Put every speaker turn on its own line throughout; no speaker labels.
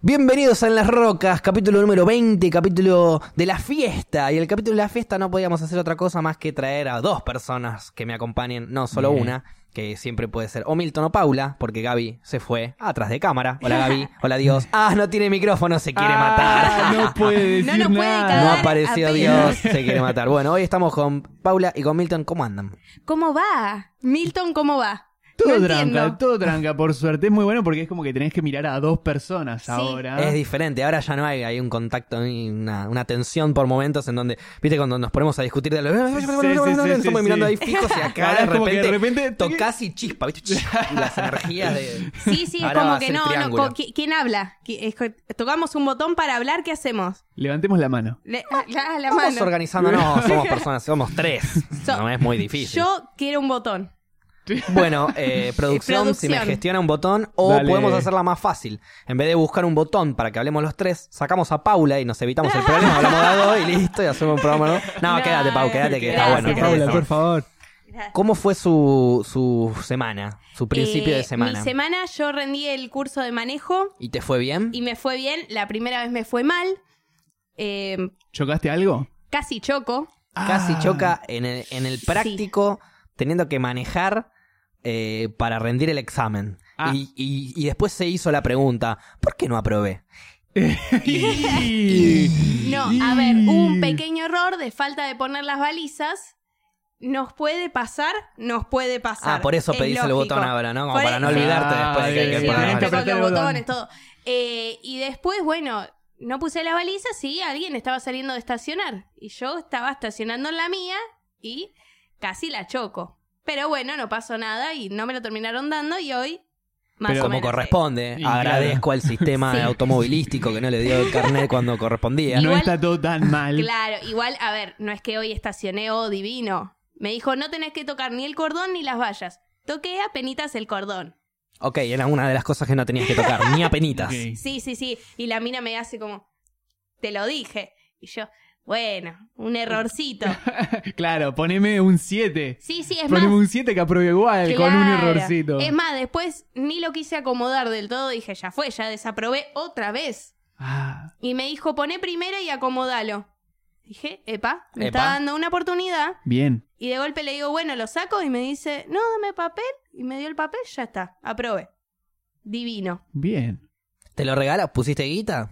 Bienvenidos a En las Rocas, capítulo número 20, capítulo de la fiesta. Y el capítulo de la fiesta no podíamos hacer otra cosa más que traer a dos personas que me acompañen, no solo
Bien.
una, que siempre puede ser o Milton o Paula, porque Gaby se fue atrás de cámara. Hola Gaby, hola Dios. Ah, no tiene micrófono, se quiere
Ah,
matar.
No puede decir
No nos puede
nada.
No
cagar.
apareció Dios,
apenas.
se quiere matar. Bueno, hoy estamos con Paula y con Milton. ¿Cómo andan?
¿Cómo va? Milton, ¿cómo va?
Todo
no
tranca,
entiendo.
todo tranca, por suerte. Es muy bueno porque es como que tenés que mirar a dos personas
Sí.
ahora.
Es diferente, ahora ya no hay, hay un contacto y una, una tensión por momentos en donde, viste, cuando nos ponemos a discutir de lo estamos mirando ahí fijos y acá
Ahora
de
Ah, es como
repente,
que de repente-
tocas y chispa, viste, y las energías de
Sí, sí, es
Ahora va a
como que
ser
no, no.
triángulo.
co- ¿qui- ¿Quién habla? ¿Qui- es que Tocamos un botón para hablar, ¿qué hacemos?
Levantemos la mano.
Le- ah, la, la
Estamos
mano.
organizándonos, somos personas, somos tres.
So-
no es muy difícil.
Yo quiero un botón.
Bueno, eh, producción, si
Producción.
me gestiona un botón, o
Dale.
podemos hacerla más fácil. En vez de buscar un botón para que hablemos los tres, sacamos a Paula y nos evitamos el problema, hablamos de a dos y listo, y hacemos un programa. nuevo. No,
No,
quédate, Pau, quédate, que está
gracias,
bueno. quédate,
Paula,
está bueno.
favor.
¿Cómo fue su, su semana, su principio
Eh,
de semana?
Mi semana yo rendí el curso de manejo
¿Y te fue bien?
y me fue bien. La primera vez me fue mal. Eh,
¿Chocaste algo?
casi choco.
Casi
Ah.
choca en el, en el práctico, teniendo que manejar eh, para rendir el examen.
Ah.
Y, y- y después se hizo la pregunta, ¿por qué no aprobé?
No, a ver, hubo un pequeño error de falta de poner las balizas. Nos puede pasar, nos puede pasar.
Ah, por eso
Es
pedís el
lógico.
botón ahora, ¿no? Como
Por
para no
eso-
olvidarte
Ah,
después de que
Sí,
hay que
sí,
poner
poner
ahora
las
la
estoy
baliza.
con
apretar
los
el botón.
botones, todo. Eh, y después, bueno, no puse la baliza, sí, alguien estaba saliendo de estacionar. Y yo estaba estacionando en la mía y casi la choco. Pero bueno, no pasó nada y no me lo terminaron dando y hoy, más
Pero
o
Como
menos,
corresponde.
Y claro.
Agradezco al sistema
Sí.
automovilístico que no le dio el carnet cuando correspondía.
No
Igual-
está todo tan
eh,
mal.
Claro, igual, a ver, no es que hoy estacioné, oh, divino. Me dijo, no tenés que tocar ni el cordón ni las vallas. Toqué penitas el cordón.
Ok, era una de las cosas que no tenías que tocar, ni a penitas.
Ok.
Sí, sí, sí. Y la mina me hace como, te lo dije. Y yo, bueno, un errorcito.
Claro, poneme un 7.
Sí, sí, es
Poneme
más.
un 7 que aprobé igual, con un
claro.
errorcito.
Es más, después ni lo quise acomodar del todo. Dije, ya fue, ya desaprobé otra vez.
Ah,
Y me dijo, poné primera y acomodalo. Dije, epa, me
Epa.
está dando una oportunidad.
bien.
Y de golpe le digo, bueno, lo saco. Y me dice, no, dame papel. Y me dio el papel, ya está, aprobé. Divino.
Bien.
¿Te lo regalas? ¿Pusiste guita?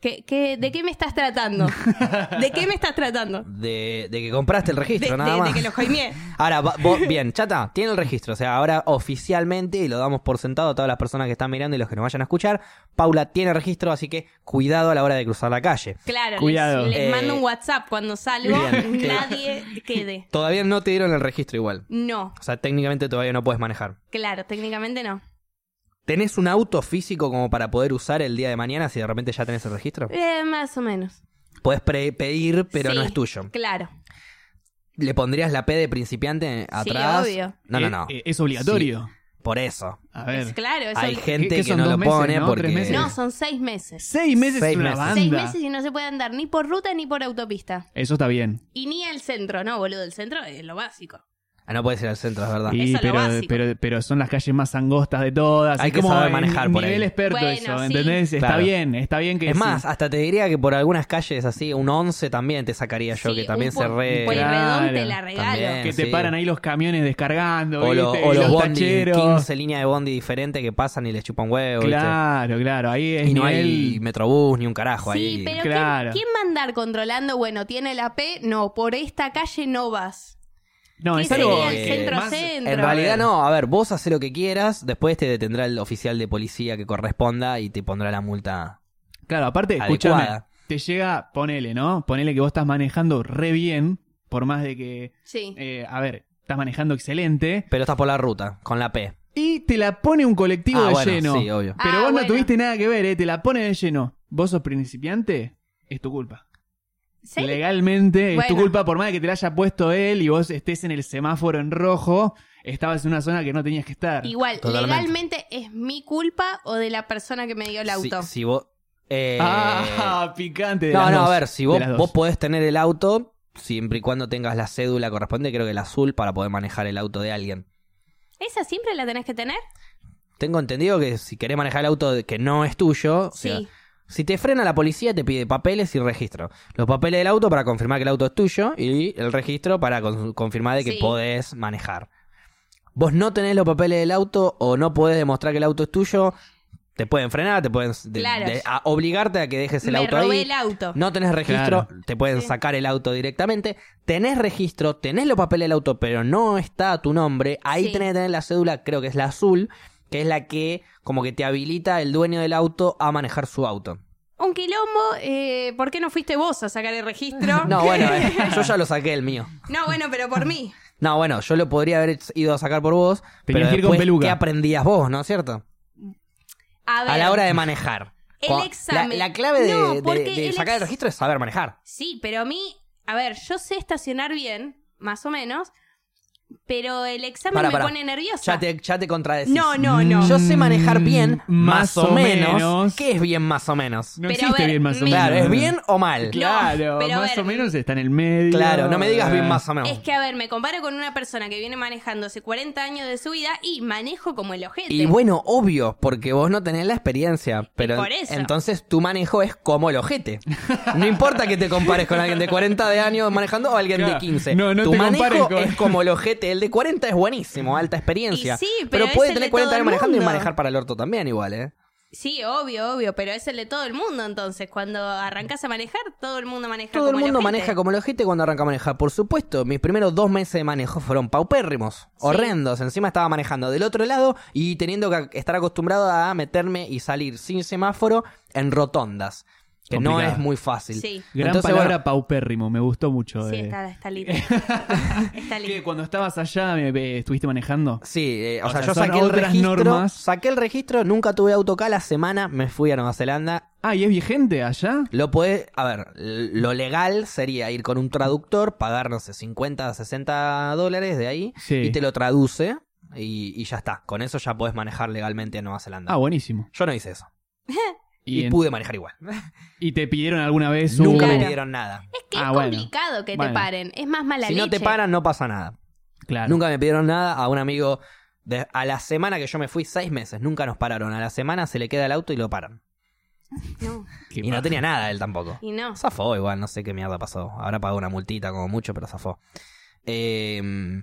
¿Qué, qué, de qué me estás tratando? ¿De qué me estás tratando?
De, de que compraste el
De,
registro, nada
de- de
más.
que lo coimié.
Ahora, va- vos- bien, chata, tiene el registro. O sea, ahora oficialmente, y lo damos por sentado a todas las personas que están mirando y los que nos vayan a escuchar, Paula tiene registro, así que cuidado a la hora de cruzar la calle.
Claro, les-
Cuidado.
les,
Eh,
mando un WhatsApp cuando salgo,
bien, eh. que-
nadie quede.
Todavía no te dieron el registro igual.
No,
O sea, técnicamente todavía no puedes manejar.
claro, técnicamente no.
¿Tenés un auto físico como para poder usar el día de mañana si de repente ya tenés el registro?
Eh, más o menos.
Podés pre- pedir, pero
Sí,
no es tuyo.
Claro.
¿Le pondrías la P de principiante atrás?
obvio.
No, no,
Eh,
no.
eh, Es, obligatorio.
Por eso.
A ver.
Es claro, es
Hay
obli-
gente
¿Qué-
que,
qué son,
no
dos
lo
meses,
pone
no?
porque...
¿Tres meses?
No, son seis meses.
Seis meses
Seis
es una
meses.
banda.
Seis meses y no se puede andar ni por ruta ni por autopista.
Eso está bien.
Y ni al centro, no, boludo. El centro es lo básico.
Ah, no puedes ir al centro, es verdad.
Y,
Eso es lo
pero,
básico.
pero, pero son las calles más angostas de todas.
Hay
es
que
como
saber
en
manejar por
nivel
ahí.
experto
Bueno,
eso,
sí.
¿entendés? Está
Claro.
bien, está bien que
Es
sí.
más, hasta te diría que por algunas calles así, un 11 también te sacaría yo,
Sí,
que también
un
se
pol-
re...
Un polirredón te la
Claro,
regalo.
también.
que te
sí.
paran ahí los camiones descargando,
O, lo-
¿viste?
o
Y
los
los
bondi,
tacheros.
15 líneas de bondi diferentes que pasan y les chupan huevo, ¿viste?
Claro, claro, ahí es
Y no
nivel...
hay metrobús ni un carajo ahí.
Sí, pero ¿quién-
Claro.
¿quién, va a andar controlando? Bueno, tiene la P, no, por esta calle no vas.
No,
¿Qué
es algo
sería
el
que
centro
más-
centro?
En
Pero,
realidad
a ver.
no, a ver, vos haces lo que quieras, después te detendrá el oficial de policía que corresponda y te pondrá la multa.
Claro, aparte,
Adecuada.
escúchame, te llega, ponele, ¿no? Ponele que vos estás manejando re bien, por más de que,
Sí.
eh, a ver, estás manejando excelente,
Pero estás por la ruta, con la P.
y te la pone un colectivo
Ah,
de
bueno,
lleno.
sí, obvio.
Pero
Ah,
vos no
bueno.
tuviste nada que ver, ¿eh? Te la pone de lleno. ¿Vos sos principiante? Es tu culpa.
¿Sí?
Legalmente es tu
Bueno.
culpa, por más de que te la haya puesto él y vos estés en el semáforo en rojo, estabas en una zona que no tenías que estar.
Igual,
Totalmente.
legalmente es mi culpa o de la persona que me dio el auto.
Si, si vos... eh,
Ah, picante. de
no,
las
no,
dos,
a ver, si
de
vos,
las dos.
vos podés tener el auto, siempre y cuando tengas la cédula corresponde, creo que el azul, para poder manejar el auto de alguien.
¿Esa siempre la tenés que tener?
Tengo entendido que si querés manejar el auto de- que no es tuyo, o sea,
Sí.
si te frena la policía te pide papeles y registro. Los papeles del auto para confirmar que el auto es tuyo y el registro para con- confirmar de que
Sí.
podés manejar. Vos no tenés los papeles del auto o no podés demostrar que el auto es tuyo, te pueden frenar, te pueden de-
Claro.
de- a obligarte a que dejes el
Me
auto
robé
ahí.
el auto.
No tenés registro,
Claro.
te pueden
Sí.
sacar el auto directamente. Tenés registro, tenés los papeles del auto, pero no está a tu nombre. Ahí
Sí.
tenés que tener la cédula, creo que es la azul, que es la que como que te habilita el dueño del auto a manejar su auto.
Un quilombo, eh, ¿por qué no fuiste vos a sacar el registro?
No, bueno, eh, yo ya lo saqué el mío.
No, bueno, pero por mí.
No, bueno, yo lo podría haber ido a sacar por vos,
Tenías
pero
que ir con
después,
peluca.
¿qué aprendías vos, no es cierto?
A, ver,
A la hora de manejar.
El
Cua- la-
examen.
La, clave de,
No,
de-
porque
de
el
sacar el
ex-
registro es saber manejar.
Sí, pero a mí, a ver, yo sé estacionar bien, más o menos, pero el examen
Pará,
me
pará.
pone nerviosa.
Ya te, ya te contradecís.
No, no, no.
Yo sé manejar bien,
Mm,
más, o menos. ¿Qué es bien más o menos?
No
Pero,
existe
a ver,
bien más o
mi-
menos.
Claro, ¿es bien o mal?
Claro,
pero, a
más
ver,
o menos está en el medio.
Claro, no me digas bien más o menos.
Es que, a ver, me comparo con una persona que viene manejando hace 40 años de su vida y manejo como el ojete.
Y bueno, obvio, porque vos no tenés la experiencia, pero
por eso.
entonces tu manejo es como el ojete. No importa que te compares con alguien de 40 de años manejando o alguien de
Claro.
15.
No, no
tu
te compares
manejo
con-
es como el ojete, el de 40 es buenísimo, alta experiencia.
Y sí, pero es
puede
el
tener
de
40
todo
años
el
manejando y
mundo.
manejar para el orto también igual, ¿eh?
Sí, obvio, obvio, pero es el de todo el mundo entonces. Cuando arrancas a manejar, todo el mundo maneja
Todo el
como
mundo
ojete.
maneja como el ojete cuando arranca a manejar. Por supuesto, mis primeros dos meses de manejo fueron paupérrimos, horrendos. Encima estaba manejando del otro lado y teniendo que estar acostumbrado a meterme y salir sin semáforo en rotondas. Que no
Complicado.
es muy fácil.
Sí.
Gran
Entonces,
palabra
bueno,
paupérrimo, me gustó mucho.
Sí,
eh.
está, está lindo. está
¿Qué,
lindo.
cuando estabas allá me, me- estuviste manejando?
Sí, eh, o,
O
sea,
sea,
yo
son
saqué el
otras
registro.
normas.
Saqué el registro, nunca tuve auto acá. La semana me fui a Nueva Zelanda
Ah, ¿y es vigente allá?
Lo puede, a ver, l- lo legal sería ir con un traductor, pagar, no sé, 50, 60 dólares de ahí,
Sí.
y te lo traduce, y, y ya está. Con eso ya podés manejar legalmente en Nueva Zelanda.
Ah, buenísimo.
Yo no hice eso. Y,
Y, en-
pude manejar igual.
y te pidieron alguna vez un-
Nunca me
Claro.
pidieron nada.
Es que
Ah,
es
bueno.
complicado que
Bueno.
te paren. Es más mala
si no te
leche.
paran, no pasa nada.
Claro.
Nunca me pidieron nada a un amigo. de- a la semana que yo me fui, seis meses, nunca nos pararon. A la semana se le queda el auto y lo paran.
No,
Qué
y no
paja.
tenía nada él tampoco.
y no.
Zafó igual, no sé qué mierda pasó. Habrá pagado una multita como mucho, pero zafó. Eh,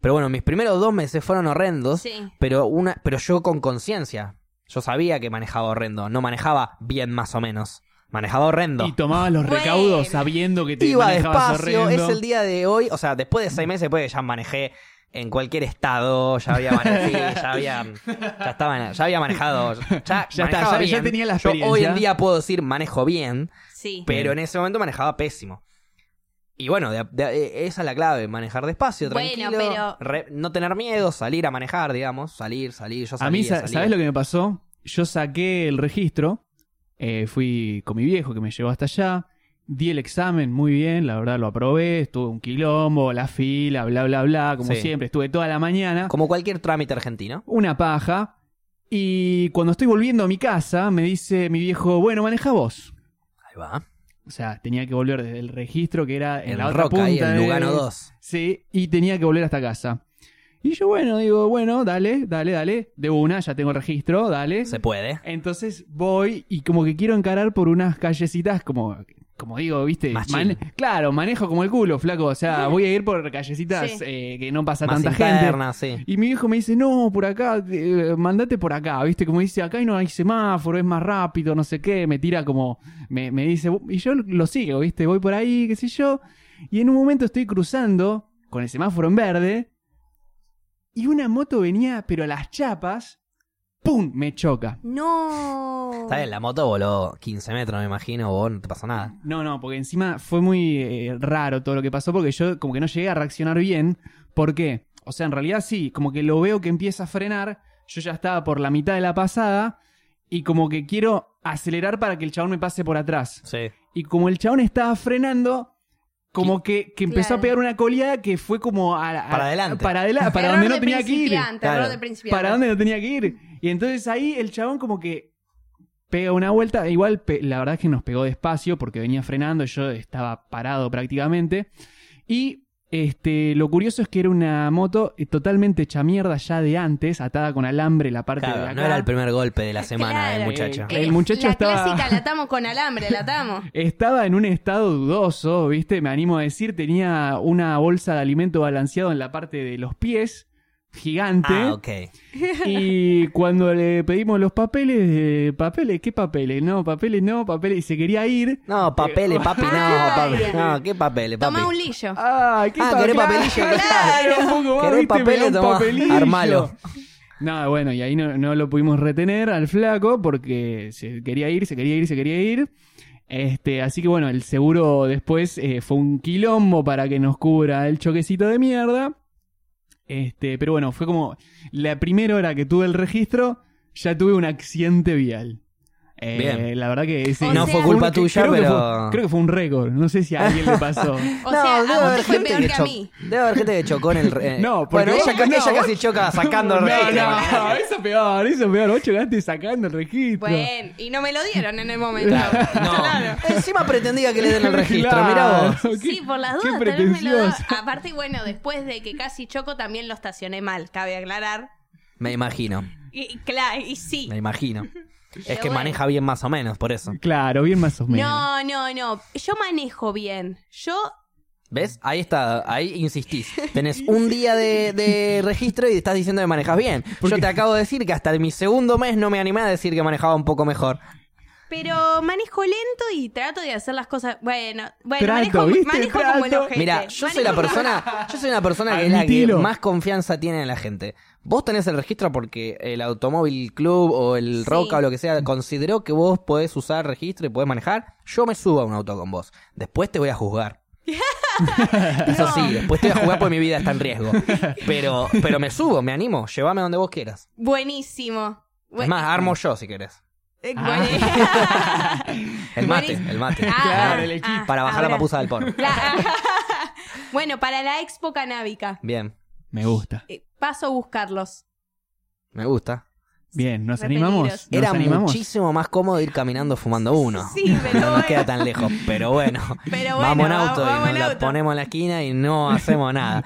pero bueno, mis primeros dos meses fueron horrendos,
Sí.
pero, una, pero yo con conciencia. Yo sabía que manejaba horrendo, no manejaba bien más o menos. Manejaba horrendo.
Y tomabas los
Bueno.
recaudos sabiendo que te
Iba
manejabas
despacio,
horrendo.
es el día de hoy, o sea, después de seis meses, después que ya manejé en cualquier estado, ya había manejado, ya había, ya estaba, ya había manejado, ya,
Ya está,
manejaba
ya- ya
bien.
tenía la
Yo hoy
experiencia.
en día puedo decir manejo bien,
Sí.
pero
Bien.
en ese momento manejaba pésimo. Y bueno, de- de- esa es la clave, manejar despacio,
Bueno,
tranquilo,
pero-
re- no tener miedo, salir a manejar, digamos, salir, salir, yo salía,
A mí, sa-
salía.
¿sabes lo que me pasó? Yo saqué el registro, eh, fui con mi viejo que me llevó hasta allá, di el examen muy bien, la verdad lo aprobé, estuve un quilombo, la fila, bla, bla, bla, como
Sí.
siempre, estuve toda la mañana,
Como cualquier trámite argentino.
una paja, y cuando estoy volviendo a mi casa, me dice mi viejo, bueno, maneja vos.
Ahí va.
O sea, tenía que volver desde el registro que era en,
En
la otra
Roca, ahí
punta
en
de-
Lugano 2.
Sí, y tenía que volver hasta casa. Y yo, bueno, digo, bueno, dale, dale, dale. De una, ya tengo el registro, dale.
Se puede.
Entonces voy y como que quiero encarar por unas callecitas como... Como digo, viste,
Más
Man-
chill.
claro, manejo como el culo, flaco. O sea, voy a ir por callecitas
Sí.
eh, que no pasa
Más
tanta gente.
interna, sí.
Y mi viejo me dice, no, por acá, eh, mandate por acá, viste, como dice, acá no hay semáforo, es más rápido, no sé qué, me tira como, me, me dice, y yo lo sigo, viste, voy por ahí, qué sé yo, y en un momento estoy cruzando con el semáforo en verde, y una moto venía, pero a las chapas, ¡pum!, me choca.
No.
Está bien, la moto voló 15 metros, me imagino, vos no te pasó nada.
No, no, porque encima fue muy eh, raro todo lo que pasó, porque yo como que no llegué a reaccionar bien. ¿Por qué? O sea, en realidad sí, como que lo veo que empieza a frenar, yo ya estaba por la mitad de la pasada, y como que quiero acelerar para que el chabón me pase por atrás.
Sí.
Y como el chabón estaba frenando, como que, que empezó
Claro.
a pegar una coleada que fue como a, a-
Para adelante.
Para, adela- para
Error
donde no
de
tenía que ir.
principiante, error
Claro.
de principiante. Eh,
Para donde no tenía que ir. Y entonces ahí el chabón como que pega una vuelta. e Igual pe- la verdad es que nos pegó despacio porque venía frenando, yo estaba parado prácticamente. Y Este, lo curioso es que era una moto eh, totalmente hecha mierda ya de antes, atada con alambre la parte de
Claro,
acá.
no era el primer golpe de la semana del
Claro.
muchacho.
Eh, El muchacho
la
estaba-
clásica la atamos con alambre, la atamos.
Estaba en un estado dudoso, ¿viste? Me animo a decir, tenía una bolsa de alimento balanceado en la parte de los pies, gigante.
Ah, ok.
Y cuando le pedimos los papeles, eh, papeles, ¿qué papeles? No, papeles, no, papeles, y se quería ir.
No, papeles, papi, no,
Ah,
papi.
bien.
No, ¿qué papeles, papi?
Toma un lillo.
Ah, ¿qué
Ah,
pa-
querés
claro,
papelillo,
claro,
claro.
un poco más,
Querés
¿viste? Me
papeles,
da un
tomá,
papelillo.
armalo.
No, bueno, y ahí no, no lo pudimos retener al flaco porque se quería ir, se quería ir, se quería ir. Este, así que bueno, el seguro después eh, fue un quilombo para que nos cubra el choquecito de mierda. Este, pero bueno, fue como la primera hora que tuve el registro, ya tuve un accidente vial. Eh,
Bien.
La verdad que ese-
O No sea- fue
culpa
un- que-
tuya,
creo que
pero-
fue- creo que fue un récord, no sé si a alguien le pasó.
O sea,
debe
a vos
haber
te fue
gente
peor que a
cho-
mí.
Debe haber gente que chocó en el. re- eh,
No, porque
bueno, ella,
vos-
ca- ella
no,
casi choca sacando el
no,
registro.
no, eso peor, eso peor. Vos chocaste sacando el registro.
Bueno, y no me lo dieron en el
No.
momento. Claro.
Encima pretendía que le den el registro, mirá vos.
Claro,
Sí,
qué-
por las
qué
dudas también me lo da.
pretencioso.
Aparte, bueno, después de que casi choco también lo estacioné mal, cabe aclarar.
Me imagino,
Y, claro, y sí.
me imagino. Es que
bueno.
maneja bien más o menos, por eso.
Claro, bien más o menos.
No, no, no. Yo manejo bien. Yo
¿Ves? Ahí está, ahí insistís. Tenés un día de, de registro y estás diciendo que manejas bien. Yo te acabo de decir que hasta mi segundo mes no me animé a decir que manejaba un poco mejor.
Pero manejo lento y trato de hacer las cosas. Bueno, bueno
Trato,
manejo,
¿viste?
manejo como el
Trato.
ojete.
Mira, yo soy
Manejo
la
como-
persona, yo soy una persona que es la que
Admitilo.
más confianza tiene en la gente. Vos tenés el registro porque el automóvil club o el
Sí.
Roca o lo que sea consideró que vos podés usar registro y podés manejar. Yo me subo a un auto con vos. Después te voy a juzgar. Eso
No.
sí, después te voy a juzgar porque mi vida está en riesgo. Pero, pero me subo, me animo, llévame donde vos quieras.
Buenísimo. Bu-
Es más, armo yo si querés.
eh,
Ah.
buenísimo.
El mate,
Buenísimo.
el mate.
Ah,
Claro,
ah,
el equipo.
ah,
Para bajar la
ahora.
papusa del porno.
La- bueno, para la expo canábica.
Bien,
Me gusta.
Eh, Paso a buscarlos.
me gusta.
Bien, ¿nos
Re
animamos?
peligroso.
¿Nos
Era
animamos?
muchísimo más cómodo ir caminando fumando uno.
Sí, pero
no nos
bueno.
queda tan lejos, pero bueno.
Pero bueno,
vamos en auto
vamos- vamos
y
en
nos la
auto.
ponemos en la esquina y no hacemos nada.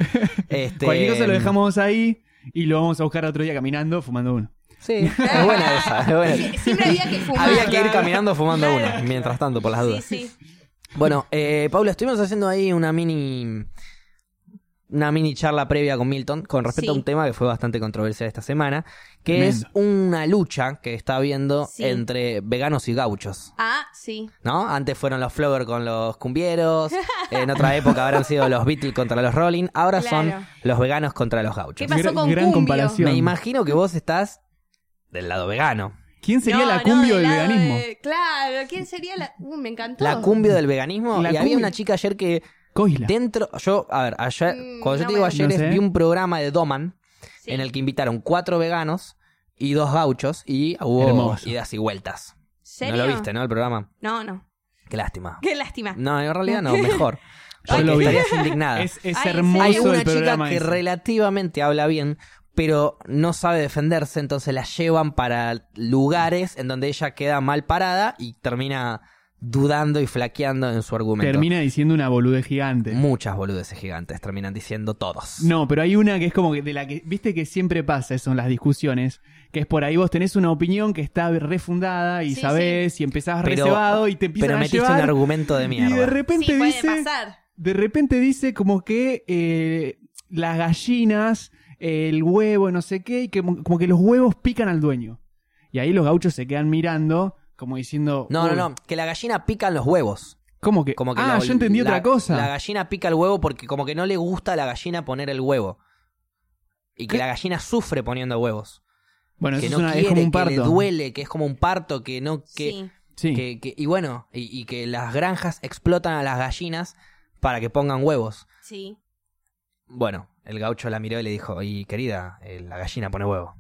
Este,
Cualquier cosa lo dejamos ahí y lo vamos a buscar otro día caminando, fumando uno.
Sí, es buena esa. es buena.
Sie- Siempre había que fumar.
Había que ir caminando fumando uno, mientras tanto, por las
Sí,
dudas.
sí.
Bueno, eh, Paula, estuvimos haciendo ahí una mini. Una mini charla previa con Milton con respecto a
Sí.
un tema que fue bastante controversial esta semana, que es
Tremendo.
una lucha que está habiendo
Sí.
entre veganos y gauchos.
Ah, sí.
¿no? Antes fueron los Flower con los cumbieros, en otra época habrán sido los Beatles contra los Rolling, ahora son
Claro.
los veganos contra los gauchos.
¿Qué pasó
Gran-
con
gran
Cumbio?
comparación.
Me imagino que vos estás del lado vegano.
¿Quién sería
No,
la
no,
cumbio del
lado de-
veganismo?
Claro, ¿quién sería la.? Uh, me encantó.
La cumbia del veganismo.
La
y había
cumbia.
una chica ayer que
Coisla.
dentro... Yo, a ver, ayer,
Mm,
cuando yo
no
te digo
me-
ayer,
No
es-
sé.
vi un programa de Doman
Sí.
en el que invitaron cuatro veganos y dos gauchos y hubo
Hermoso.
idas y vueltas.
¿Serio?
No lo viste, ¿no? El programa.
No, no.
Qué lástima.
Qué lástima.
No, en realidad no, mejor.
Yo
Porque
lo vi.
estarías indignada.
Es, es
Ay,
hermoso
Hay
Eso
una
el
chica
programa
que
ese.
relativamente habla bien, pero no sabe defenderse, entonces la llevan para lugares en donde ella queda mal parada y termina dudando y flaqueando en su argumento.
Termina diciendo una bolude gigante.
Muchas boludeces gigantes terminan diciendo todos.
No, pero hay una que es como que de la que, viste que siempre pasa eso en las discusiones, que es por ahí vos tenés una opinión que está refundada y
Sí,
sabés y empezás
Pero-
recebado y te empiezan
Pero
a
metiste
llevar
un argumento de
y de
mierda.
repente
sí, puede
dice,
pasar.
de repente dice como que eh, las gallinas, el huevo, no sé qué, y que mo- como que los huevos pican al dueño. Y ahí los gauchos se quedan mirando como diciendo,
No, no,
"Uy,
no, que la gallina pica en los huevos.
¿Cómo que?
Como que
ah,
la-
yo entendí
la-
otra cosa.
La gallina pica el huevo porque como que no le gusta a la gallina poner el huevo. Y que
¿Qué?
la gallina sufre poniendo huevos.
bueno, eso
que
es,
no
una- es
quiere,
como un
que le
parto.
duele, que es como un parto, que no... Que,
Sí.
Sí.
Que- que- y bueno, y, y que las granjas explotan a las gallinas para que pongan huevos.
Sí.
Bueno, el gaucho la miró y le dijo, y querida, eh, la gallina pone huevo.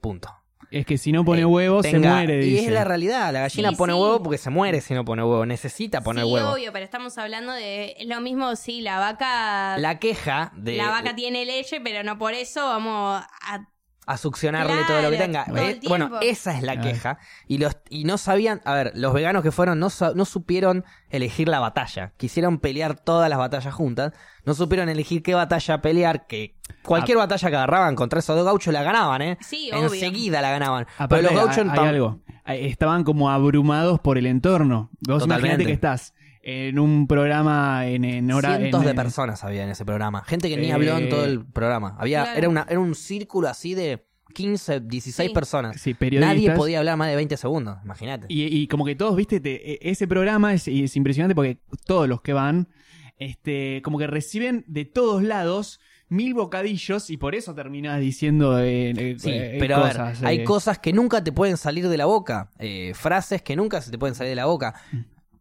Punto.
Es que si no pone
Eh,
huevos se
Tenga-
muere,
y
dice.
es la realidad, la gallina
Sí,
pone
sí.
huevo porque se muere si no pone huevo, necesita poner
sí,
huevo.
obvio, pero estamos hablando de es lo mismo, sí, la vaca
La queja de...
la vaca tiene leche, pero no por eso vamos a
a succionarle
Claro,
todo lo que tenga.
todo el
Eh, bueno,
tiempo.
esa es la
Claro.
queja. Y los y no sabían, a ver, los veganos que fueron no, sa- no supieron elegir la batalla. Quisieron pelear todas las batallas juntas. No supieron elegir qué batalla pelear, que cualquier batalla que agarraban contra esos dos gauchos la ganaban, ¿eh?
Sí, obvio.
Enseguida la ganaban.
Aparte,
Pero los gauchos
hay, hay
tam-
algo. Hay- Estaban como abrumados por el entorno. Vos
Totalmente.
imaginate que estás en un programa en, en hora.
Cientos
en-
de personas había en ese programa. Gente que ni
Eh,
habló en todo el programa. Había,
claro.
era, una, era un círculo así de 15, 16
Sí.
personas.
Sí, periodistas.
Nadie podía hablar más de 20 segundos, imagínate.
Y, y como que todos, viste, te- e- ese programa es, es impresionante porque todos los que van, este, como que reciben de todos lados mil bocadillos y por eso terminás diciendo eh, eh,
Sí,
eh,
pero a ver,
cosas,
hay
eh.
cosas que nunca te pueden salir de la boca, eh, frases que nunca se te pueden salir de la boca,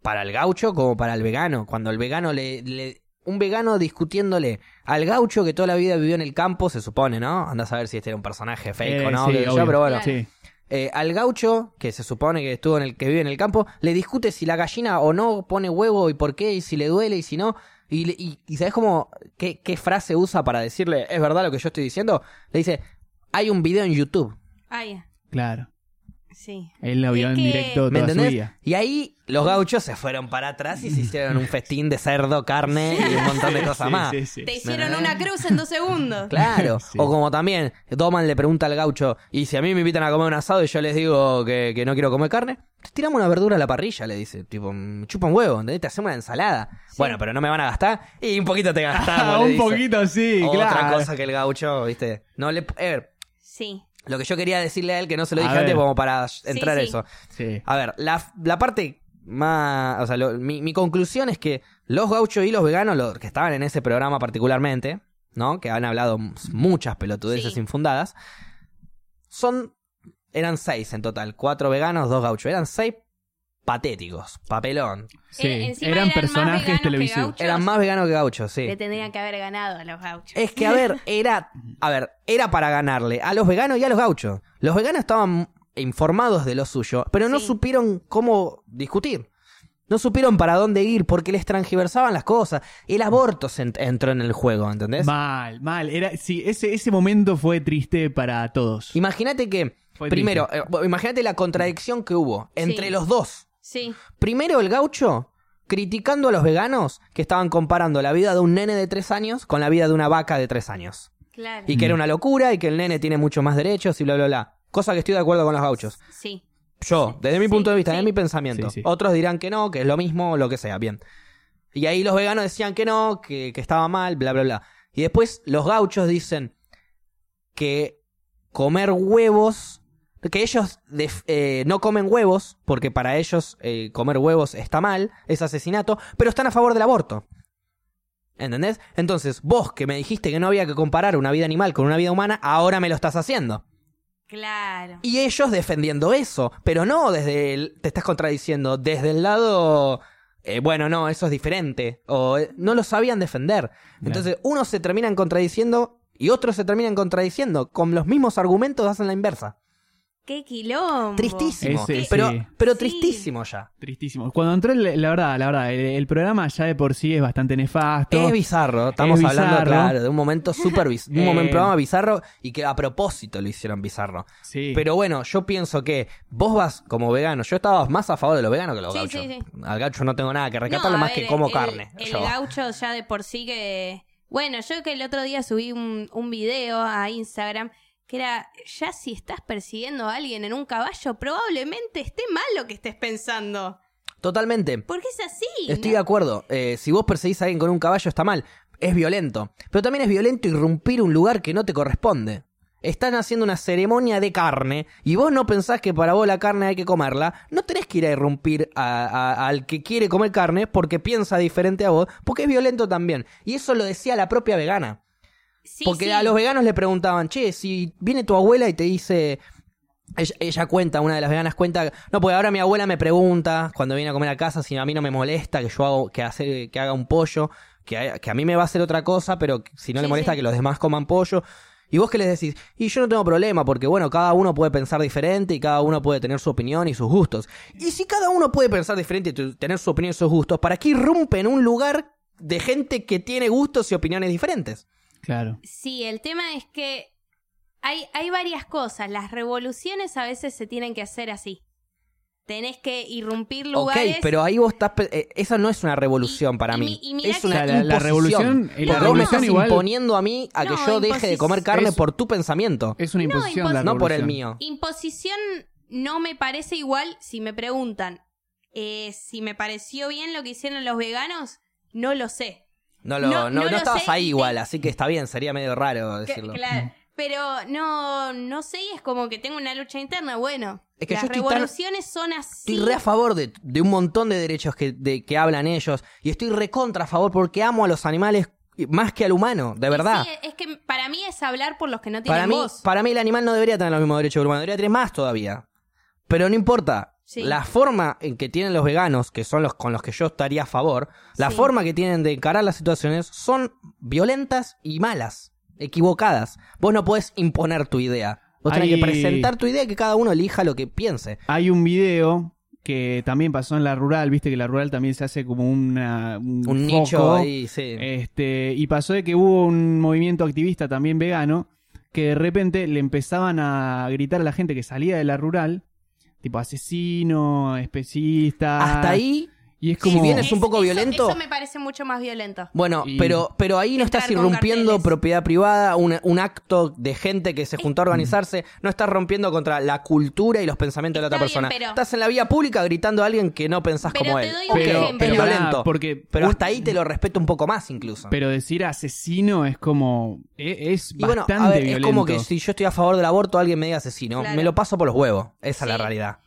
para el gaucho como para el vegano. Cuando el vegano le... le- un vegano discutiéndole al gaucho que toda la vida vivió en el campo, se supone, ¿no? Andás a ver si este era un personaje fake
Eh,
o no,
sí,
qué sé yo,
obvio.
pero bueno.
Sí.
Eh, al gaucho, que se supone que estuvo en el que vive en el campo, le discute si la gallina o no pone huevo y por qué, y si le duele y si no. Y, le- y, y ¿sabes cómo? Qué, qué frase usa para decirle, es verdad lo que yo estoy diciendo? Le dice, hay un video en YouTube.
Ay,
Claro.
sí.
Él lo vio
Es
en
que-
directo
¿Me
toda su
entendés?
vida.
Y ahí los gauchos se fueron para atrás y se hicieron un festín de cerdo, carne y un montón de cosas
Sí,
más.
sí, sí.
Te hicieron una cruz en dos segundos.
Claro.
Sí.
O como también, Doman le pregunta al gaucho, y si a mí me invitan a comer un asado y yo les digo que, que no quiero comer carne, te tiramos una verdura a la parrilla, le dice. Tipo, me chupa un huevo, ¿entendés? Te hacemos una ensalada. Bueno, pero no me van a gastar. Y un poquito te gastamos.
Ah,
le
un
dice.
poquito, sí,
Otra
claro.
cosa que el gaucho, viste. No le... a ver,
Sí.
lo que yo quería decirle a él, que no se lo
A
dije
ver.
antes, como para entrar a
sí.
eso.
Sí.
A ver, la, la parte más. O sea, lo- mi, mi conclusión es que los gauchos y los veganos, los que estaban en ese programa particularmente, ¿no? Que han hablado m- muchas pelotudeces
Sí.
infundadas, son. Eran seis en total: cuatro veganos, dos gauchos. Eran seis patéticos, papelón.
Sí.
Eh, encima
Eran
eran más veganos
personajes
que
televisivos.
gauchos.
Eran más veganos que gauchos, sí.
Le tendrían que haber ganado a los gauchos.
Es que, a ver, era. A ver, era para ganarle a los veganos y a los gauchos. Los veganos estaban informados de lo suyo, pero no
Sí.
supieron cómo discutir. No supieron para dónde ir porque les transgiversaban las cosas. El aborto se ent- entró en el juego, ¿entendés?
Mal, mal. Era, sí, ese, ese momento fue triste para todos.
Imagínate que.
Fue
primero, eh, bueno, imagínate la contradicción que hubo entre
Sí.
los dos.
Sí.
Primero el gaucho criticando a los veganos que estaban comparando la vida de un nene de tres años con la vida de una vaca de tres años.
Claro.
y que era una locura y que el nene tiene mucho más derechos y bla, bla, bla. Cosa que estoy de acuerdo con los gauchos.
Sí.
Yo, desde mi punto de vista,
sí.
desde mi pensamiento.
Sí, sí.
Otros dirán que no, que es lo mismo, lo que sea, bien. Y ahí los veganos decían que no, que, que estaba mal, bla, bla, bla. Y después los gauchos dicen que comer huevos, que ellos def- eh, no comen huevos, porque para ellos eh, comer huevos está mal, es asesinato, pero están a favor del aborto. ¿Entendés? Entonces, vos que me dijiste que no había que comparar una vida animal con una vida humana, ahora me lo estás haciendo.
Claro.
Y ellos defendiendo eso, pero no desde el... Te estás contradiciendo, desde el lado... eh, bueno, no, eso es diferente. O eh, no lo sabían defender. Entonces, unos se terminan contradiciendo y otros se terminan contradiciendo. Con los mismos argumentos hacen la inversa.
Qué quilombo.
Tristísimo.
Ese-
pero
sí.
pero
Sí.
tristísimo ya.
Tristísimo. Cuando entró, el- la verdad, la verdad, el, el programa ya de por sí es bastante nefasto.
Es bizarro, estamos
Es
hablando,
bizarro.
claro, de un momento súper bizarro, un momento
Eh.
programa bizarro y que a propósito lo hicieron bizarro.
Sí.
Pero bueno, yo pienso que vos vas como vegano. Yo estaba más a favor de los veganos que los
Sí,
gauchos.
sí, sí.
Al gaucho no tengo nada que rescatarle
No, a
más
ver,
que como
el-
carne.
El
yo.
gaucho ya de por sí que. Bueno, yo que el otro día subí un, un video a Instagram que era, ya si estás persiguiendo a alguien en un caballo, probablemente esté mal lo que estés pensando.
Totalmente.
Porque es así.
Estoy de
¿no?
acuerdo. Eh, si vos perseguís a alguien con un caballo está mal. Es violento. Pero también es violento irrumpir un lugar que no te corresponde. Están haciendo una ceremonia de carne y vos no pensás que para vos la carne hay que comerla. No tenés que ir a irrumpir a- a- al que quiere comer carne porque piensa diferente a vos, porque es violento también. Y eso lo decía la propia vegana.
Sí,
Porque
sí.
a los veganos le preguntaban, che, si viene tu abuela y te dice. Ella, ella cuenta, una de las veganas cuenta. No, porque ahora mi abuela me pregunta cuando viene a comer a casa si a mí no me molesta que yo hago, que, hace, que haga un pollo, que, a- que a mí me va a hacer otra cosa, pero que si no le
Sí,
molesta
sí.
que los demás coman pollo. Y vos que les decís, y yo no tengo problema, porque bueno, cada uno puede pensar diferente y cada uno puede tener su opinión y sus gustos. Y si cada uno puede pensar diferente y tu- tener su opinión y sus gustos, ¿para qué irrumpe en un lugar de gente que tiene gustos y opiniones diferentes?
Claro.
Sí, el tema es que hay, hay varias cosas. Las revoluciones a veces se tienen que hacer así. Tenés que irrumpir lugares.
Ok, pero ahí vos estás. pe- eh, esa no es una revolución
Y-
para
y
mí.
mi- y mirá
es
que-
una
O sea, la- la
imposición.
revolución- y la
Porque vos me
revolución
estás
igual-
imponiendo a mí a que
No,
yo deje de
imposi-
comer carne
es-
por tu pensamiento,
Es una imposición la
no por el mío.
revolución.
Imposición no me parece igual si me preguntan. eh, si me pareció bien lo que hicieron los veganos, no lo sé.
No lo,
No,
no,
no
no
lo
estabas
sé,
ahí
y-
igual, así que está bien, sería medio raro
Que-
decirlo.
Claro. Pero no, no sé, y es como que tengo una lucha interna. Bueno,
Es que
las
yo estoy tan-
revoluciones son así.
Estoy re a favor de, de un montón de derechos que, de- que hablan ellos. Y estoy re contra a favor porque amo a los animales más que al humano, de
Y
verdad.
sí, es que para mí es hablar por los que no tienen
para, mí,
voz.
para mí el animal no debería tener los mismos derechos que el humano, debería tener más todavía. Pero no importa.
Sí.
La forma en que tienen los veganos, que son los con los que yo estaría a favor, la
Sí.
forma que tienen de encarar las situaciones son violentas y malas, equivocadas. Vos no podés imponer tu idea. Vos tenés
Hay-
que presentar tu idea y que cada uno elija lo que piense.
Hay un video que también pasó en la rural, viste que la rural también se hace como una, un,
Un
foco,
nicho ahí, sí.
Este, y pasó de que hubo un movimiento activista también vegano que de repente le empezaban a gritar a la gente que salía de la rural, tipo asesino, especista.
Hasta ahí
Y es
si
como.
bien es un poco
eso-
violento-
Eso me parece mucho más violento.
Bueno,
Y-
pero, pero ahí no estás
Entrar con
irrumpiendo
carteles.
propiedad privada, un, un acto de gente que se juntó a organizarse, no estás rompiendo contra la cultura y los pensamientos de la
Está
otra persona.
bien, pero-
Estás en la vía pública gritando a alguien que no pensás
Pero
como
te
él.
doy
Ok,
un
pero,
ejemplo.
es
pero pará,
violento.
porque
Pero
un-
hasta ahí te lo respeto un poco más incluso.
Pero decir asesino es como. e- Es,
y bueno,
bastante
a ver, es
violento.
como que si yo estoy a favor del aborto, alguien me diga asesino.
Claro.
Me lo paso por los huevos. Esa es la
Sí.
realidad.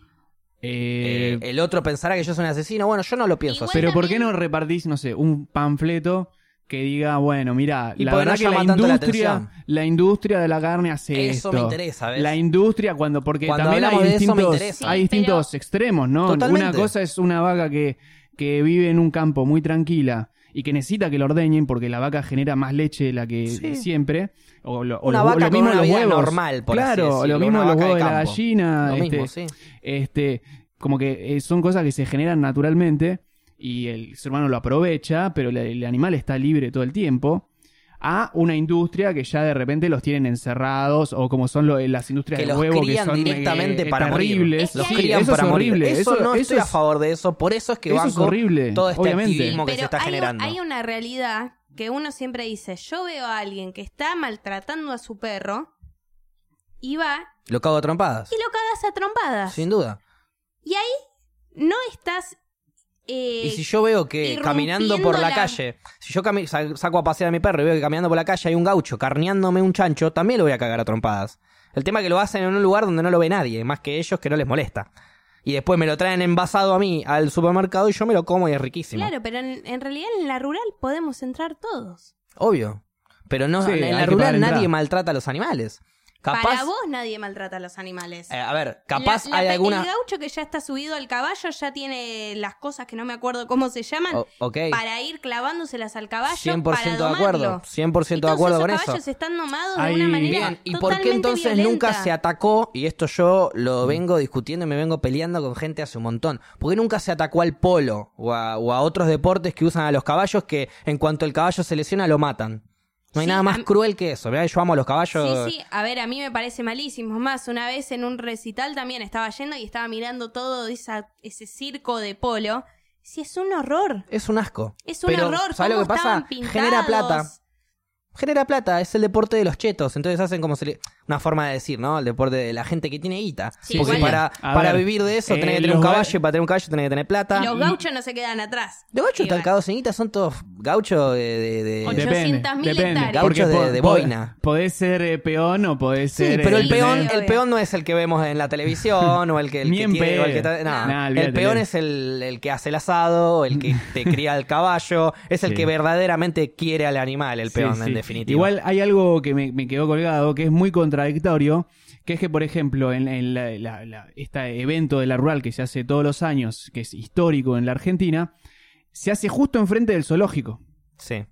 Eh,
Eh, el otro pensará que yo soy un asesino. Bueno, yo no lo pienso
Igual
así.
Pero ¿por qué no
también-
repartís, no sé, un panfleto que diga, bueno, mira,
Y
la
porque no
verdad que la
llama tanto la
industria, la,
atención.
industria de la carne hace
Eso
esto.
me interesa, ¿ves?
La industria cuando porque
Cuando
también
hablamos
hay
de eso me
distintos
interesa.
hay
Sí, pero-
distintos extremos, ¿no?
Totalmente.
Una cosa es una vaca que que vive en un campo muy tranquila y que necesita que lo ordeñen porque la vaca genera más leche de la que
Sí.
siempre o lo, o
Una
lo-
vaca
lo
con
mismo
una
los
vida
huevos
normal, por así
claro
decirlo,
lo mismo
una
los
vaca de
huevos de, la
campo.
gallina
Lo
este,
mismo, sí.
este, como que eh, son cosas que se generan naturalmente y el ser humano lo aprovecha, pero el, el animal está libre todo el tiempo, a una industria que ya de repente los tienen encerrados o como son lo- eh, las industrias
que
de
los
huevo que
crían
son
directamente
eh,
para morir.
terribles.
Es que
Los
Sí,
crían
eso
para
es
morir.
horrible.
Eso, no
eso
estoy a
es-
favor de eso. Por eso es que
eso es
banco
horrible,
todo este
obviamente.
activismo que
Pero
se está
hay, un-
generando.
hay una realidad que uno siempre dice, yo veo a alguien que está maltratando a su perro y va
Lo cago a trompadas.
y lo cagas a trompadas.
Sin duda.
Y ahí no estás... eh,
Y si yo veo que caminando por la,
irrumpiendo la-
calle, si yo cami- sa- saco a pasear a mi perro y veo que caminando por la calle hay un gaucho carneándome un chancho, también lo voy a cagar a trompadas. El tema es que lo hacen en un lugar donde no lo ve nadie, más que ellos que no les molesta. Y después me lo traen envasado a mí al supermercado y yo me lo como y es riquísimo.
Claro, pero en, en realidad en la rural podemos entrar todos.
Obvio. Pero no,
Sí,
en
hay
la
que
rural
pagar entrada.
nadie maltrata a los animales. Capaz,
Para vos nadie maltrata a los animales.
eh, a ver, capaz
La- la
hay
pe-
alguna...
El gaucho que ya está subido al caballo ya tiene las cosas que no me acuerdo cómo se llaman
O- ok.
para ir clavándoselas al caballo.
100%
para
de acuerdo.
domarlo.
100%
Y todos
de acuerdo
esos
con eso.
caballos están domados
Ahí-
de una manera.
Bien, ¿y por qué
totalmente
entonces
violenta.
nunca se atacó? Y esto yo lo vengo discutiendo y me vengo peleando con gente hace un montón. ¿Por qué nunca se atacó al polo o a, o a otros deportes que usan a los caballos que en cuanto el caballo se lesiona lo matan? No hay
Sí,
nada más
a-
cruel que eso. ¿verdad? Yo amo a los caballos.
Sí, sí, a ver, a mí me parece malísimo. Es Más, una vez en un recital también estaba yendo y estaba mirando todo esa- ese circo de polo. Si es un horror.
Es un asco.
Es un
Pero,
horror.
¿sabes lo
cómo
que pasa?
estaban pintados.
Genera plata. Genera plata, es el deporte de los chetos. Entonces hacen como se le- una forma de decir, ¿no? El deporte de la gente que tiene guita.
Sí,
Porque
igual-
para,
A
para
ver,
vivir de eso
eh,
tenés que tener
los
un
ga-
caballo y para tener un caballo tenés que tener plata.
Y los gauchos no se quedan atrás.
Los gauchos
Igual.
están cagados en guita, son todos gauchos de... de- de-
Ocho. 800.000 hectáreas.
Gauchos de-
po-
de
po-
boina.
Podés ser eh, peón o podés
Sí,
ser.
pero el
eh,
peón,
obvio.
el peón no es el que vemos en la televisión o el que, el
Ni
que
en
tiene o el
pedo.
que tra- no.
Nah,
el
olvídate,
peón
olvídate.
es el, el que hace el asado, el que te cría el caballo, es el
Sí.
que verdaderamente quiere al animal, el peón,
Sí,
en
sí.
definitiva.
Igual hay algo que me, me quedó colgado, que es muy contradictorio, que es que, por ejemplo, en, en la- la- la- este evento de la rural que se hace todos los años, que es histórico en la Argentina, se hace justo enfrente del zoológico.
Sí.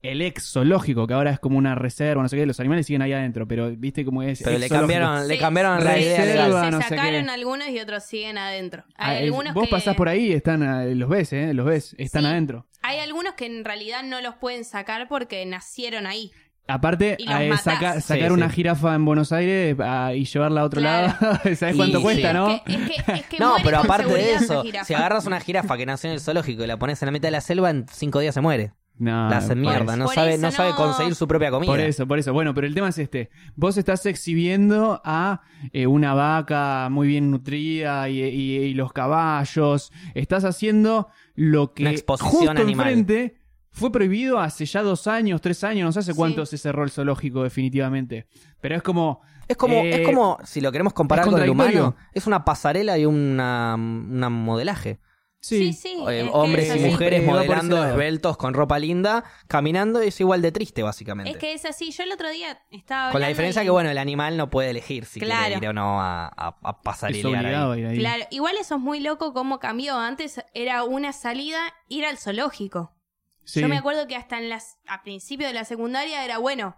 El ex zoológico, que ahora es como una reserva, no sé qué, los animales siguen ahí adentro, pero viste cómo es.
Pero
ex
le
zoológico.
cambiaron, le
Sí.
cambiaron la
Reserva,
idea legal.
no
se
sé
sacaron
qué.
algunos y otros siguen adentro.
Ah,
Hay
es-
algunos
vos
que-
pasás por ahí, están, ah, los ves, ¿eh? Los ves, están
Sí.
adentro.
Hay algunos que en realidad no los pueden sacar porque nacieron ahí.
Aparte,
Y los
eh,
matás.
saca-
Sí,
sacar
sí.
una jirafa en Buenos Aires ah, y llevarla a otro
Claro.
lado, ¿sabes
Y
cuánto
sí.
cuesta,
Es
no?
Es que, es que, es que
No,
muere
pero
con
aparte de
seguridad esa
eso,
jirafa.
si agarras una jirafa que nació en el zoológico y la pones en la mitad de la selva, en cinco días se muere.
No,
la hacen
Ah, por
mierda,
eso.
no
Por
sabe,
eso
no sabe
no-
conseguir su propia comida.
Por eso, por eso. Bueno, pero el tema es este. Vos estás exhibiendo a eh, una vaca muy bien nutrida y, y- y los caballos. Estás haciendo lo que
Una exposición
justo
animal.
enfrente fue prohibido hace ya dos años, tres años, no sé hace cuánto se cerró el zoológico definitivamente. Pero es como...
Es como,
eh,
es como, si lo queremos comparar
es
con el
contradictorio.
humano, es una pasarela y una, una modelaje.
Sí, sí.
Eh,
es que
hombres
es
y
sí.
así.
mujeres
Eh, va por ese
modelando
lado.
esbeltos con ropa linda, caminando es igual de triste, básicamente.
Es que es así. Yo el otro día estaba.
con la
hablando
diferencia
y-
que, bueno, el animal no puede elegir si
Claro.
quiere ir o no a, a, a
Es
pasarelear ahí.
obligado a ir ahí.
Claro, igual eso es muy loco cómo cambió. Antes era una salida ir al zoológico.
Sí.
Yo me acuerdo que hasta en las, a principio de la secundaria era bueno.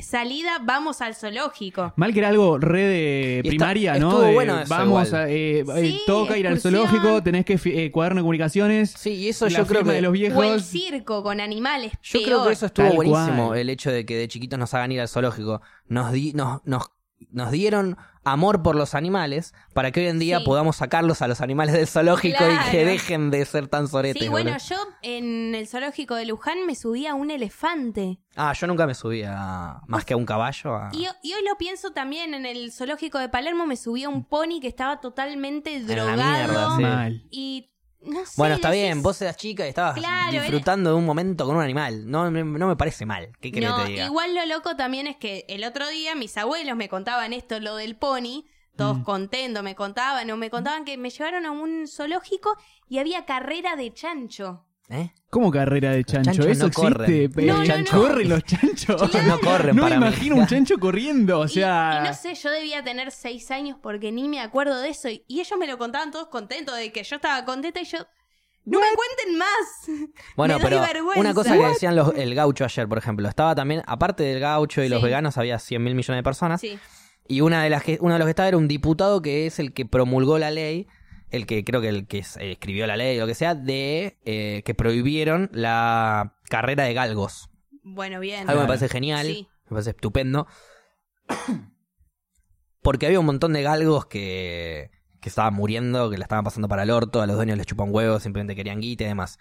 Salida, vamos al zoológico.
Mal que era algo re de
Y está-
primaria, ¿no?
estuvo
De,
bueno eso
vamos
igual.
a, eh, eh,
Sí,
toca ir al
excursión.
zoológico, tenés que fi- eh, cuaderno de comunicaciones,
Sí, y eso
la
yo creo
firma
que...
de los
O el
viejos.
circo con animales.
Yo creo
peor.
que eso estuvo
Tal
buenísimo,
cual.
el hecho de que de chiquitos nos hagan ir al zoológico. Nos, di- nos, nos, nos dieron amor por los animales para que hoy en día
Sí.
podamos sacarlos a los animales del zoológico y que
Claro.
dejen de ser tan soretes.
Sí, bueno,
boludo.
yo en el zoológico de Luján me subía a un elefante.
Ah, yo nunca me subía más que a un caballo. a-
Y, y hoy lo pienso también, en el zoológico de Palermo me subía a un pony que estaba totalmente
la
drogado.
mierda, sí.
Mal.
Y no sé,
Bueno, está
decís-
bien, vos eras chica y estabas
Claro, era-
disfrutando de un momento con un animal. No, me- no me parece mal. ¿Qué querés que
No,
te diga?
igual lo loco también es que el otro día mis abuelos me contaban esto, lo del pony,
Mm.
todos contentos, me contaban, o me contaban que me llevaron a un zoológico y había carrera de chancho.
¿Eh?
¿Cómo carrera de chancho?
chanchos
Eso
no
existe.
corren.
pero
No, no,
chancho-
no.
Corren los chanchos.
Ellos no corren
No me
para mí.
imagino un chancho corriendo, o
Y-
sea.
y, no sé, yo debía tener seis años porque ni me acuerdo de eso. Y, y ellos me lo contaban todos contentos de que yo estaba contenta y yo. ¡No me cuenten más!
Bueno,
Me doy
pero
vergüenza.
una cosa que decían los, el gaucho ayer, por ejemplo, estaba también, aparte del gaucho y los
Sí.
veganos, había 100 mil millones de personas.
Sí.
Y una de las que, uno de los que estaba era un diputado que es el que promulgó la ley, el que creo que el que es- eh, escribió la ley o lo que sea, de eh, que prohibieron la carrera de galgos.
Bueno, bien.
Algo me parece genial,
Sí.
me parece estupendo. Porque había un montón de galgos que, que estaban muriendo, que la estaban pasando para el orto, a los dueños les chupan huevos, simplemente querían guita y demás.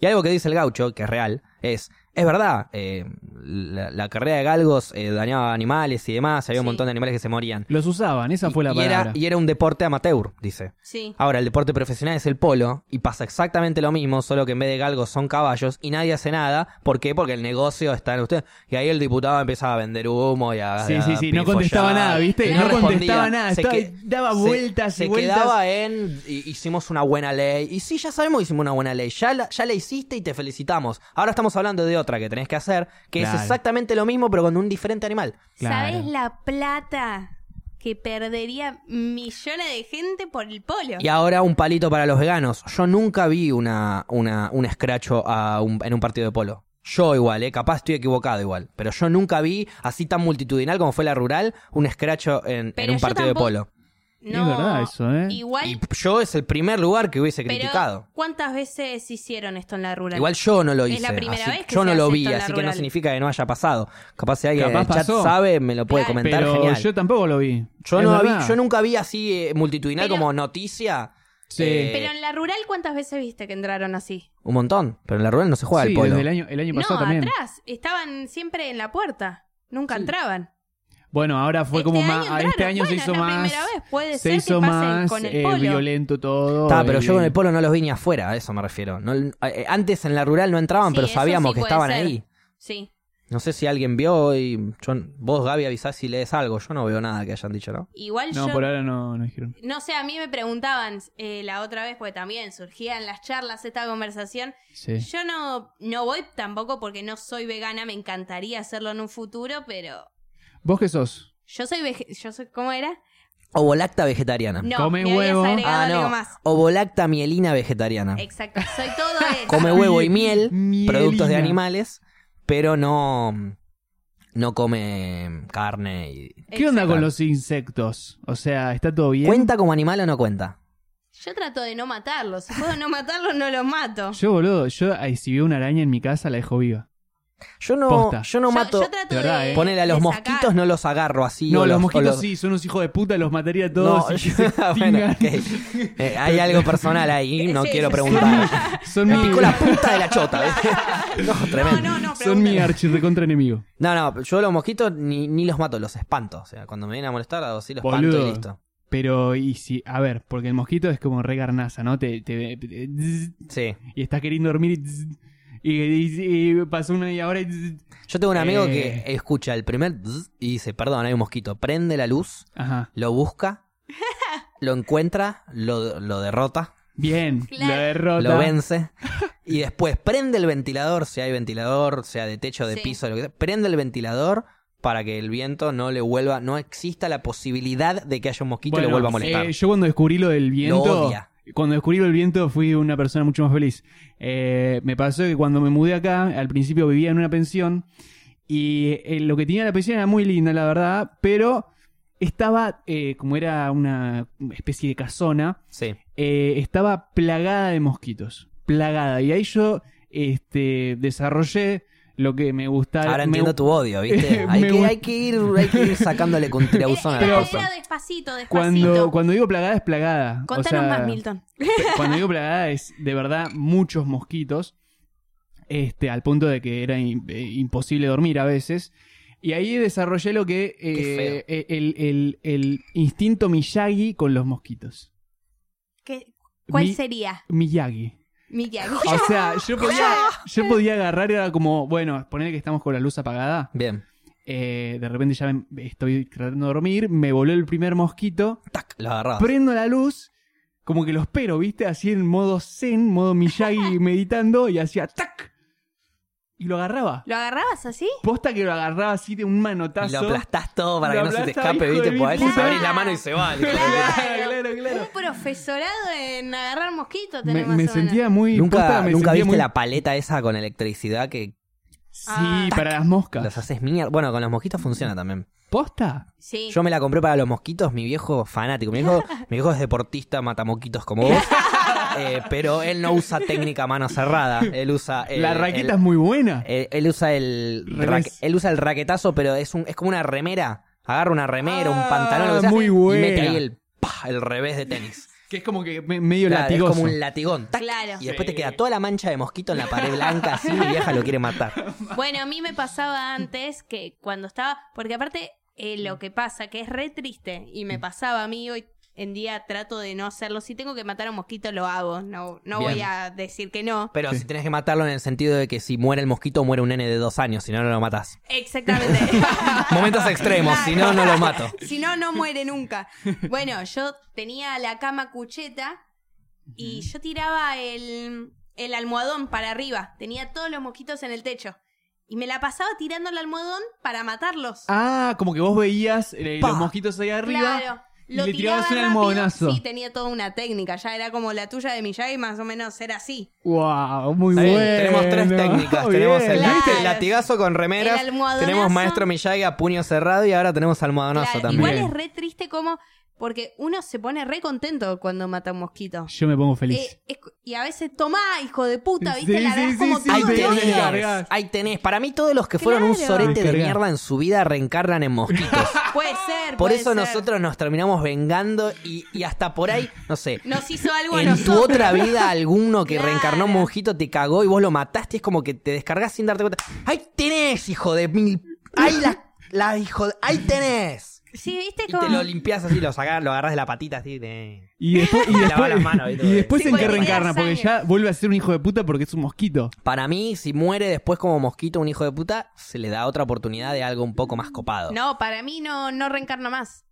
Y algo que dice el gaucho, que es real, es, es verdad, eh, la, la carrera de galgos eh, dañaba animales y demás, había un
Sí.
montón de animales que se morían.
Los usaban, esa fue la
Y- y era-
palabra.
y era un deporte amateur, dice.
Sí.
Ahora, el deporte profesional es el polo y pasa exactamente lo mismo, solo que en vez de galgos son caballos y nadie hace nada. ¿Por qué? Porque el negocio está en usted. Y ahí el diputado empezaba a vender humo y a.
Sí,
a
sí, sí, no
pifollar.
contestaba nada, ¿viste?
Y
No
respondía.
contestaba nada,
Se
estaba-
que-
daba
se-
vueltas y
se
vueltas.
quedaba en. "Hi- Hicimos una buena ley. Y sí, ya sabemos que hicimos una buena ley. Ya la, ya la hiciste y te felicitamos. Ahora estamos hablando de otra que tenés que hacer, que es
Claro.
exactamente lo mismo, pero con un diferente animal.
Claro.
¿Sabes la plata que perdería millones de gente por el polio?
Y ahora un palito para los veganos. Yo nunca vi una, una, un escracho a un- en un partido de polo. Yo igual, eh, capaz estoy equivocado igual. Pero yo nunca vi, así tan multitudinal como fue la rural, un escracho en, en
Pero
un
yo
partido de
tampoco-
polo.
No,
Es verdad eso, ¿eh?
Igual,
Y yo es el primer lugar que hubiese
pero
criticado.
¿cuántas veces hicieron esto en la rural?
Igual yo no lo
Es
hice.
la primera
así-
vez que
yo
se
no lo
hace
vi,
esto en la
así que no
rural.
significa que no haya pasado. Capaz si alguien en
Capaz
el chat
pasó.
sabe, me lo puede
Claro.
comentar.
Pero
genial.
yo tampoco lo vi.
Yo
Es
no vi-
verdad.
yo nunca vi así eh, multitudinal
Pero-
como noticia.
Sí.
eh,
Pero en la rural, ¿cuántas veces viste que entraron así?
un montón. Pero en la rural no se juega
Sí,
el polo.
desde el año, el año
No,
pasado también.
atrás. Estaban siempre en la puerta. Nunca entraban.
Bueno, ahora fue
Este
como
año
más.
entraron.
Este año se
Bueno, es
hizo
la
más.
primera vez. Puede
se
ser
hizo
que pasen
más
con el
eh,
polo.
violento todo.
Está, pero
y-
yo con el polo no los vi ni afuera, a eso me refiero. No- eh, antes en la rural no entraban,
Sí,
pero
eso
sabíamos
sí
que
puede
estaban
ser.
ahí.
Sí.
No sé si alguien vio y yo- vos, Gaby, avisás si lees algo. Yo no veo nada que hayan dicho, ¿no?
Igual
No,
yo.
por ahora no, no dijeron.
No sé, a mí me preguntaban eh, la otra vez, porque también surgían las charlas, esta conversación.
Sí.
Yo no, no voy tampoco porque no soy vegana, me encantaría hacerlo en un futuro, pero
¿Vos qué sos?
yo soy, vege- yo soy ¿cómo era?
Ovolacta vegetariana.
No,
Come
me
huevo.
habías agregado
ah,
algo
no.
más.
Ovolacta mielina vegetariana.
Exacto, soy todo eso.
Come huevo y miel,
Mielina.
productos de animales, pero no, no come mm, carne. y-
¿Qué onda
Exacto.
con los insectos? O sea, ¿está todo bien?
¿Cuenta como animal o no cuenta?
Yo trato de no matarlos, si puedo no matarlos, no los mato.
Yo, boludo, yo ahí si veo una araña en mi casa la dejo viva.
Yo no,
Posta.
yo no
Yo-
mato.
yo
de
trato
verdad,
de-
eh.
Ponele a los
de
mosquitos,
sacar.
no los agarro así.
No,
o
los
o
mosquitos
los-
sí, son unos hijos de puta, los mataría a todos.
No,
y que
yo-
se
bueno,
extingan.
ok. Eh, hay algo personal ahí, no
Sí,
quiero
sí, sí.
preguntar.
Son
Me
mi,
picó la punta de la chota. ¿ves? no, tremendo.
No, no, no,
son mi
pregúntale.
archirrecontra enemigo.
No, no, yo los mosquitos ni, ni los mato, los espanto. O sea, cuando me vienen a molestar, hago así, los espanto
Boludo.
y listo.
Pero, y si, a ver, porque el mosquito es como re garnaza, ¿no? Te, te- te-
Sí.
y está queriendo dormir y, y- y pasó una media hora y.
Yo tengo un amigo
Eh.
que escucha el primer zzz y dice, perdón, hay un mosquito. Prende la luz,
Ajá.
lo busca, lo encuentra, lo, lo derrota,
Bien,
Claro.
lo derrota.
lo vence. Y después prende el ventilador, si hay ventilador, sea de techo, de
Sí.
piso, lo que sea. Prende el ventilador para que el viento no le vuelva, no exista la posibilidad de que haya un mosquito y
Bueno,
le vuelva a molestar.
eh, yo cuando descubrí lo del viento.
Lo odia.
Cuando descubrí lo del viento fui una persona mucho más feliz. Eh, me pasó que cuando me mudé acá, al principio vivía en una pensión. Y eh, lo que tenía la pensión era muy linda, la verdad. Pero estaba, eh, como era una especie de casona,
Sí.
eh, estaba plagada de mosquitos. Plagada. Y ahí yo este, desarrollé lo que me gustaba.
Ahora
me-
entiendo tu odio, ¿viste?
Eh,
Hay
me
que,
gust-
hay que ir, hay que ir sacándole con tirabuzón a la
Era-
Pero-
cosa.
era despacito, despacito.
Cuando, cuando digo plagada, es plagada. O
Contanos
sea,
más, Milton.
cuando digo plagada es de verdad muchos mosquitos, este, al punto de que era im- eh, imposible dormir a veces. Y ahí desarrollé lo que
Qué
eh, eh, el, el- el instinto Miyagi con los mosquitos.
¿Qué- ¿Cuál
Mi-
sería
Miyagi.
Miyagi?
O sea, yo podía, yo podía agarrar y era como, bueno, poner que estamos con la luz apagada.
Bien.
eh, de repente ya me- estoy tratando de dormir, me voló el primer mosquito.
Tac, lo agarrás.
prendo la luz, como que lo espero, ¿viste? Así en modo zen, modo Miyagi meditando, y hacía ¡tac! Y lo agarraba.
¿Lo agarrabas así?
Posta que lo agarraba así de un manotazo.
Y lo aplastás todo para
Lo
que no se te
aplastás,
escape,
hijo
¿viste?
de
Porque a veces
puta.
abrís la mano y se va. hijo de puta.
Claro, claro, claro.
Un profesorado en agarrar mosquitos
Me,
tenemos
me
ahora.
sentía muy.
Nunca,
posta, me
nunca
sentía
viste
muy-
la paleta esa con electricidad que
Sí,
Ah.
para las moscas.
los haces mierda. Bueno, con los mosquitos funciona también.
¿Posta?
Sí.
Yo me la compré para los mosquitos, mi viejo fanático. Mi viejo, mi viejo es deportista, mata mosquitos como vos. Eh, pero él no usa técnica mano cerrada. Él usa. Eh, el- eh,
la raqueta
el-
es muy buena.
Él, él usa el
Revés.
raque- él usa el raquetazo, pero es un es como una remera. Agarra una remera,
Ah,
un pantalón, lo que sea,
muy
y
buena.
mete ahí el pa, el revés de tenis.
que es como que me- medio
Claro, es
latigoso.
como un latigón. tac,
Claro.
Y después te
Sí.
queda toda la mancha de mosquito en la pared blanca así, y vieja lo quiere matar.
Bueno, a mí me pasaba antes que cuando estaba, porque aparte eh, lo que pasa, que es re triste, y me pasaba a mí hoy en día trato de no hacerlo, si tengo que matar a un mosquito lo hago, no, no
Bien.
voy a decir que no.
Pero
Sí.
si tenés que matarlo en el sentido de que si muere el mosquito, muere un nene de dos años, si no, no lo matás.
Exactamente.
Momentos extremos, si no, no lo mato.
si no, no muere nunca. Bueno, yo tenía la cama cucheta y yo tiraba el, el almohadón para arriba, tenía todos los mosquitos en el techo. Y me la pasaba tirando el almohadón para matarlos.
Ah, como que vos veías eh,
Pa.
los mosquitos ahí arriba.
Claro.
y
Lo
le tirabas
tiraba
un
rápido.
almohadonazo.
Sí, tenía toda una técnica. Ya era como la tuya de Miyagi, más o menos era así.
Wow, muy
Está
bueno.
bien, tenemos tres técnicas. Tenemos el,
Claro.
¿viste? el latigazo con remeras,
El almohadonazo.
tenemos maestro Miyagi a puño cerrado y ahora tenemos almohadonazo
Claro,
también.
Igual es re triste como... Porque uno se pone re contento cuando mata a un mosquito.
Yo me pongo feliz.
Eh, es- y a veces tomá, hijo de puta, ¿viste?
Sí,
la
sí,
verdad
sí,
como
sí,
todo
Ahí
sí,
el
sí.
día.
tenés,
Descargás.
ahí tenés. Para mí todos los que fueron un
Claro.
sorete de
Descargás.
mierda en su vida reencarnan en mosquitos.
Puede ser,
Por
puede
eso
ser.
nosotros nos terminamos vengando y, y hasta por ahí, no sé.
Nos hizo algo a
En tu
nosotros.
otra vida, alguno que
Claro.
reencarnó un mosquito te cagó y vos lo mataste. Es como que te descargas sin darte cuenta. ¡Ahí tenés, hijo de mil! ¡Ahí la, la hijo de- ¡Ahí tenés!
Sí, ¿viste?
Y
Como...
te lo limpias así, lo sacás, lo agarras de la patita así. De...
Y después, y
Te
después,
lava las manos, ¿viste?
y después
Sí,
en qué
porque queda
reencarna, porque
sangre.
ya vuelve a ser un hijo de puta porque es un mosquito.
Para mí, si muere después como mosquito un hijo de puta, se le da otra oportunidad de algo un poco más copado.
No, para mí no, no reencarna más.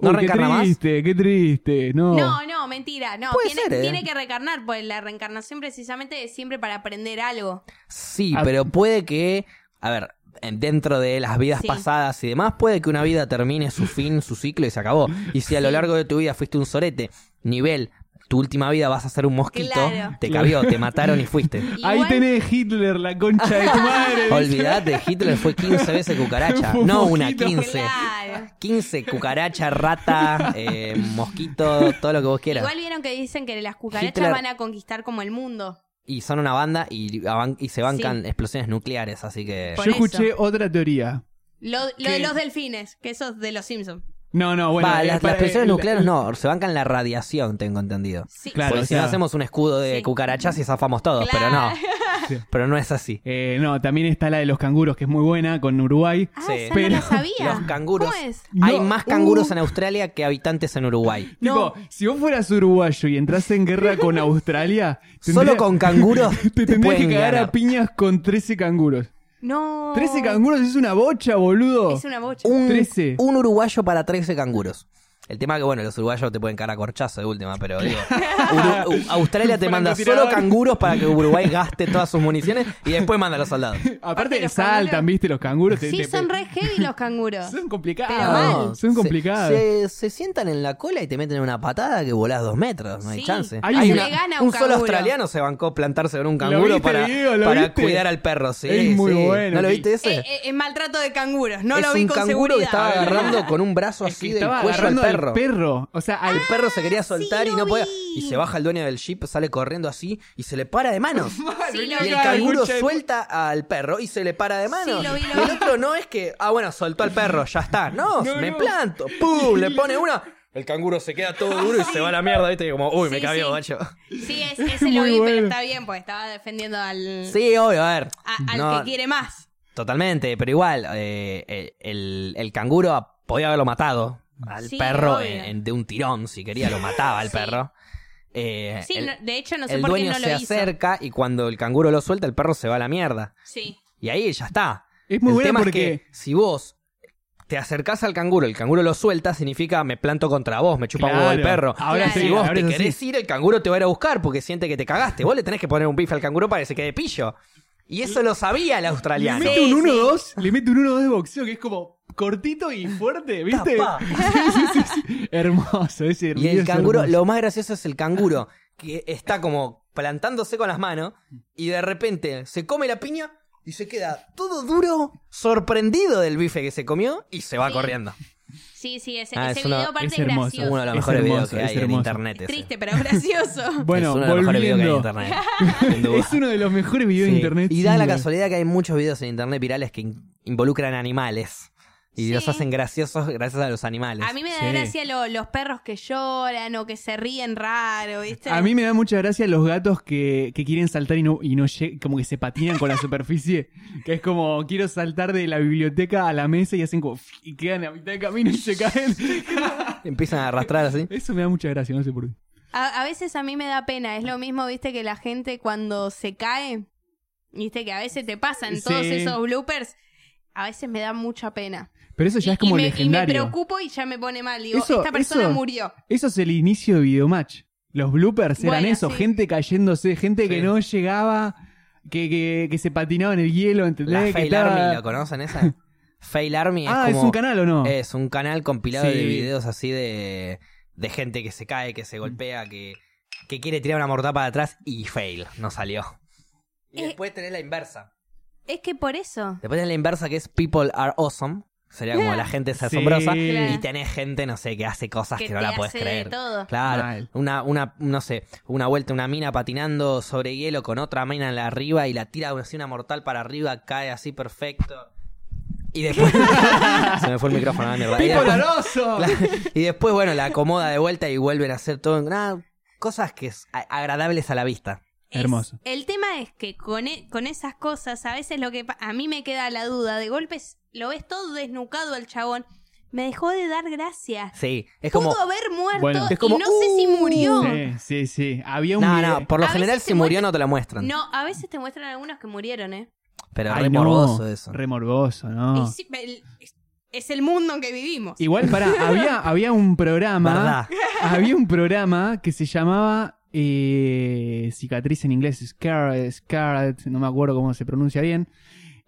¿No
qué
reencarna más?
triste, qué triste, no.
No, no, mentira. No,
Puede
tiene,
ser, ¿eh?
tiene que reencarnar, pues la reencarnación precisamente es siempre para aprender algo.
Sí,
Ah.
pero puede que, a ver, en- dentro de las vidas
Sí.
pasadas y demás, puede que una vida termine su fin, su ciclo y se acabó. Y si a lo largo de tu vida fuiste un sorete, nivel, tu última vida vas a ser un mosquito,
Claro.
te cabió, te mataron y fuiste.
Ahí
Igual-
tenés Hitler, la concha de tu madre.
Olvidate, Hitler fue 15 veces cucaracha,
Fue un
no una,
mosquito.
15.
Claro.
15 cucaracha, rata, eh, mosquito, todo lo que vos quieras.
Igual vieron que dicen que las cucarachas
Hitler-
van a conquistar como el mundo.
Y son una banda y, aban- y se bancan
Sí.
explosiones nucleares, así que...
Por
Yo
eso.
escuché otra teoría.
Lo, lo
¿Qué?
de los delfines, que esos de los Simpsons.
No, no, bueno.
Va,
eh,
las,
para-
las explosiones
eh,
nucleares no, se bancan la radiación, tengo entendido.
Sí.
Claro,
Porque
o
si no
sea-
hacemos un escudo de
Sí.
cucarachas y zafamos todos, pero no,
Claro. Ah,
pero no es así.
eh, no, también está la de los canguros, que es muy buena, con Uruguay.
Ah,
Sí.
esa
Pero-
no la sabía.
Los canguros.
¿Cómo es?
Hay
No,
más canguros
uh.
en Australia que habitantes en Uruguay.
Tipo, si vos fueras uruguayo y entras en guerra con Australia,
Solo con canguros
te
te
tendrías que
pueden
cagar
ganar.
a piñas con 13 canguros.
No.
13 canguros es una bocha, boludo.
Es una bocha.
Un,
13.
un uruguayo para 13 canguros. El tema que, bueno, los uruguayos te pueden caer a corchazo de última, pero digo, Uru- U- Australia te manda solo
Francotirador.
canguros para que Uruguay gaste todas sus municiones y después manda a los soldados.
Aparte
los
saltan,
canguros-
viste, los canguros. te-
Sí,
te-
son re heavy los canguros.
Son
Pero
No,
complicados.
mal.
Ah, Son
se-
complicados.
Se, se sientan en la cola y te meten una patada que volás dos metros, no hay
Sí,
chance.
Hay
Hay
se
una-
le gana
Ah,
a un
un solo
canguro.
australiano se bancó plantarse con un
¿Lo
canguro
viste,
para,
Diego? ¿Lo
para
viste?
cuidar al perro, sí.
Es muy
sí.
bueno,
¿No lo
que-
viste
Eh,
ese?
eh, eh, maltrato de canguros. No
es
lo vi
un
con
canguro
seguridad.
que estaba
Ah,
agarrando con un brazo
Es que
así del
estaba
cuello al
agarrando
perro.
al perro. O sea,
Ah,
al
El perro se quería soltar
sí,
y
lo
no podía.
vi.
Y se baja el dueño del jeep, sale corriendo así y se le para de manos.
Sí,
Y
lo vi.
el canguro suelta al perro y se le para de mano.
Sí, lo vi, lo
Y el
vi.
otro no es que, ah, bueno, soltó al perro, ya está. No,
No,
me
no.
planto. Pum, le pone una. El canguro se queda todo duro y se va a la mierda, ¿viste? Y como, uy, me
Sí,
cabió,
sí.
macho.
Sí, es, ese lo
Muy
vi, pero
bueno.
está bien, porque estaba defendiendo al,
Sí, obvio, a ver.
a- al
No,
que quiere más.
Totalmente, pero igual, eh, eh, el, el canguro podía haberlo matado al
Sí,
perro
obvio.
en- en- de un tirón, si quería, lo mataba al
Sí.
perro. Eh,
Sí,
el,
no- de hecho, no sé
el
por qué
dueño
no lo
se
hizo.
acerca y cuando el canguro lo suelta, el perro se va a la mierda.
Sí.
Y ahí ya está.
Es muy
el
buena
tema
porque-
es que si vos te acercás al canguro, el canguro lo suelta, significa me planto contra vos, me chupa un huevo el
Claro.
perro.
Ahora
Claro.
si
sí,
vos
ahora
te
es así.
querés ir, el canguro te va a ir a buscar porque siente que te cagaste. Vos le tenés que poner un bife al canguro para que se quede pillo. Y eso lo sabía el
Le
australiano.
mete
Sí,
un
sí.
1-2, le mete un 1-2 de boxeo que es como cortito y fuerte, ¿viste?
Tapá.
Sí, sí, sí, sí. Hermoso, ese
Y el
hermoso,
canguro,
hermoso.
lo más gracioso es el canguro, que está como plantándose con las manos y de repente se come la piña y se queda todo duro, sorprendido del bife que se comió y se va
Sí.
corriendo.
Sí, sí, ese,
Ah,
ese
es una-
video aparte
es
es,
hermoso.
gracioso.
Uno de los
Es
mejores videos
hermoso,
que
es
hay en
hermoso.
internet. ese.
Triste, pero gracioso.
Bueno,
es uno de los mejores videos que hay en
volviendo.
internet. sin duda.
Es uno de los mejores videos de
Sí.
internet.
Y da
sin
la
duda.
casualidad que hay muchos videos en internet virales que in- involucran animales. Y
Sí.
los hacen graciosos gracias a los animales.
A mí me da
Sí.
gracia lo- los perros que lloran o que se ríen raro, ¿viste?
A mí me da mucha gracia los gatos que, que quieren saltar y no, y no lle- como que se patinan con la superficie. Que es como, quiero saltar de la biblioteca a la mesa y hacen como, y quedan a mitad de camino y se caen.
Empiezan a arrastrar así.
Eso me da mucha gracia, no sé por qué.
A, a veces a mí me da pena. Es lo mismo, viste, que la gente cuando se cae, viste, que a veces te pasan
Sí.
todos esos bloopers. A veces me da mucha pena.
Pero eso ya
Y-
es como
y me, y me
legendario.
preocupo y ya me pone mal. Digo,
Eso-
esta persona
eso-
murió.
Eso es el inicio de Videomatch. Los bloopers eran
Bueno,
eso,
sí.
gente cayéndose, gente que
Sí.
no llegaba, que, que, que se patinaba en el hielo, ¿entendés?
La
Que
Fail
estaba-
Army, ¿lo conocen esa? Fail Army es
ah,
como... eh,
¿es un canal o no?
Es un canal compilado de
Sí.
videos así de, de gente que se cae, que se golpea, que, que quiere tirar una mortada para atrás y fail, no salió. Y
Eh.
después tenés la inversa.
Es que por eso.
Después tenés la inversa que es People Are Awesome. Sería como la gente es
Sí.
asombrosa.
Ah. Claro.
Y tenés gente, no sé, que hace cosas que,
Que
no
te
la puedes
hace de
creer.
todo.
Claro.
Mal.
Una, una, no sé, una vuelta, una mina patinando sobre hielo con otra mina en la arriba y la tira así una mortal para arriba, cae así perfecto. Y después. Se me fue el micrófono, la mierda. Y
¡Pipo
después-
Loroso!
Claro. Y después, bueno, la acomoda de vuelta y vuelven a hacer todo. Nada, cosas que es a- agradables a la vista.
Es-
Hermoso.
el tema es que con, e- con esas cosas, a veces lo que pa- a mí me queda la duda, de golpes lo ves todo desnucado al chabón. Me dejó de dar gracia.
Sí, es
Pudo
como.
haber muerto
Bueno.
Es como,
y no sé si
uh,
murió.
Sí, sí, sí. Había un
No,
video-
no, por lo
A
general
veces
si
te
murió
muestra-
no te la muestran.
No, a veces te muestran algunos que murieron, ¿eh?
Pero
Ay,
re
no,
morboso eso.
Re morboso, ¿no?
Y sí, el- es, es el mundo en que vivimos.
Igual, pará, había, había un programa.
¿Verdad?
Había un programa que se llamaba eh, Cicatriz en inglés, Scar, Scarlet, no me acuerdo cómo se pronuncia bien.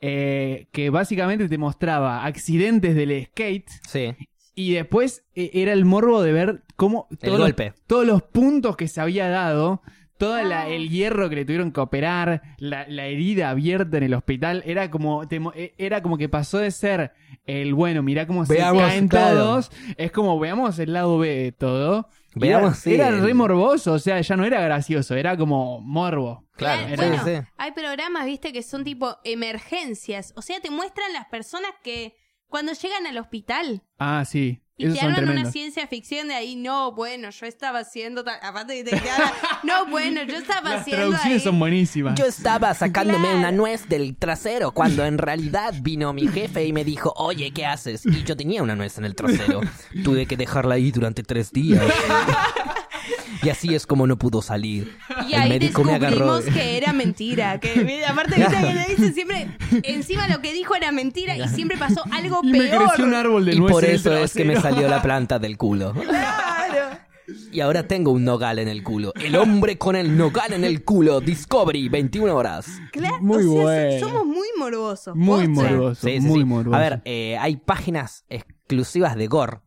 eh, que básicamente te mostraba accidentes del skate
Sí,
y después eh, era el morbo de ver cómo
el
todos los-
golpe.
todos los puntos que se había dado, todo
Ah.
la- el hierro que le tuvieron que operar, la, la herida abierta en el hospital, era como, te mo- eh, era como que pasó de ser el bueno, mirá cómo se
Veamos,
caen
claro.
todos, es como veamos el lado B de todo.
Veamos si
era, era
el-
re morboso, o sea, ya no era gracioso, era como morbo.
Claro,
Claro,
sí,
bueno,
sí.
hay programas, viste, que son tipo emergencias. O sea, te muestran las personas que cuando llegan al hospital
Ah, sí.
y
Esos
te
son
hablan una
tremendos.
ciencia ficción de ahí, no, bueno, yo estaba haciendo. tal- Aparte que te quedan, no, bueno, yo estaba
Las
haciendo.
traducciones
ahí-
son buenísimas.
Yo estaba sacándome
Claro.
una nuez del trasero cuando en realidad vino mi jefe y me dijo, oye, ¿qué haces? Y yo tenía una nuez en el trasero. Tuve que dejarla ahí durante tres días. y así es como no pudo salir.
Y
el
ahí
médico me agarró.
descubrimos que era mentira. Que, aparte, viste que le dicen siempre, encima lo que dijo era mentira y siempre pasó algo
Y me
peor.
creció un árbol de
Y
nueces.
por
en el
eso es que me
trasero.
salió la planta del culo. Y ahora tengo un nogal en el culo. El hombre con el nogal en el culo. Discovery, 21 horas.
Claro,
Muy
o sea,
bueno.
somos muy morbosos.
Muy
posta.
morboso,
Sí, sí,
muy
sí.
morboso.
A ver, eh, hay páginas exclusivas de gore.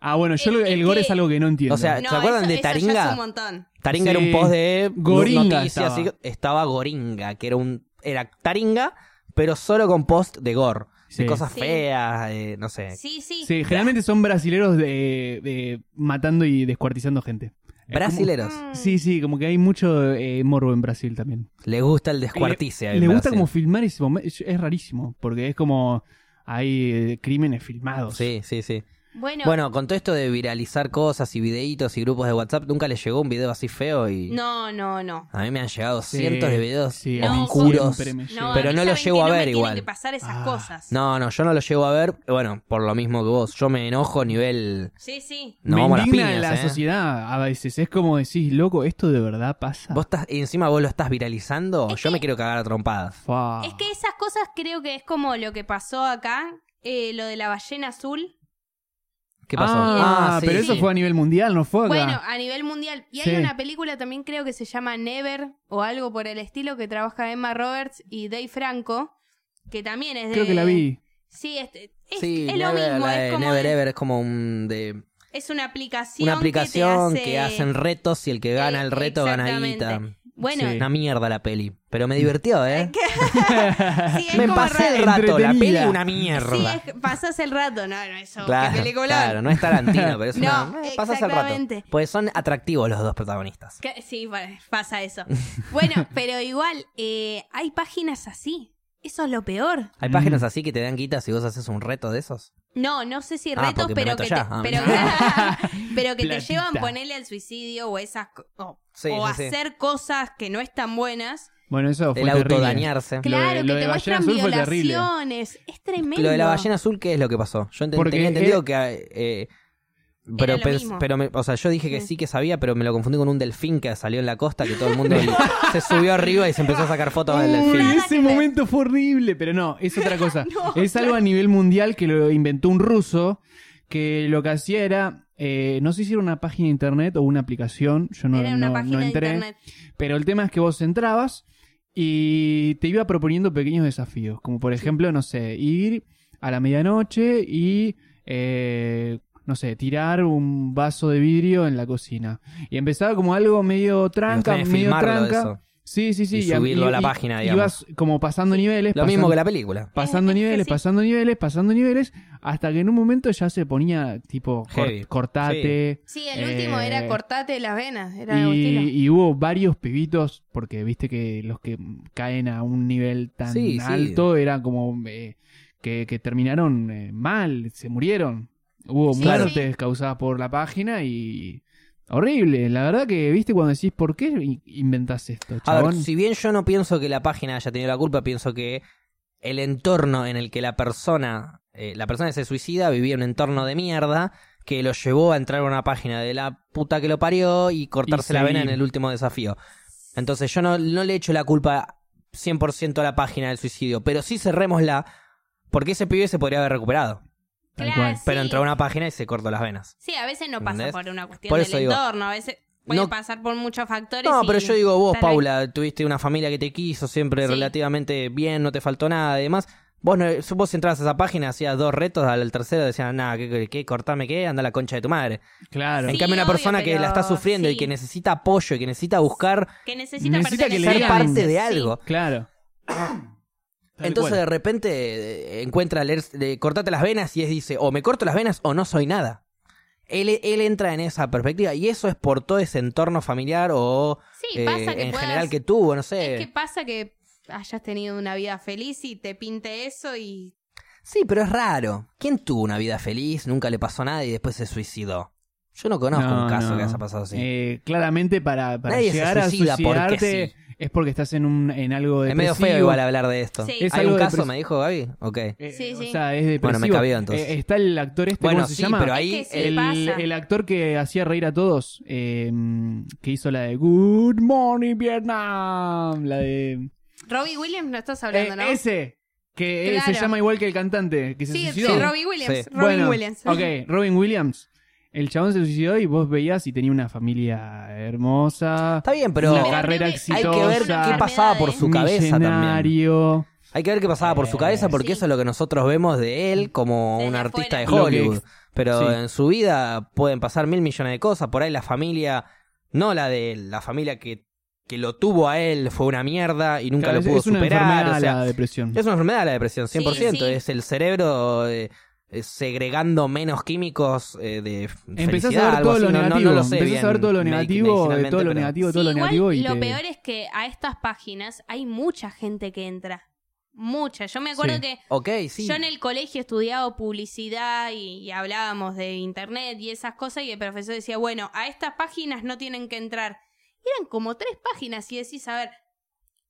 Ah, bueno, yo lo-
Es
el gore
que-
es algo que no entiendo.
eh, O sea,
No,
¿Se acuerdan
eso-
de
eso ya
Taringa?
es un montón.
Taringa era
Sí.
un post de
Goringa
noticias.
estaba.
y- estaba Goringa, que era un era Taringa, pero solo con post de gore,
Sí.
de cosas
Sí.
feas, eh, no sé.
Sí, sí.
Sí, generalmente son brasileros de, de- matando y descuartizando gente. Es
Brasileros,
Mm.
como- sí, sí, como que hay mucho eh, morbo en Brasil también.
le gusta el descuartice.
Le, le gusta como filmar ese momento. Es es rarísimo, porque es como hay eh, crímenes filmados.
Sí, sí, sí.
Bueno,
Bueno, con todo esto de viralizar cosas y videitos y grupos de WhatsApp, nunca les llegó un video así feo y
no, no, no.
a mí me han llegado
Sí,
cientos de videos
sí, a mí
oscuros.
siempre me
no
llega.
a
Pero
mí
no lo
saben
llego
que
a
no me
ver
tienen
igual.
que pasar esas
Ah.
cosas.
No, no, yo no lo llego a ver. Bueno, por lo mismo que vos, yo me enojo a nivel.
Sí, sí.
No,
Me
vamos a las
indigna
piñas,
la
eh.
sociedad a veces. Es como decís, loco, esto de verdad pasa.
Vos estás, y encima vos lo estás viralizando,
Es
yo me
que-
quiero cagar a trompadas.
Fa.
Es que esas cosas creo que es como lo que pasó acá, eh, lo de la ballena azul.
¿Qué pasó?
Ah,
sí,
pero
sí.
eso fue a nivel mundial, no fue acá.
Bueno, a nivel mundial. Y
Sí.
hay una película también creo que se llama Never o algo por el estilo que trabaja Emma Roberts y Dave Franco, que también es de...
Creo que la vi.
Sí, es, es-
Sí,
es lo
Never,
mismo.
la
Es,
de
como
Never
de-
Ever es como un de
es una aplicación.
una aplicación
que,
que,
te hace-
hacen retos y el que gana
Eh,
el reto gana
exactamente.
guita.
Bueno,
Sí.
Una mierda la peli, pero me divirtió, ¿eh?
sí, es
Me
como
pasé
raro.
el rato, la peli
Entretenida.
una
Sí,
mierda.
es- pasás el rato. No, no, eso.
Claro,
qué peliculón.
claro, no es Tarantino, pero es
No,
una... eh, pasas el rato.
exactamente.
Pues son atractivos los dos protagonistas.
Que- Sí, bueno, pasa eso. Bueno, pero igual, eh, hay páginas así. Eso es lo peor.
Hay
Mm.
páginas así que te dan guita si vos haces un reto de esos.
No, no sé si
Ah,
retos,
porque me
pero
meto
que, te,
allá. Ah,
pero, pero que te
Platita.
llevan ponerle al suicidio o esas co- o,
Sí,
o
sí, sí.
hacer cosas que no están buenas.
Bueno, eso fue
El
terrible.
autodañarse.
Lo de- lo
Claro, que
de
te
Ballena
muestran
Azul fue terrible.
violaciones. Es tremendo.
Lo de la ballena azul, ¿qué es lo que pasó? Yo enten-
Porque
tenía entendido
era-
que... eh, pero,
lo
pens-
mismo.
pero me- o sea, yo dije que sí que sabía, pero me lo confundí con un delfín que salió en la costa, que todo el mundo se subió arriba y se empezó a sacar fotos del
Uy,
delfín.
Nada
ese
que ver.
momento fue horrible, pero no, es otra cosa.
No,
es algo a nivel mundial que lo inventó un ruso que lo que hacía era, eh, no sé si era una página de internet o una aplicación, yo no,
Era una
no- no
página de
entré,
internet.
pero el tema es que vos entrabas y te iba proponiendo pequeños desafíos, como por ejemplo, no sé, ir a la medianoche y, eh, no sé, tirar un vaso de vidrio en la cocina. Y empezaba como algo medio
Los
tranca,
tenés que
medio
filmarlo
tranca.
eso.
Sí, sí, sí.
Y subirlo a la página, digamos.
Ibas como pasando niveles.
Lo
pasando,
mismo que la película.
Pasando
Eh, Es- es que
niveles,
sí.
pasando niveles, pasando niveles, hasta que en un momento ya se ponía tipo cor-
Heavy.
cortate.
Sí, el último
eh,
era cortate las venas. Era algo estilo.
Y, y hubo varios pibitos, porque viste que los que caen a un nivel tan
Sí, sí.
alto era como eh, que, que terminaron eh, mal, se murieron. Hubo
Sí,
muertes
sí.
causadas por la página y... Horrible, la verdad que viste cuando decís, ¿por qué in- inventás esto,
A ver,
chabón?
si bien yo no pienso que la página haya tenido la culpa, pienso que el entorno en el que la persona, eh, la persona que se suicida vivía un entorno de mierda que lo llevó a entrar a una página de la puta que lo parió y cortarse
Y
la vena en
seguir.
el último desafío. Entonces yo no, no le echo la culpa 100% a la página del suicidio, pero sí cerrémosla porque ese pibe se podría haber recuperado.
Tal
Claro,
cual.
sí.
Pero entró a una página y se cortó las venas.
Sí, a veces no pasa
¿Entendés?
por una cuestión
Por
del
eso digo,
entorno, a veces puede
no-
pasar por muchos factores.
No,
y
pero yo digo, vos,
tal vez-
Paula, tuviste una familia que te quiso siempre
Sí.
relativamente bien, no te faltó nada y demás. Vos, no, vos entrabas a esa página, hacías dos retos, al tercero decían, nada, ¿qué, qué, qué? cortame qué, anda a la concha de tu madre.
Claro.
en
Sí,
cambio, una
obvio,
persona que
pero
la está sufriendo y
sí.
que necesita apoyo y que necesita buscar
Que necesita,
Necesita que le
ser
digan-
pertenecer.
parte de
Sí.
algo.
Claro. Tal
Entonces, de
cual.
repente, eh, encuentra leer, de cortate las venas y es dice, o me corto las venas o no soy nada. Él, él entra en esa perspectiva y eso es por todo ese entorno familiar o
Sí,
eh,
pasa que
en
puedas-
general que tuvo, no sé.
Es que pasa que hayas tenido una vida feliz y te pinte eso y...
Sí, pero es raro. ¿Quién tuvo una vida feliz, nunca le pasó nada y después se suicidó? Yo no conozco un caso
no.
que haya pasado así.
Eh, claramente para, para
Nadie se
llegar a
suicida porque
suicidarte es porque estás en un en algo de
es medio feo igual hablar de esto.
Sí.
¿Hay
Es
algo
un caso,
depresivo.
me dijo Gaby? Ok.
Sí, sí.
Eh, O sea, es depresivo.
Bueno, me cabió, entonces.
Eh, está el actor este,
bueno,
¿cómo se
sí,
llama?
pero ahí...
Es que sí.
eh,
el,
pasa.
el actor que hacía reír a todos, eh, que hizo la de Good Morning Vietnam, la de...
Robbie Williams no estás hablando,
Eh,
¿no?
Ese, que él
Claro.
se llama igual que el cantante, que se
Sí, sí,
suicidó.
Robbie Williams.
Sí.
Robbie
Bueno,
Williams.
Ok, Robin Williams. El chabón se suicidó y vos veías y tenía una familia hermosa.
Está bien, pero
una
Pero
carrera
tiene-
hay que ver
exitosa.
qué pasaba por su cabeza también.
millonario.
Hay que ver qué pasaba por su
Eh,
cabeza porque
sí.
eso es lo que nosotros vemos de él como
Desde
un artista de
afuera.
Lo que
Hollywood.
ex-
Pero
sí.
en su vida pueden pasar mil millones de cosas. Por ahí la familia, no la de él, la familia que, que lo tuvo a él fue una mierda y nunca
Claro,
lo
es-
pudo
es una
superar.
enfermedad
o sea,
la depresión.
Es una enfermedad la depresión, 100%.
Sí, sí.
Es el cerebro eh, eh, segregando menos químicos eh, de f-
Empezás
felicidad,
a ver
algo
todo
así.
lo
No- no- no
negativo.
lo sé
Empezás
bien
a ver todo lo
medic-
negativo, de todo lo
medicinalmente,
negativo, de
Sí,
todo lo
igual,
negativo. Y
lo
te-
peor es que a estas páginas hay mucha gente que entra. Mucha. Yo me acuerdo
Sí.
que
pero- Ok, sí.
yo en el colegio estudiaba publicidad y, y hablábamos de internet y esas cosas y el profesor decía, bueno, a estas páginas no tienen que entrar. Y eran como tres páginas y decís, a ver,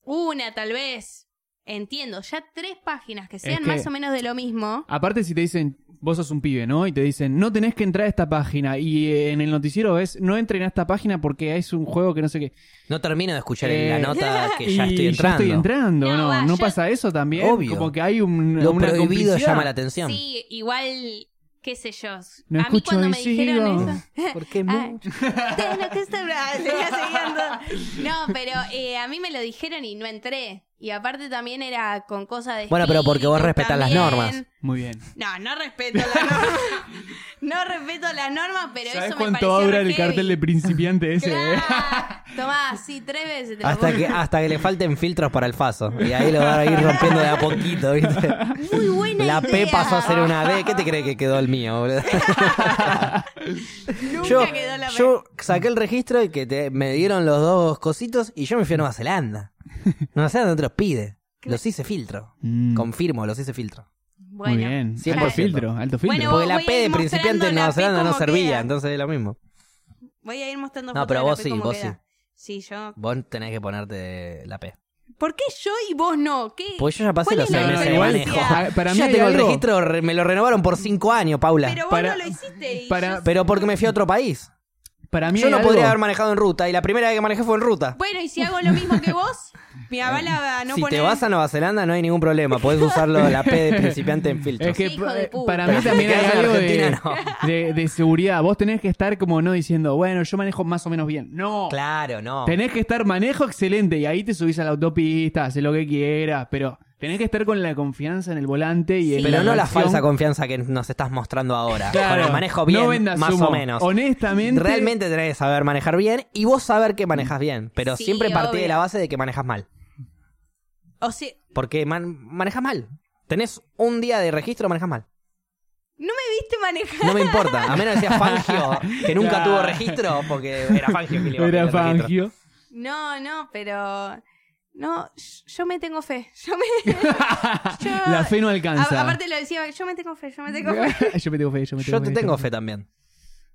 una tal vez. Entiendo, ya tres páginas que sean
que-
más o menos de lo mismo.
Aparte, si te dicen, vos sos un pibe, ¿no? Y te dicen, no tenés que entrar a esta página. Y eh, en el noticiero ves, no entren a esta página porque es un juego que no sé qué.
No termino de escuchar
Eh,
la nota que ya
y
estoy entrando.
estoy entrando,
No,
¿no?
va,
¿No,
yo-
pasa eso también?
Obvio.
Como que hay un,
Lo
una
prohibido
complicidad.
llama la atención.
Sí, igual, qué sé yo.
No
a mí
escucho
cuando
y
me dijeron
sigo.
eso...
Porque
Ay, tengo que estar- ah, seguía siguiendo. No, pero eh, a mí me lo dijeron y no entré. Y aparte también era con cosas de.
Bueno, pero porque vos
espíritu
respetás las
también.
normas.
Muy bien.
No, no respeto las normas. No respeto las normas, pero eso
¿Sabes
me
cuánto
pareció
dura
re
el
heavy.
cartel de principiante ese? eh?
Claro. Tomá, sí, tres veces. te lo
Hasta
pongo.
que, hasta que le falten filtros para el faso. Y ahí lo van a ir rompiendo de a poquito, ¿viste?
Muy buena
La P
idea.
pasó a ser una D. ¿Qué te crees que quedó el mío, boludo?
Nunca
yo,
quedó la P.
yo saqué el registro y que te- me dieron los dos cositos y yo me fui a Nueva Zelanda. Nueva Zelanda no te los pide. Los hice filtro.
Mm,
Confirmo, los hice filtro.
Bueno,
Muy bien.
ya-
Alto
100%.
filtro, alto filtro.
Bueno,
Porque
vos
la
voy a
P de
ir mostrando
principiante en
la
Nueva
P
Zelanda no
como
servía,
queda.
entonces es lo mismo.
Voy a ir mostrando
No,
fotos
pero
de la
vos
P
sí,
cómo
vos
queda. Sí, yo.
Vos tenés que ponerte la P.
¿Por qué yo y vos no? ¿Qué?
Pues yo ya pasé
¿Cuál
los
es la
seis meses de
diferencia?
manejo.
Ah, para mí
ya
hay
tengo el
algo-
registro, re- me lo renovaron por cinco años, Paula. Pero,
Pero vos
Para-
no lo hiciste. y
para-
yo-
porque me fui a otro país.
Para mí
Yo
hay
no
algo-
podría haber manejado en ruta y la primera vez que manejé fue en ruta.
Bueno, y si hago lo mismo que vos, me avala a no
si
poner.
te vas a Nueva Zelanda no hay ningún problema, podés usarlo la P de principiante en filtro.
Es que
Hijo de
eh,
puta.
para mí
Pero
también
si
hay
quedás en
algo de,
Argentina,
de- de seguridad. Vos tenés que estar como no diciendo, bueno, yo manejo más o menos bien. No.
Claro, no.
Tenés que estar manejo excelente y ahí te subís a la autopista, haces lo que quieras, pero tenés que estar con la confianza en el volante y en
Pero no la
acción.
falsa confianza que nos estás mostrando ahora.
Claro.
Con el manejo bien,
No vendas
más
humo.
o menos.
Honestamente,
Realmente tenés que saber manejar bien y vos saber que manejas bien. Pero
Sí,
siempre partí de
obvio.
la base de que manejas mal.
O sea,
Porque man- manejas mal. Tenés un día de registro, manejas mal.
no me viste manejar.
No me importa, a menos que sea Fangio, que nunca
Claro.
tuvo registro, porque era Fangio que le iba a pedir
era
el registro.
Fangio.
No, no, pero. No, yo me tengo fe. Yo me. yo-
La fe no alcanza.
A- aparte lo decía, yo me tengo fe, yo me tengo fe.
yo me tengo fe, yo me tengo
Yo te
fe,
tengo fe también.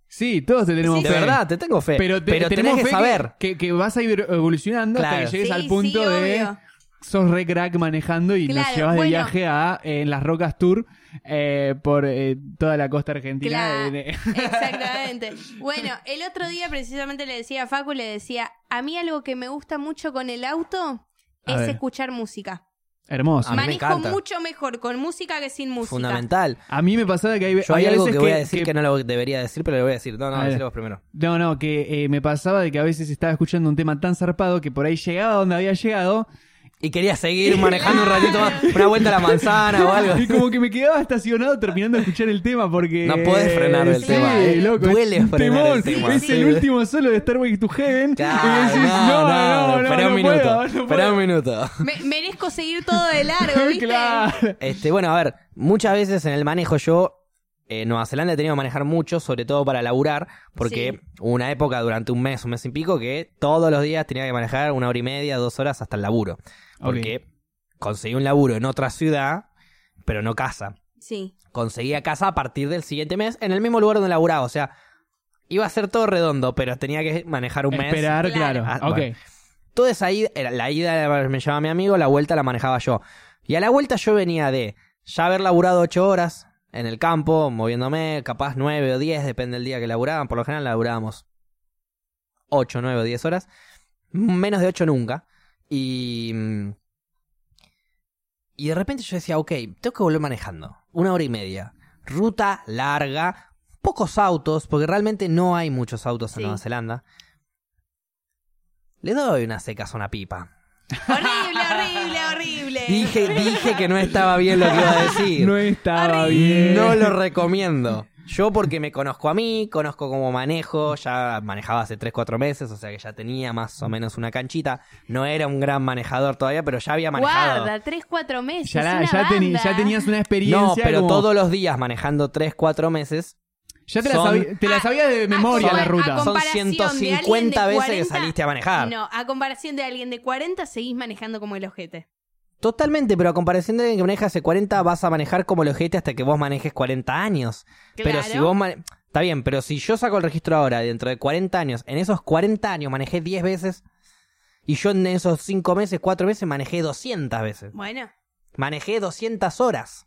Sí, todos te tenemos
De
fe.
verdad, te tengo fe.
Pero,
Pero,
te-
tenés
tenemos
que
fe
saber.
Que, que vas a ir evolucionando hasta
Claro.
que llegues
Sí,
al punto
sí,
de
obvio.
sos re crack manejando y
Claro,
nos llevas de
bueno.
viaje a eh, en las rocas tour eh, por eh, toda la costa argentina.
Claro,
eh, de-
exactamente. Bueno, el otro día precisamente le decía a Facu, le decía, a mí algo que me gusta mucho con el auto
A
es
ver.
escuchar música.
Hermoso.
A mí me
Manejo
encanta.
mucho mejor con música que sin música.
Fundamental.
A mí me pasaba que hay,
Yo hay,
hay
algo que,
veces
voy a decir que... no lo debería decir, pero lo voy a decir. No,
A
no,
ver.
decilo vos primero.
No, no, que eh, me pasaba de que a veces estaba escuchando un tema tan zarpado que por ahí llegaba donde había llegado
Y quería seguir manejando un ratito más, una vuelta a la manzana o algo.
y como que me quedaba estacionado terminando de escuchar el tema porque...
No podés frenar el
Sí,
tema, eh.
loco, es
Duele
un
frenar el
temón.
tema.
Es el último solo de Star Wars to Heaven y
Claro,
decís, no, no, no, no,
esperá un
puedo,
minuto.
no puedo".
esperá un minuto.
Me- merezco seguir todo de largo, ¿viste?
Claro.
Este, bueno, a ver, muchas veces en el manejo yo eh, Nueva Zelanda he tenido que manejar mucho, sobre todo para laburar, porque
Sí.
hubo una época durante un mes, un mes y pico, que todos los días tenía que manejar una hora y media, dos horas hasta el laburo. Porque conseguí un laburo en otra ciudad, pero no casa.
Sí.
Conseguía casa a partir del siguiente mes en el mismo lugar donde laburaba. O sea, iba a ser todo redondo, pero tenía que manejar un mes.
Esperar, claro.
Claro. Ah,
ok.
bueno. Toda esa ida, era- la ida me llevaba mi amigo, la vuelta la manejaba yo. Y a la vuelta yo venía de ya haber laburado ocho horas en el campo, moviéndome, capaz nueve o diez, depende del día que laburaban. Por lo general laburábamos ocho, nueve o diez horas. Menos de ocho nunca. Y. mm, Y de repente yo decía, ok, tengo que volver manejando. Una hora y media. Ruta larga. Pocos autos, porque realmente no hay muchos autos
Sí.
en Nueva Zelanda. Le doy una secas a una pipa.
Horrible, horrible, horrible.
Dije, dije que no estaba bien lo que iba a decir.
No estaba
Arriba.
bien.
No lo recomiendo. Yo porque me conozco a mí, conozco cómo manejo, ya manejaba hace 3, 4 meses, o sea que ya tenía más o menos una canchita. No era un gran manejador todavía, pero ya había manejado.
Guarda, tres, cuatro meses.
Ya, la-
una
ya teni-
banda.
ya tenías una experiencia.
No, pero
como-
todos los días manejando 3, 4 meses,
Ya te la
son-
sabía, te la
Ah,
sabía de memoria
a-
la
a
ruta.
son
comparación de alguien
150
de
veces
40,
que saliste a manejar.
No, a comparación de alguien de 40, seguís manejando como el ojete.
Totalmente, pero a comparación de alguien que maneja hace 40, vas a manejar como el ojete hasta que vos manejes 40 años. Pero
Claro.
si vos mane- Está bien, pero si yo saco el registro ahora, dentro de 40 años, en esos 40 años manejé 10 veces y yo en esos 5 meses, 4 meses manejé 200 veces.
Bueno,
Manejé 200 horas.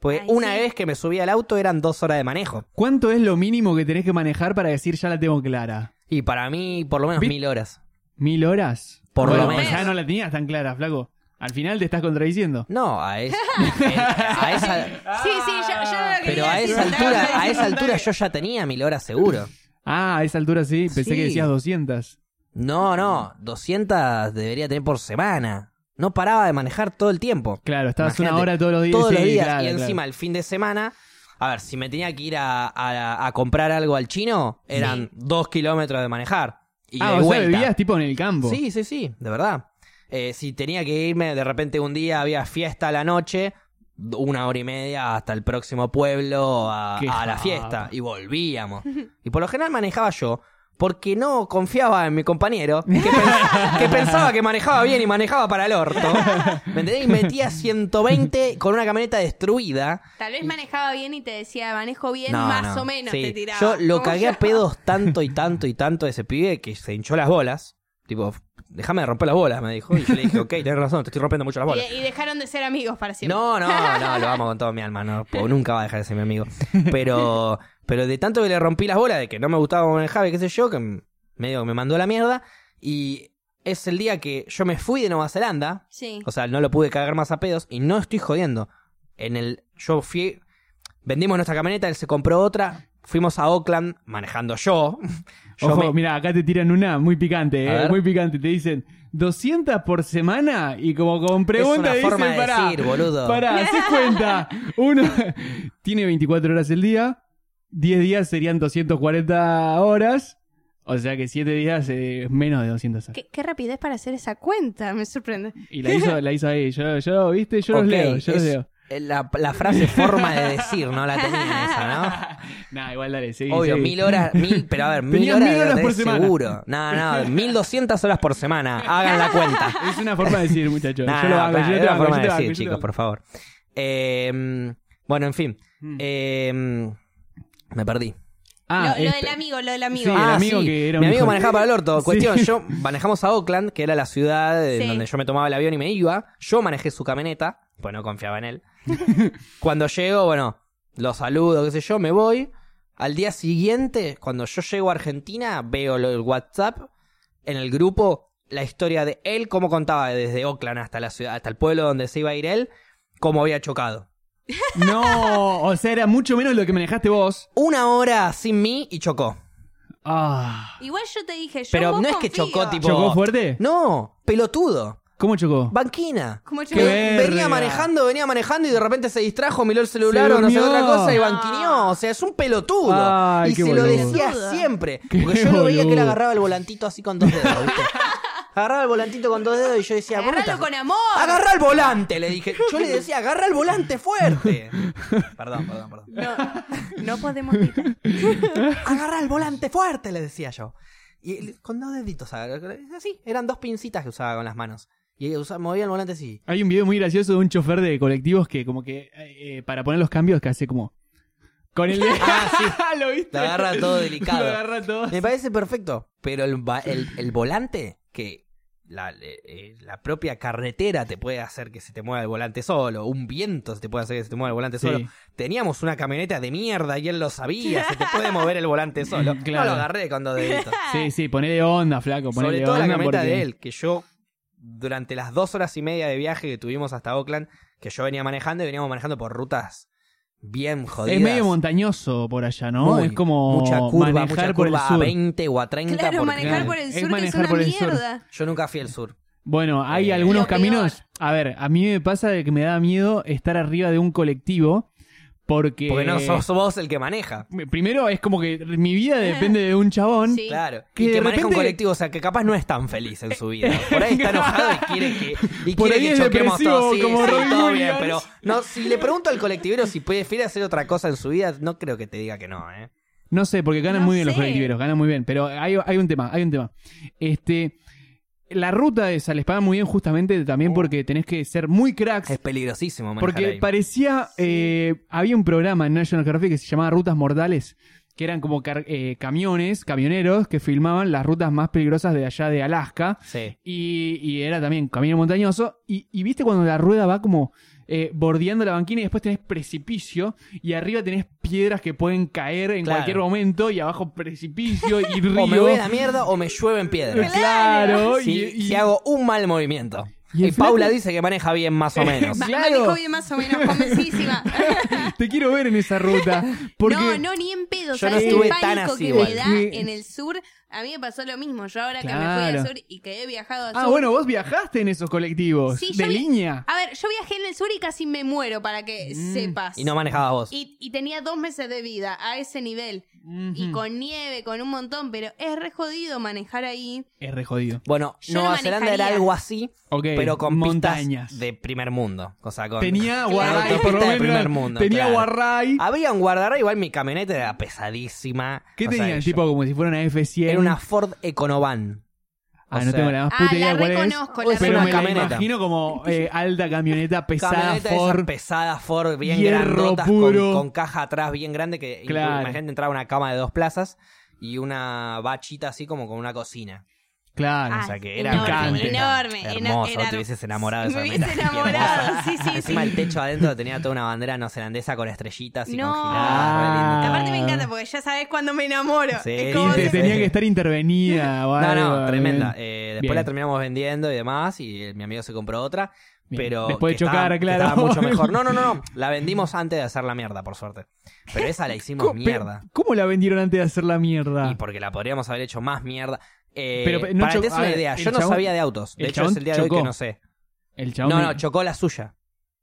Porque
Ay,
una
sí.
vez que me subí al auto eran 2 horas de manejo.
¿Cuánto es lo mínimo que tenés que manejar para decir ya la tengo clara?
Y para mí, por lo menos
Vi-
1000 horas.
¿Mil horas?
Por
lo
Bueno, pues,
menos.
Ya no la tenías tan clara, flaco. Al final te estás contradiciendo.
No, a, es- eh, a esa.
Ah.
sí, sí, yo, yo no lo
Pero
quería
a
decir,
esa
estaba
altura, a esa
diciendo-
altura yo ya tenía 1000 horas seguro.
Ah, a esa altura sí. Pensé
Sí.
que decías 200.
No, no, 200 debería tener por semana. No paraba de manejar todo el tiempo.
Claro, estabas una
Imagínate,
hora todos los días.
Todos los
Sí,
días.
claro,
y encima
claro.
el fin de semana, a ver, si me tenía que ir a, a- a comprar algo al chino, eran dos kilómetros de manejar. Y
Ah,
de
o sea,
vuelta.
vivías tipo en el campo.
Sí, sí, sí, de verdad. Eh, si tenía que irme, de repente un día había fiesta a la noche, una hora y media hasta el próximo pueblo a,
Qué
a la
japa.
fiesta y volvíamos. Y por lo general manejaba yo. Porque no confiaba en mi compañero, que, pens- que pensaba que manejaba bien y manejaba para el orto. ¿Me entendés? Y metía 120 con una camioneta destruida.
Tal vez manejaba bien y te decía, manejo bien,
No,
más
no,
o menos
sí.
te tiraba.
Yo lo
Como
cagué a
yo.
pedos tanto y tanto y tanto de ese pibe que se hinchó las bolas. Tipo, déjame de romper las bolas, me dijo. Y yo le dije, ok, tenés razón, te estoy rompiendo mucho las bolas.
Y, y dejaron de ser amigos para siempre.
No, no, no, lo amo con todo mi alma, no, po- nunca va a dejar de ser mi amigo. Pero, pero de tanto que le rompí las bolas, de que no me gustaba con el Javi, qué sé yo, que m- medio que me mandó a la mierda. Y es el día que yo me fui de Nueva Zelanda,
Sí.
o sea, no lo pude cagar más a pedos y no estoy jodiendo. En el. Yo fui. Vendimos nuestra camioneta, él se compró otra. Fuimos a Oakland manejando yo. Yo
Ojo,
me-
mira, acá te tiran una muy picante,
A
eh,
ver.
muy picante. Te dicen 200 por semana y como con pregunta
una
dicen,
forma de
pará,
decir, boludo".
pará, hacé cuenta. Uno tiene 24 horas el día, 10 días serían 240 horas, o sea que 7 días es menos de 200 horas.
Qué, qué rapidez para hacer esa cuenta, me sorprende.
Y la hizo, la hizo ahí, yo, yo, viste, yo
Ok,
los leo, yo
es-
los leo.
eh, La, la frase forma de decir, no la tenía esa,
Nah, igual dale, seguí,
¿no? Obvio,
seguí.
mil horas, mil, pero a ver, mil
Tenías
horas,
mil
de
horas por
hotel
semana.
seguro. No, no, mil doscientas horas por semana, hagan la cuenta.
Es una forma de decir, muchachos.
No,
yo lo
no,
hago,
claro,
yo
es
te
una
hago,
forma
yo
de
te hago,
decir,
yo te
chicos,
hago.
por favor. Eh, bueno, en fin.
Mm.
Eh, me perdí.
Ah,
lo, lo
este-
del amigo, lo del amigo.
Ah.
Sí, el amigo que era
mi
un
amigo
hijo de-
manejaba para el orto.
Sí.
Cuestión, yo manejamos a Oakland, que era la ciudad en
Sí.
donde yo me tomaba el avión y me iba. Yo manejé su camioneta, pues no confiaba en él. cuando llego, bueno, lo saludo, qué sé yo, me voy. Al día siguiente, cuando yo llego a Argentina, veo lo- el WhatsApp en el grupo la historia de él, cómo contaba desde Oakland hasta la ciudad, hasta el pueblo donde se iba a ir él, cómo había chocado.
No, o sea, era mucho menos lo que manejaste vos.
Una hora sin mí y chocó.
Ah.
Igual yo te dije, yo
Pero
en vos
no es que
confío.
chocó, tipo-
¿Chocó fuerte?
No, pelotudo.
¿Cómo chocó?
Banquina.
Como yo-
Qué
Ve- venía
verga.
manejando, venía manejando y de repente se distrajo, miró el celular
Se
o no sé
durmió.
otra cosa y
No.
banquineó. O sea, es un pelotudo.
Ay,
y
qué
se lo
boludo.
decía siempre. Porque yo lo veía que él
boludo.
agarraba el volantito así con dos dedos. ¿viste? agarraba el volantito con dos dedos y yo decía,
Agarralo
"Bruta,
con amor.
agarrá el volante, le dije. Yo le decía, agarra el volante fuerte. Perdón, perdón, perdón.
No, no podemos gritar.
Agarra el volante fuerte, le decía yo. Y él, con dos deditos, agarra- así, eran dos pincitas que usaba con las manos. Y ella usaba- movía el volante así.
Hay un video muy gracioso de un chofer de colectivos que como que eh, para poner los cambios que hace como con el
Ah, sí.
lo viste.
Lo agarra todo delicado.
Lo agarra todo.
Me parece perfecto, pero el, va- el, el volante, que la, eh, eh, la propia carretera te puede hacer que se te mueva el volante solo, un viento se te puede hacer que se te mueva el volante
Sí.
solo. Teníamos una camioneta de mierda y él lo sabía, se te puede mover el volante solo.
Claro.
No lo agarré con dos deditos.
Sí, sí, ponele onda, flaco, ponele
Sobre todo la
onda
camioneta
porque-
de él, que yo, durante las dos horas y media de viaje que tuvimos hasta Oakland, que yo venía manejando y veníamos manejando por rutas bien jodidas.
Es medio montañoso por allá, ¿no?
Muy,
es como
mucha curva,
manejar
mucha
por el
curva
sur.
a 20 o a 30
Claro,
porque-
manejar por el
Es
sur, que es
manejar
una
por el sur.
mierda.
Yo nunca fui al sur.
Bueno, hay
Eh,
algunos
lo peor.
caminos. A ver, a mí me pasa de que me da miedo estar arriba de un colectivo porque
Porque no sos vos el que maneja.
primero es como que mi vida depende de un chabón.
Sí.
Claro.
Que
y que
de
maneja un
repente-
colectivo, o sea, que capaz no es tan feliz en su vida. Por ahí está enojado y quiere que, y
Por
quiere
ahí
que
es
choquemos
depresivo,
todos. Sí,
como
sí,
Robin
todo bien,
Williams.
pero no, si le pregunto al colectivero si prefiere hacer otra cosa en su vida, no creo que te diga que no, ¿eh?
No sé, porque ganan
No
muy bien los
sé.
colectiveros, ganan muy bien. Pero hay, hay un tema, hay un tema. Este, la ruta esa les pagan muy bien justamente también
Oh.
porque tenés que ser muy cracks.
Es peligrosísimo manejar
Porque
ahí.
parecía, eh, había un programa en National Geographic que se llamaba Rutas Mortales, que eran como car- eh, camiones, camioneros que filmaban las rutas más peligrosas de allá de Alaska.
Sí.
Y, y era también camino montañoso. Y, y viste cuando la rueda va como eh, bordeando la banquina y después tenés precipicio. Y arriba tenés piedras que pueden caer en
Claro.
cualquier momento. Y abajo precipicio y río.
O Oh, me voy a la mierda o me llueven piedras.
Claro.
Si,
y- y-
si hago un mal movimiento.
Y
Y,
el
Paula
flaco-
dice que maneja bien más o menos.
Va-
Claro.
Manejo bien más o menos, convencísima.
Te quiero ver en esa ruta. Porque
No, no, ni en pedo.
Yo
¿Sabes
no
el
estuve
pánico
tan así
que
igual.
me da
Sí.
en el sur? A mí me pasó lo mismo. Yo ahora que me fui
Claro.
al sur y que he viajado al
Ah,
sur.
bueno, vos viajaste en esos colectivos.
Sí, yo
de
vi- Ah.
línea.
A ver, yo viajé en el sur y casi me muero para que
Mm.
sepas.
Y no manejabas vos.
Y- y tenía dos meses de vida a ese nivel. Y
Ujú.
con nieve, con un montón, pero es re jodido manejar ahí.
Es re jodido.
Bueno,
Yo no
Nueva Zelanda era
manejaría.
algo así,
Ok,
pero con
montañas.
pistas de primer mundo. O sea, con
Tenía
con
guarray,
autopista
por lo
de
menos.
primer mundo.
tenía
claro. Ah,
guarray.
Había un guardarray, igual mi camioneta era pesadísima.
¿Qué
O sea,
tenía?
yo-
tipo como si fuera una F100.
Era una Ford Econovan. O
Ah, no
sea,
tengo la más
Ah,
puta
la
idea cuál es.
reconozco, la
pero me la
reconozco.
imagino como eh, alta camioneta pesada
Camioneta esa
Ford.
pesada Ford, bien
Hierro
grandota,
puro.
con, con caja atrás bien grande, que incluso,
Claro.
imagínate entraba una cama de dos plazas y una bachita así como con una cocina.
Claro.
Ah,
o sea que era una
enorme,
picante.
camioneta
enorme.
Hermoso,
eno- era-
te hubieses enamorado de esa
Me hubiese
camioneta. Qué
enamorado,
hermosa.
sí, sí, sí.
Encima el techo adentro tenía toda una bandera neozelandesa con estrellitas y
No.
con giradas,
Ah,
re lindo.
Aparte me encanta porque ya sabes cuando me enamoro.
Sí,
Es
Y
como
sí,
te-
sí.
que-
tenía que estar intervenida. o
No, no,
algo,
tremenda.
bien.
Eh, después
Bien.
la terminamos vendiendo y demás, y eh, mi amigo se compró otra.
Bien.
Pero
Después de
que estaba-
chocar,
que
claro.
estaba mucho mejor. No, no, no, no. La vendimos antes de hacer la mierda, por suerte. Pero esa la hicimos
¿Cómo,
mierda.
pe- ¿Cómo la vendieron antes de hacer la mierda?
Y porque la podríamos haber hecho más mierda. Eh,
Ah. Pero, pero, no
para que
chocó-
te des
a
una
ver,
idea,
el
yo no
chabón-
sabía de autos. De
el
hecho,
chabón
es el día de hoy
chocó.
que no sé.
El chabón.
No,
me-
no, chocó la suya.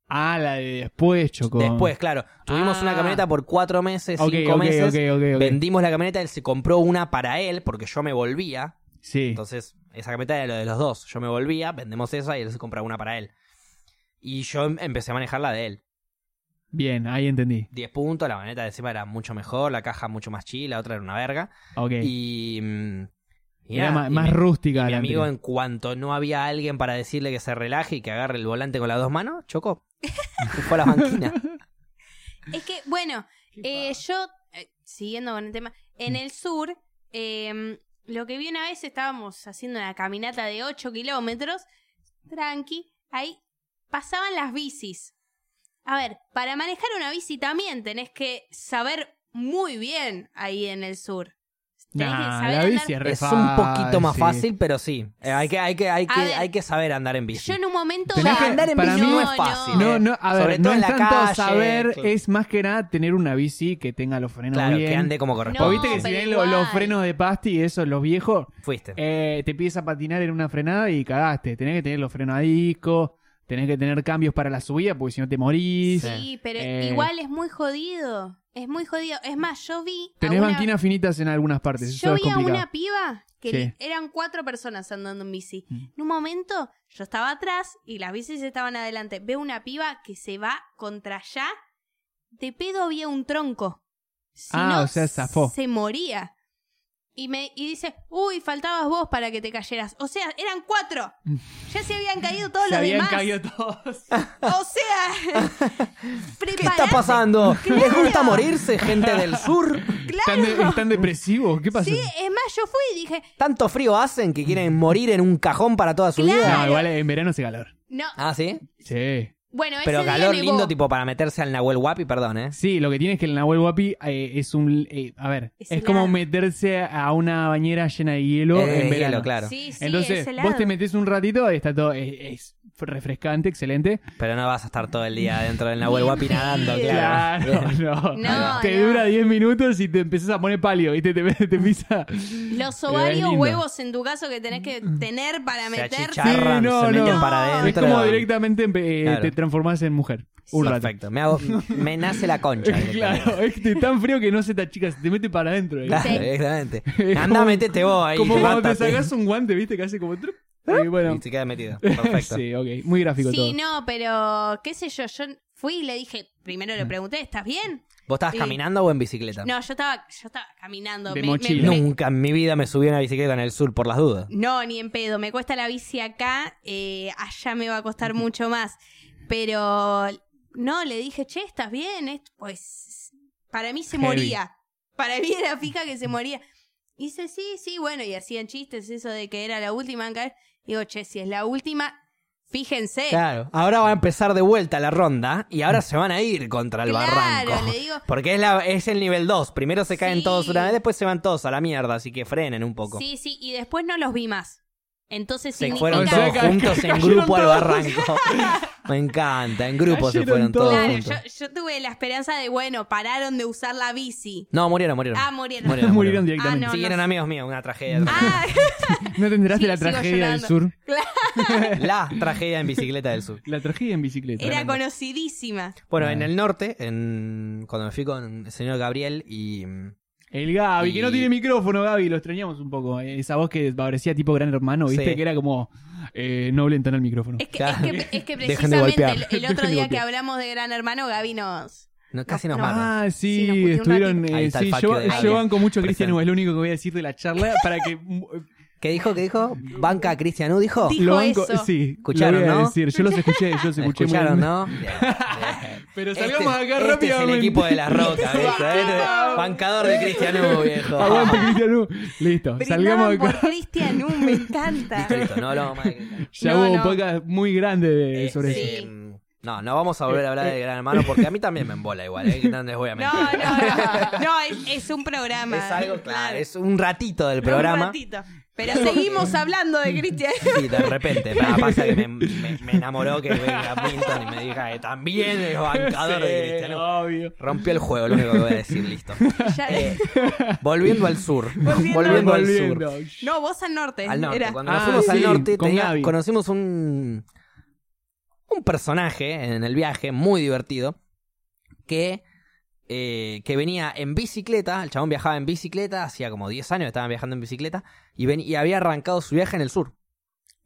Ah, la de después chocó.
Después, claro. Tuvimos
Ah.
una camioneta por cuatro meses,
Ok,
cinco
ok,
meses.
ok, ok, ok.
Vendimos la camioneta, él se compró una para él, porque yo me volvía.
Sí.
Entonces, esa camioneta era lo de los dos. Yo me volvía, vendemos esa y él se compra una para él. Y yo em- empecé a manejar la de él.
Bien, ahí entendí.
10 puntos, la maneta de encima era mucho mejor, la caja mucho más chila, la otra era una verga.
Ok.
Y. mm, y
Era
nada,
ma-
y
más
mi-
rústica.
Mi
la
amigo,
anterior.
en cuanto no había alguien para decirle que se relaje y que agarre el volante con las dos manos, chocó. Se fue a la banquina.
Es que, bueno, eh, yo, eh, siguiendo con el tema, en el sur, eh, lo que vi una vez estábamos haciendo una caminata de 8 kilómetros, tranqui, ahí pasaban las bicis. A ver, para manejar una bici también tenés que saber muy bien ahí en el sur. Tenés que
Nah,
saber
la
andar-
bici es re
Es un poquito más
fácil.
fácil, pero sí. Eh, hay, que, hay, que, hay, que,
A ver,
hay que saber andar en bici.
Yo en un momento...
Tenés que-
andar en
para
bici
mí-
no es fácil.
No, no, a ver,
Sobre
no
todo
es
en la
tanto
calle,
saber,
claro.
es más que nada tener una bici que tenga los frenos
Claro,
bien.
que ande como
O
corresponde.
No,
viste que si
pero
ven lo- los
igual.
frenos de pasti y esos, los viejos,
Fuiste.
eh, te empiezas a patinar en una frenada y cagaste. Tenés que tener los frenos a disco, tenés que tener cambios para la subida porque si no te morís.
Sí, pero
Eh.
igual es muy jodido. Es muy jodido. Es más, yo vi. a
Tenés
una-
banquinas finitas en algunas partes. Eso
Yo
es
vi a
complicado.
una piba que
Sí.
li- eran cuatro personas andando en bici.
Mm.
En un momento yo estaba atrás y las bicis estaban adelante. Veo una piba que se va contra allá. De pedo había un tronco. Si
Ah,
no,
o sea, zafó.
Se moría. Y me y dice, uy, faltabas vos para que te cayeras. O sea, eran cuatro. Ya se habían caído todos
Se
los
habían
demás.
caído todos.
O sea,
¿Qué está
preparate,
pasando? ¿Les
Claro.
gusta morirse, gente del sur?
¿Están, de- están depresivos? ¿Qué pasó?
Sí, es más, yo fui y dije,
¿Tanto frío hacen que quieren morir en un cajón para toda su
Claro.
vida?
No, igual en verano hace calor.
no.
Ah, ¿sí?
Sí.
Bueno, ese
Pero
día
calor
nevó.
lindo tipo para meterse al Nahuel Guapi, perdón, ¿eh?
Sí, lo que tiene es que el Nahuel Huapi eh, es un... eh, a ver,
Es
es,
helado.
como meterse a una bañera llena de hielo
Eh,
en
hielo,
verano.
claro.
Sí, sí,
Entonces,
es helado.
vos te metés un ratito, está todo... Es, es refrescante, excelente.
Pero no vas a estar todo el día dentro del Nahuel
Bien
Guapi nadando,
frío.
claro.
Claro, no.
No,
te
no.
dura 10 minutos y te empezás a poner palio, ¿viste? Te, te empieza...
Los
Eh, es
ovarios,
lindo. Mm.
huevos en tu caso que tenés que tener para
Se
meterte.
achicharra. Arran, se meten
para
Es
adentro.
como directamente eh,
Claro.
te transformás en mujer. Un rato.
Perfecto. Me, hago, me nace la concha. directamente.
Claro, es que es tan frío que no se te achica, se te mete para adentro. eh.
Claro,
Sí.
exactamente.
Es
Andá,
como-
metete vos ahí.
Como cuando te
levántate.
sacas un guante, viste, que hace como trup. Y bueno.
Y se queda metido. Perfecto.
sí, ok. Muy gráfico todo.
Sí, no, pero qué sé yo, yo fui y le dije, primero le pregunté, ¿estás bien?
¿Vos estabas
Sí.
caminando o en bicicleta?
No, yo estaba, yo estaba caminando.
De
me-
mochila.
me- me-
Nunca en mi vida me subí a una bicicleta en el sur por las dudas.
no, ni en pedo, me cuesta la bici acá, eh, allá me va a costar mucho más. Pero no, le dije, che, ¿estás bien? Es- Pues para mí se
Heavy.
moría. Para mí era fija que se moría. Y dice, sí, sí, bueno, y hacían chistes eso de que era la última en caer. Digo, che, si es la última, fíjense.
Claro. Ahora va a empezar de vuelta la ronda y ahora se van a ir contra el
Claro,
barranco.
le digo-
Porque es, la, es el nivel 2. Primero se caen
Sí.
todos una vez, después se van todos a la mierda. Así que frenen un poco.
Sí, sí, y después no los vi más. Entonces
Se
significa-
fueron
O sea,
todos
ca-
juntos
ca-
en
cayeron
grupo al
todos.
barranco. Me encanta, en grupo se
Cayeron
fueron todos.
todos.
Claro,
juntos.
yo, yo tuve la esperanza de, bueno, pararon de usar la bici.
No, murieron, murieron.
Ah, murieron.
Murieron
Ah,
directamente.
no,
Sí,
no
eran
sé.
amigos míos, una tragedia.
Ah,
No te enterás
Sí,
de la
sigo
tragedia del
llorando.
sur.
claro,
La tragedia en bicicleta del sur.
La tragedia en bicicleta.
era conocidísima.
Bueno,
Ah.
en el norte, en... cuando me fui con el señor Gabriel y... mm,
El Gaby, que
Y-
no tiene micrófono, Gaby, lo extrañamos un poco. Esa voz que parecía tipo gran hermano, viste,
Sí.
que era como eh, no lentan el micrófono.
Es que,
Claro.
es que, es que
Dejen de
precisamente el,
golpear.
el otro
Dejen de
día que
golpear.
hablamos de Gran Hermano, Gaby nos...
no, casi
No,
nos
no.
matan.
Ah,
Sí,
sí,
nos puteó un
estuvieron.
ratito.
eh,
Ahí está el
sí,
faquio
yo,
de Gaby.
yo banco mucho a Cristian,
Presente.
es lo único que voy a decir de la charla para que. mm,
¿Qué dijo? ¿Qué dijo? ¿Banca Cristianú dijo?
Dijo
lo banco,
eso.
sí.
Escucharon,
lo voy a
¿no?
decir. Yo los escuché, yo los escuché muy
¿Escucharon,
bien.
no? Bien, bien.
Pero salgamos
este,
acá
este
rápidamente.
es el equipo de las rocas, ¿viste? Este- Bancador de Cristianú, viejo.
Aguante, Cristian U. Listo, salgamos
Brindaban por
acá.
Cristian, uh, me encanta.
Ah, Listo, no hablamos más de Cristianú.
Ya
No,
hubo
no.
un podcast muy grande de-
Eh,
sobre
sí.
eso.
eh, No, no vamos a volver a hablar de Gran Hermano porque a mí también me embola igual, ¿eh? Que No les voy a
No,
mentir.
no, no. No, es, es un programa.
Es algo, claro, es un ratito del
Un
programa.
ratito. Pero seguimos hablando de Cristian.
Sí, de repente. pa- pasa que me, me- me enamoró que venga Milton y me diga que también es bancador de
Sí,
Cristiano.
obvio.
Rompió el juego, lo único que voy a decir, listo.
Ya-
Eh, volviendo al sur. Volviendo, al sur.
Volviendo.
No, vos al norte.
Al norte.
Era.
Cuando nos
Ah,
fuimos al
sí,
norte,
con
tenía-
Gaby.
conocimos un, un personaje en el viaje muy divertido que, eh, que venía en bicicleta. El chabón viajaba en bicicleta, hacía como 10 años que estaban viajando en bicicleta y, ven- y había arrancado su viaje en el sur.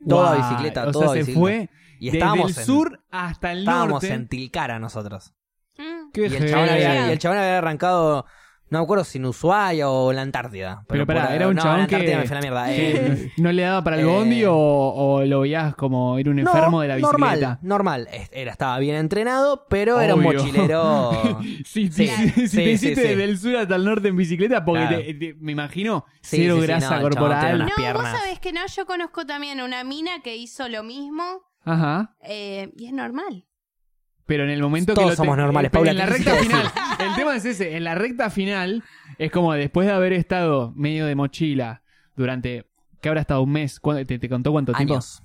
Toda
Guau,
bicicleta,
o
toda
sea, se
bicicleta.
fue
Y
desde
estábamos
el
en-
sur hasta el
Estábamos
norte.
en Tilcara nosotros.
Mm.
Qué
Y el, chabón
genial.
había, y el chabón había arrancado, no me acuerdo si en Ushuaia o en la Antártida.
Pero
por
pará,
ahí-
era un
no, en
chabón
la Antártida
que-
me fue la mierda. eh.
Eh, ¿No le daba para el
Eh,
bondi o, o lo veías como era un enfermo
No,
de la bicicleta?
Normal, normal. Es- Era, estaba bien entrenado, pero era un
Obvio.
mochilero.
Si,
Sí,
si- si
sí, sí,
te hiciste
sí.
del sur hasta el norte en bicicleta, porque
Claro.
te- te- me imagino
Sí,
cero
sí, sí, no,
grasa
el chabón
corporal.
tiene unas
No,
piernas.
vos sabés que no, yo conozco también una mina que hizo lo mismo
Ajá.
eh, y es normal.
Pero en el momento que
Todos
lo
somos normales,
eh, pero
Paula,
En la
¿qué
recta
quisiste
final, el tema es ese, en la recta final es como después de haber estado medio de mochila durante que habrá estado un mes, ¿Cuándo- te, te contó cuánto tiempo?
años.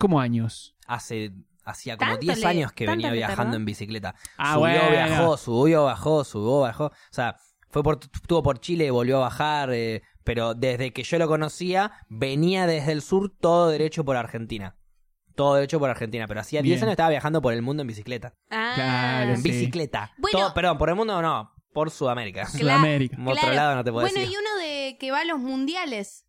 ¿Cómo años?
Hace, hacía como
Tanto
10
le-
años que
tanto
venía
le
viajando
tardó.
en bicicleta.
Ah,
subió,
bueno.
bajó, subió, bajó, subió, bajó. O sea, fue por, estuvo por Chile, volvió a bajar. eh, pero desde que yo lo conocía, venía desde el sur todo derecho por Argentina. Todo derecho por Argentina. Pero hacía 10
Bien.
años estaba viajando por el mundo en bicicleta.
Ah,
Claro,
En
Sí.
bicicleta.
Bueno.
Todo- perdón, por el mundo no. por Sudamérica.
Claro.
Sudamérica.
Por otro lado no te puedo
bueno,
decir.
y uno de que va a los mundiales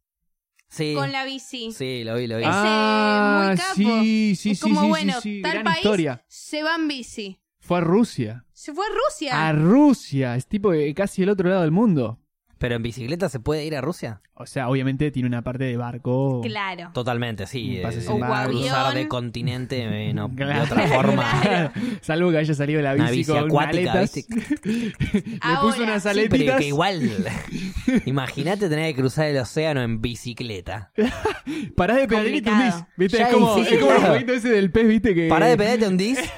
Sí,
con la bici.
sí, lo vi, lo vi.
Ah, muy capo.
sí, sí,
Es
sí,
como,
sí,
bueno,
sí, sí.
tal
Gran
país
historia.
se va en bici.
Fue a Rusia.
Se fue a Rusia.
Ah,
A Rusia, es tipo eh, casi el otro lado del mundo.
Pero en bicicleta se puede ir a Rusia.
O sea, obviamente tiene una parte de barco.
Claro.
Totalmente, sí.
Un pase
eh,
sin
eh,
barco.
cruzar
Avión.
de continente eh, no,
Claro.
de otra forma.
Salvo que haya salido de la bici,
Una bici
con
acuática,
maletas.
¿viste?
Le
Ahora,
puso unas
sí,
Sí, pero
aletitas.
que igual. Imagínate tener que cruzar el océano en bicicleta.
Eh. Parás de pedalear y te
Complicado.
hundís. ¿Viste?
Ya
es como,
difícil,
es como el
claro.
jueguito ese del pez, ¿viste? Que...
Pará de pegar, te hundís.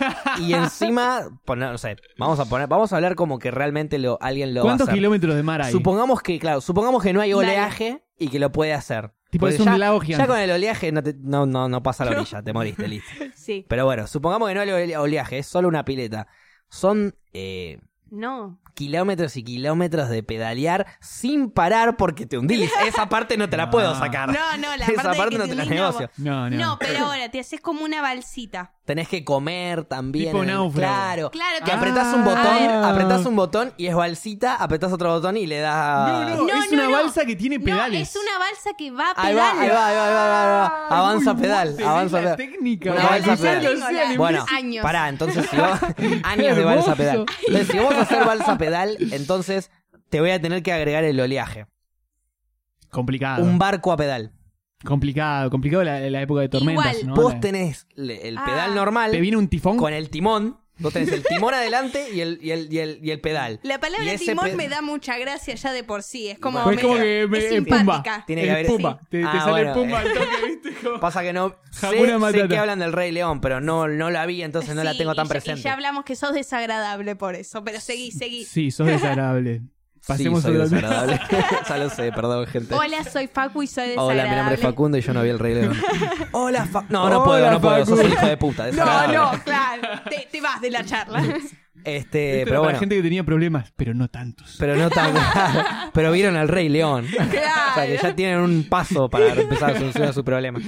Y encima, poner, no sé, vamos a poner, vamos a hablar como que realmente lo, alguien lo
¿Cuántos
va a hacer.
kilómetros de mar hay?
Supongamos que, claro, supongamos que no hay
Dale.
oleaje y que lo puede hacer.
Tipo,
Porque
es un
ya,
lago gigante.
ya con el oleaje no, te- no, no, no pasa la orilla, te moriste, listo.
Sí.
Pero bueno, supongamos que no hay ole- oleaje, es solo una pileta. Son eh,
No.
kilómetros y kilómetros de pedalear sin parar porque te hundís. Esa parte Ah, no te la puedo
No.
sacar.
No, no, la
Esa
parte, de
parte
que
no te la
hundís,
negocio.
No, no.
No, pero ahora te haces como una balsita.
Tenés que comer también.
Tipo
en el-
náufrago.
Claro.
Claro,
Que
te-
apretás un botón,
Ah.
apretás un botón y es balsita, apretás otro botón y le das.
No, no,
No,
es
no,
una
no.
balsa que tiene
No,
pedales.
es una balsa que va a
Ahí va,
pedal.
ahí va, ahí va, ahí va, ahí va, ahí va. Ah, Avanza
Uy,
pedal,
tenés
avanza
la
pedal.
técnica.
Una
para
balsa
avanzar
pedal.
el océano.
Bueno,
Bueno,
años.
pará, entonces si vos... años de balsa
Hermoso.
pedal. Entonces, si vamos a hacer balsa pedal, entonces te voy a tener que agregar el oleaje.
Complicado.
Un barco a pedal.
Complicado, complicado la, la época de tormentas,
Igual,
¿no?
Vos
La-
tenés le- el pedal
Ah.
normal
Te viene un tifón. pues
con el timón. Vos tenés el timón adelante y el, y el, y el, y el pedal.
La
Y
palabra
ese
timón
pe-
me da mucha gracia ya de por sí. Es como,
Fue
me-
como que me-
es
eh, pumba.
simpática.
Tiene que
El
haber-
pumba.
sí.
Te, te
Ah,
sale
bueno,
el pumba
eh.
al toque, ¿viste? Como-
Pasa que no sé,
Hakuna
sé
Matata.
que hablan del Rey León, pero no, no la vi, entonces no la
Sí,
tengo tan
y ya-
presente.
Y ya hablamos que sos desagradable por eso, pero seguí, seguí.
Sí, sos desagradable. Pasemos
sí, soy
a otro tema.
desagradable. ya lo sé, perdón, gente.
Hola, soy Facu y soy desagradable.
Hola, mi nombre es Facundo y yo no vi el Rey León. Hola, Fa- No, no
Hola,
puedo, no puedo, sos un
Facundo.
hijo de puta. desagradable.
No, no, claro. Te, te vas de la charla.
Este,
Esto era
pero
para
bueno.
gente que tenía problemas, pero no tantos.
Pero no tan Pero vieron al Rey León. O sea, que ya tienen un paso para empezar a solucionar su problema.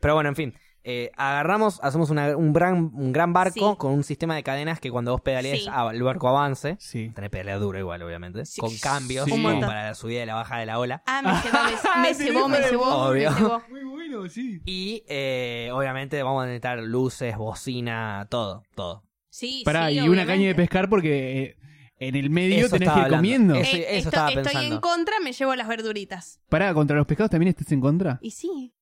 Pero bueno, en fin. Eh, agarramos, hacemos una- un, gran, un gran barco
Sí.
con un sistema de cadenas que cuando vos pedalees
Sí.
ah, el barco avance.
Sí.
Tenés pedalea dura igual, obviamente.
Sí.
Con cambios
Sí. Un
como
montón.
para la subida y la bajada de la ola.
Ah, me cebó, me, me
Sí,
cebó, me
hijo de
cebó.
Obvio.
Me cebó.
Muy bueno, sí.
Y eh, obviamente vamos a necesitar luces, bocina, todo, todo.
Sí,
Pará,
sí,
y una
obviamente.
caña de pescar porque eh, en el medio
Eso
tenés que
estaba
ir
hablando.
comiendo.
Eso-
Eh,
eso
esto-
estaba
estoy
pensando.
en contra, me llevo las verduritas.
Pará, contra los pescados también estás en contra.
Y sí.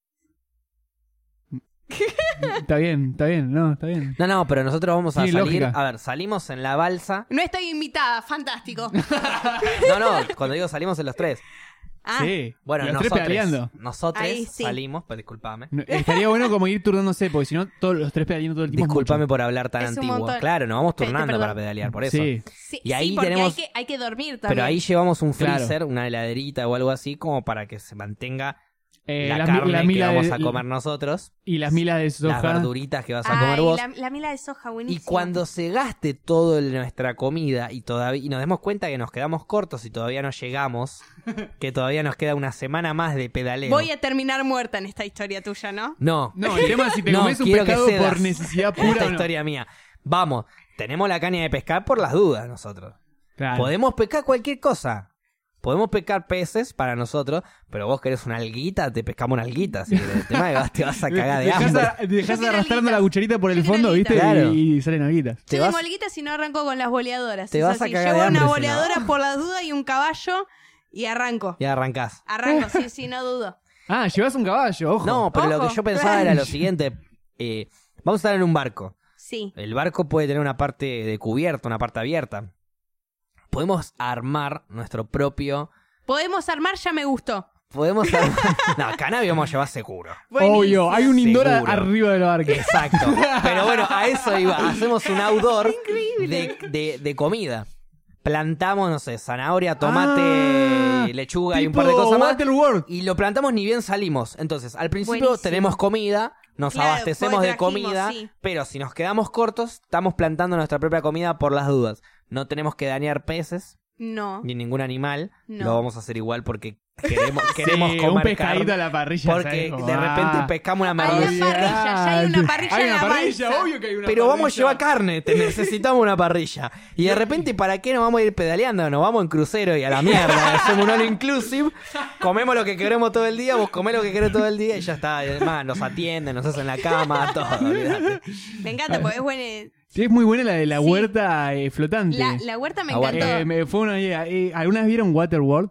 está bien, está bien, no, está bien.
No, no, pero nosotros vamos a
Sí,
salir.
lógica.
A ver, salimos en la balsa.
No estoy invitada, fantástico.
No, no, cuando digo salimos en los tres.
Ah,
sí.
Bueno,
los tres
nosotros,
pedaleando.
nosotros
Ahí sí.
salimos, pero discúlpame.
No, Estaría bueno como ir turnándose, porque si no, todos los tres pedaleando todo el tiempo. es mucho.
Discúlpame por hablar tan
Es un
antiguo.
montón.
Claro, nos vamos
Te- te
turnando
perdono.
para pedalear, por eso.
Sí.
sí,
Y ahí
sí, porque
tenemos-
hay que, hay que dormir también.
Pero ahí llevamos un
Claro.
freezer, una heladerita o algo así, como para que se mantenga
Eh,
la,
las mi-
carne
la
que
mila
vamos
de-
a comer nosotros,
Y las milas de
las
soja.
verduritas que vas a
Ay,
comer vos.
La, la mila de soja,
Y
buenísimo.
cuando se gaste toda nuestra comida y todavía y nos demos cuenta que nos quedamos cortos y todavía no llegamos, que todavía nos queda una semana más de pedaleo.
Voy a terminar muerta en esta historia tuya, ¿no?
No,
No, el tema es si te
No,
comes un
quiero que
pescado
cedas.
por necesidad
esta
pura. o no.
historia mía. Vamos, tenemos la caña de pescar por las dudas nosotros.
Claro.
Podemos pescar cualquier cosa. Podemos pescar peces para nosotros, pero vos querés una alguita, te pescamos una alguita. así que el tema es que vas- te vas a cagar de
Dejás,
hambre.
a- dejás
Yo quiero
arrastrando la
alitas.
cucharita por
Yo
el
quiero
fondo,
alitas.
¿viste?
Claro.
Y, y salen alguitas.
Te
Yo
vas-
tengo alguitas y no arranco con las boleadoras.
Te
Es
vas a
así,
cagar
Llevo
de hambre,
una
si no.
boleadora por las dudas y un caballo y arranco.
Y arrancás.
Arranco, sí, sí, no dudo.
Ah, llevas un caballo, ojo.
No, pero lo
Ojo.
que yo pensaba era lo siguiente. eh, vamos a estar en un barco.
Sí.
El barco puede tener una parte de cubierta, una parte abierta. Podemos armar nuestro propio.
Podemos armar, ya me gustó.
Podemos armar. no, cannabis vamos a llevar seguro.
Obvio, hay un indoor
Seguro.
arriba del barco.
Exacto. Pero bueno, a eso iba. Hacemos un outdoor de, de- de comida. Plantamos, no sé, zanahoria, tomate,
Ah,
lechuga y un
tipo
par de cosas más.
Waterworld.
Y lo plantamos ni bien salimos. Entonces, al principio
Buenísimo.
tenemos comida, nos
Claro,
abastecemos
pues
porque
de
trajimos,
comida,
sí.
pero si nos quedamos cortos, estamos plantando nuestra propia comida por las dudas. No tenemos que dañar peces
No.
ni ningún animal.
No.
Lo vamos a hacer igual porque Queremos, queremos
Sí,
comer
un pescadito
carne,
a la parrilla.
Porque
¿sabes? Como,
de repente
ah,
pescamos una
Hay una
merluza.
parrilla, ya hay una parrilla
Hay
en
una
la
parrilla,
balsa.
obvio que hay una
Pero vamos a
parrilla.
llevar carne, te necesitamos una parrilla. Y de repente, ¿para qué nos vamos a ir pedaleando? Nos vamos en crucero y a la mierda. Hacemos un all inclusive, comemos lo que queremos todo el día, vos comés lo que querés todo el día y ya está. Y Además, nos atienden, nos hacen la cama, todo. olvidate.
Me encanta, porque es buena.
Sí, es muy buena la de la
Sí.
huerta eh, flotante.
La, la huerta me
Aguante.
encantó.
Eh, me fue una idea. Eh, ¿Algunas vieron Waterworld?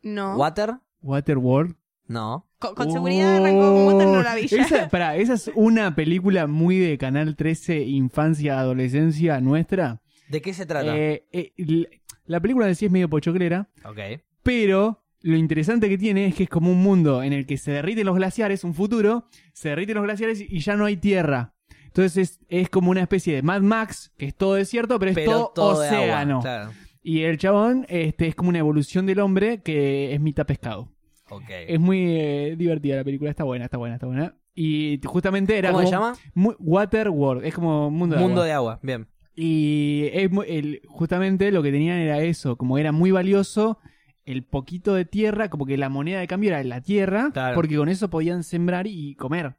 no.
¿Water?
Waterworld.
No.
Con, con seguridad arrancó con Water no la vi ya.
Oh, Esa, pará, esa Uh, es una película muy de Canal 13, infancia, adolescencia nuestra.
¿De qué se trata?
Eh, eh, l- la película de sí es medio pochoclera,
ok.
pero lo interesante que tiene es que es como un mundo en el que se derriten los glaciares, un futuro, se derriten los glaciares y ya no hay tierra. Entonces es, es como una especie de Mad Max, que es todo desierto, pero es todo,
de agua,
océano.
claro.
Y el chabón este, es como una evolución del hombre que es mitad pescado.
Ok.
Es muy eh, divertida la película, está buena, está buena, está buena. Y justamente era
¿Cómo
como
se llama?
mu- Waterworld, es como mundo de
Mundo
agua.
de agua, bien.
Y es mu- el- justamente lo que tenían era eso, como era muy valioso el poquito de tierra, como que la moneda de cambio era la tierra,
Claro.
porque con eso podían sembrar y comer.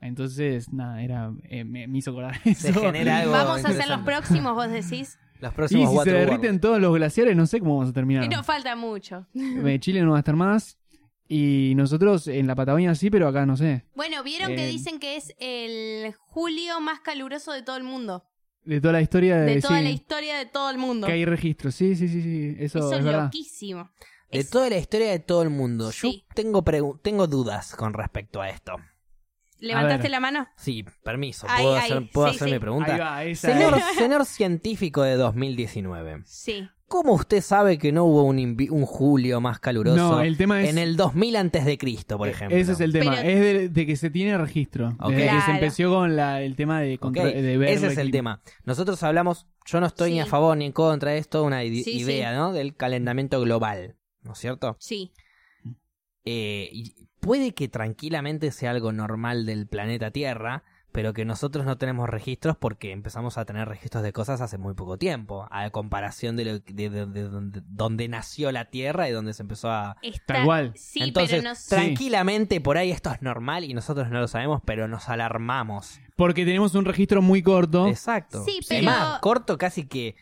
Entonces, nada, era eh, me, me hizo acordar
Se
eso.
genera algo.
Vamos a hacer los
interesante.
próximos, vos decís.
Los
Y
próximos
si se
Waterworld.
derriten todos los glaciares, no sé cómo vamos a terminar.
Y no falta mucho.
Eh, Chile no va a estar más. Y nosotros en la Patagonia sí, pero acá no sé.
Bueno, vieron que
Eh,
dicen que es el julio más caluroso de todo el mundo.
De toda la historia de,
De toda
Eh, sí,
la historia de todo el mundo.
que hay registro. Sí, sí, sí, sí. Eso,
Eso
es
es
verdad.
loquísimo.
De
Es-
toda la historia de todo el mundo.
Sí.
Yo tengo, pregu- tengo dudas con respecto a esto.
A
¿Levantaste
ver.
la mano?
Sí, permiso.
Ahí,
¿Puedo,
ahí.
hacer, ¿puedo
Sí,
hacer
sí.
mi pregunta?
Ahí va, esa es.
Señor, señor científico de 2019,
Sí.
¿cómo usted sabe que no hubo un, invi- un julio más caluroso
No, el tema es- e-,
en el 2000 antes de Cristo, por ejemplo?
Ese es el tema.
Pero-
Es de, de que se tiene registro.
Ok.
Desde que se
Claro.
empezó con la- el tema de,
Ok,
contra- de ver.
Ese es el
clima.
tema. Nosotros hablamos, yo no estoy ni a
Sí.
favor ni en contra, es toda una ide-
Sí, sí.
idea, ¿no? Del calentamiento global, ¿no es cierto?
Sí.
Eh, y puede que tranquilamente sea algo normal del planeta Tierra, pero que nosotros no tenemos registros porque empezamos a tener registros de cosas hace muy poco tiempo, a comparación de, lo- de- de- de donde, donde nació la Tierra y donde se empezó a...
Está...
Tal cual.
Sí,
Entonces,
pero no sé.
tranquilamente por ahí esto es normal y nosotros no lo sabemos, pero nos alarmamos.
Porque tenemos un registro muy corto.
Exacto.
Sí,
Es
pero-
más, corto casi que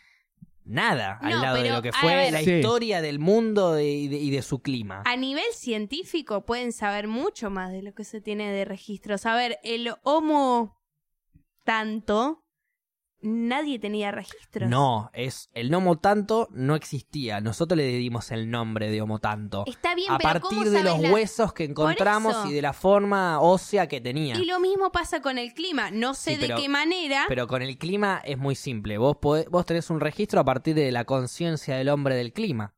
nada al
No,
lado de
pero,
lo que
a
fue
ver.
la
Sí.
historia del mundo de- y, de, y de su clima.
A nivel científico pueden saber mucho más de lo que se tiene de registros. A ver, el Homo tanto, nadie tenía registros.
No, es el Homo tanto no existía. Nosotros le dimos el nombre de Homo tanto.
Está bien,
a
pero
partir
¿cómo
de
sabes
los
la-
huesos que encontramos
eso.
y de la forma ósea que tenía.
Y lo ¿Ah? mismo pasa con el clima. No sé
Sí, pero-
de qué manera.
Pero con el clima es muy simple. Vos, podés- vos tenés un registro a partir de la conciencia del hombre del clima.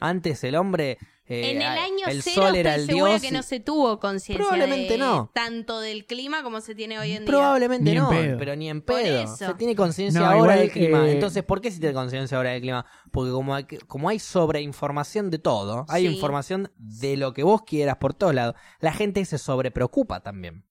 Antes el hombre. eh,
en el año
el
cero
sol
estoy
era el
segura
dios.
que
y-
no se tuvo conciencia
Probablemente
de-
no.
tanto del clima como se tiene hoy en día.
Probablemente
Ni en
no,
pedo.
pero ni en
Por
pedo.
eso.
Se tiene conciencia
No,
ahora
igual,
del clima.
eh,
Entonces, ¿por qué se tiene conciencia ahora del clima? Porque como hay, como hay sobreinformación de todo, hay
Sí.
información de lo que vos quieras por todos lados, la gente se sobrepreocupa también.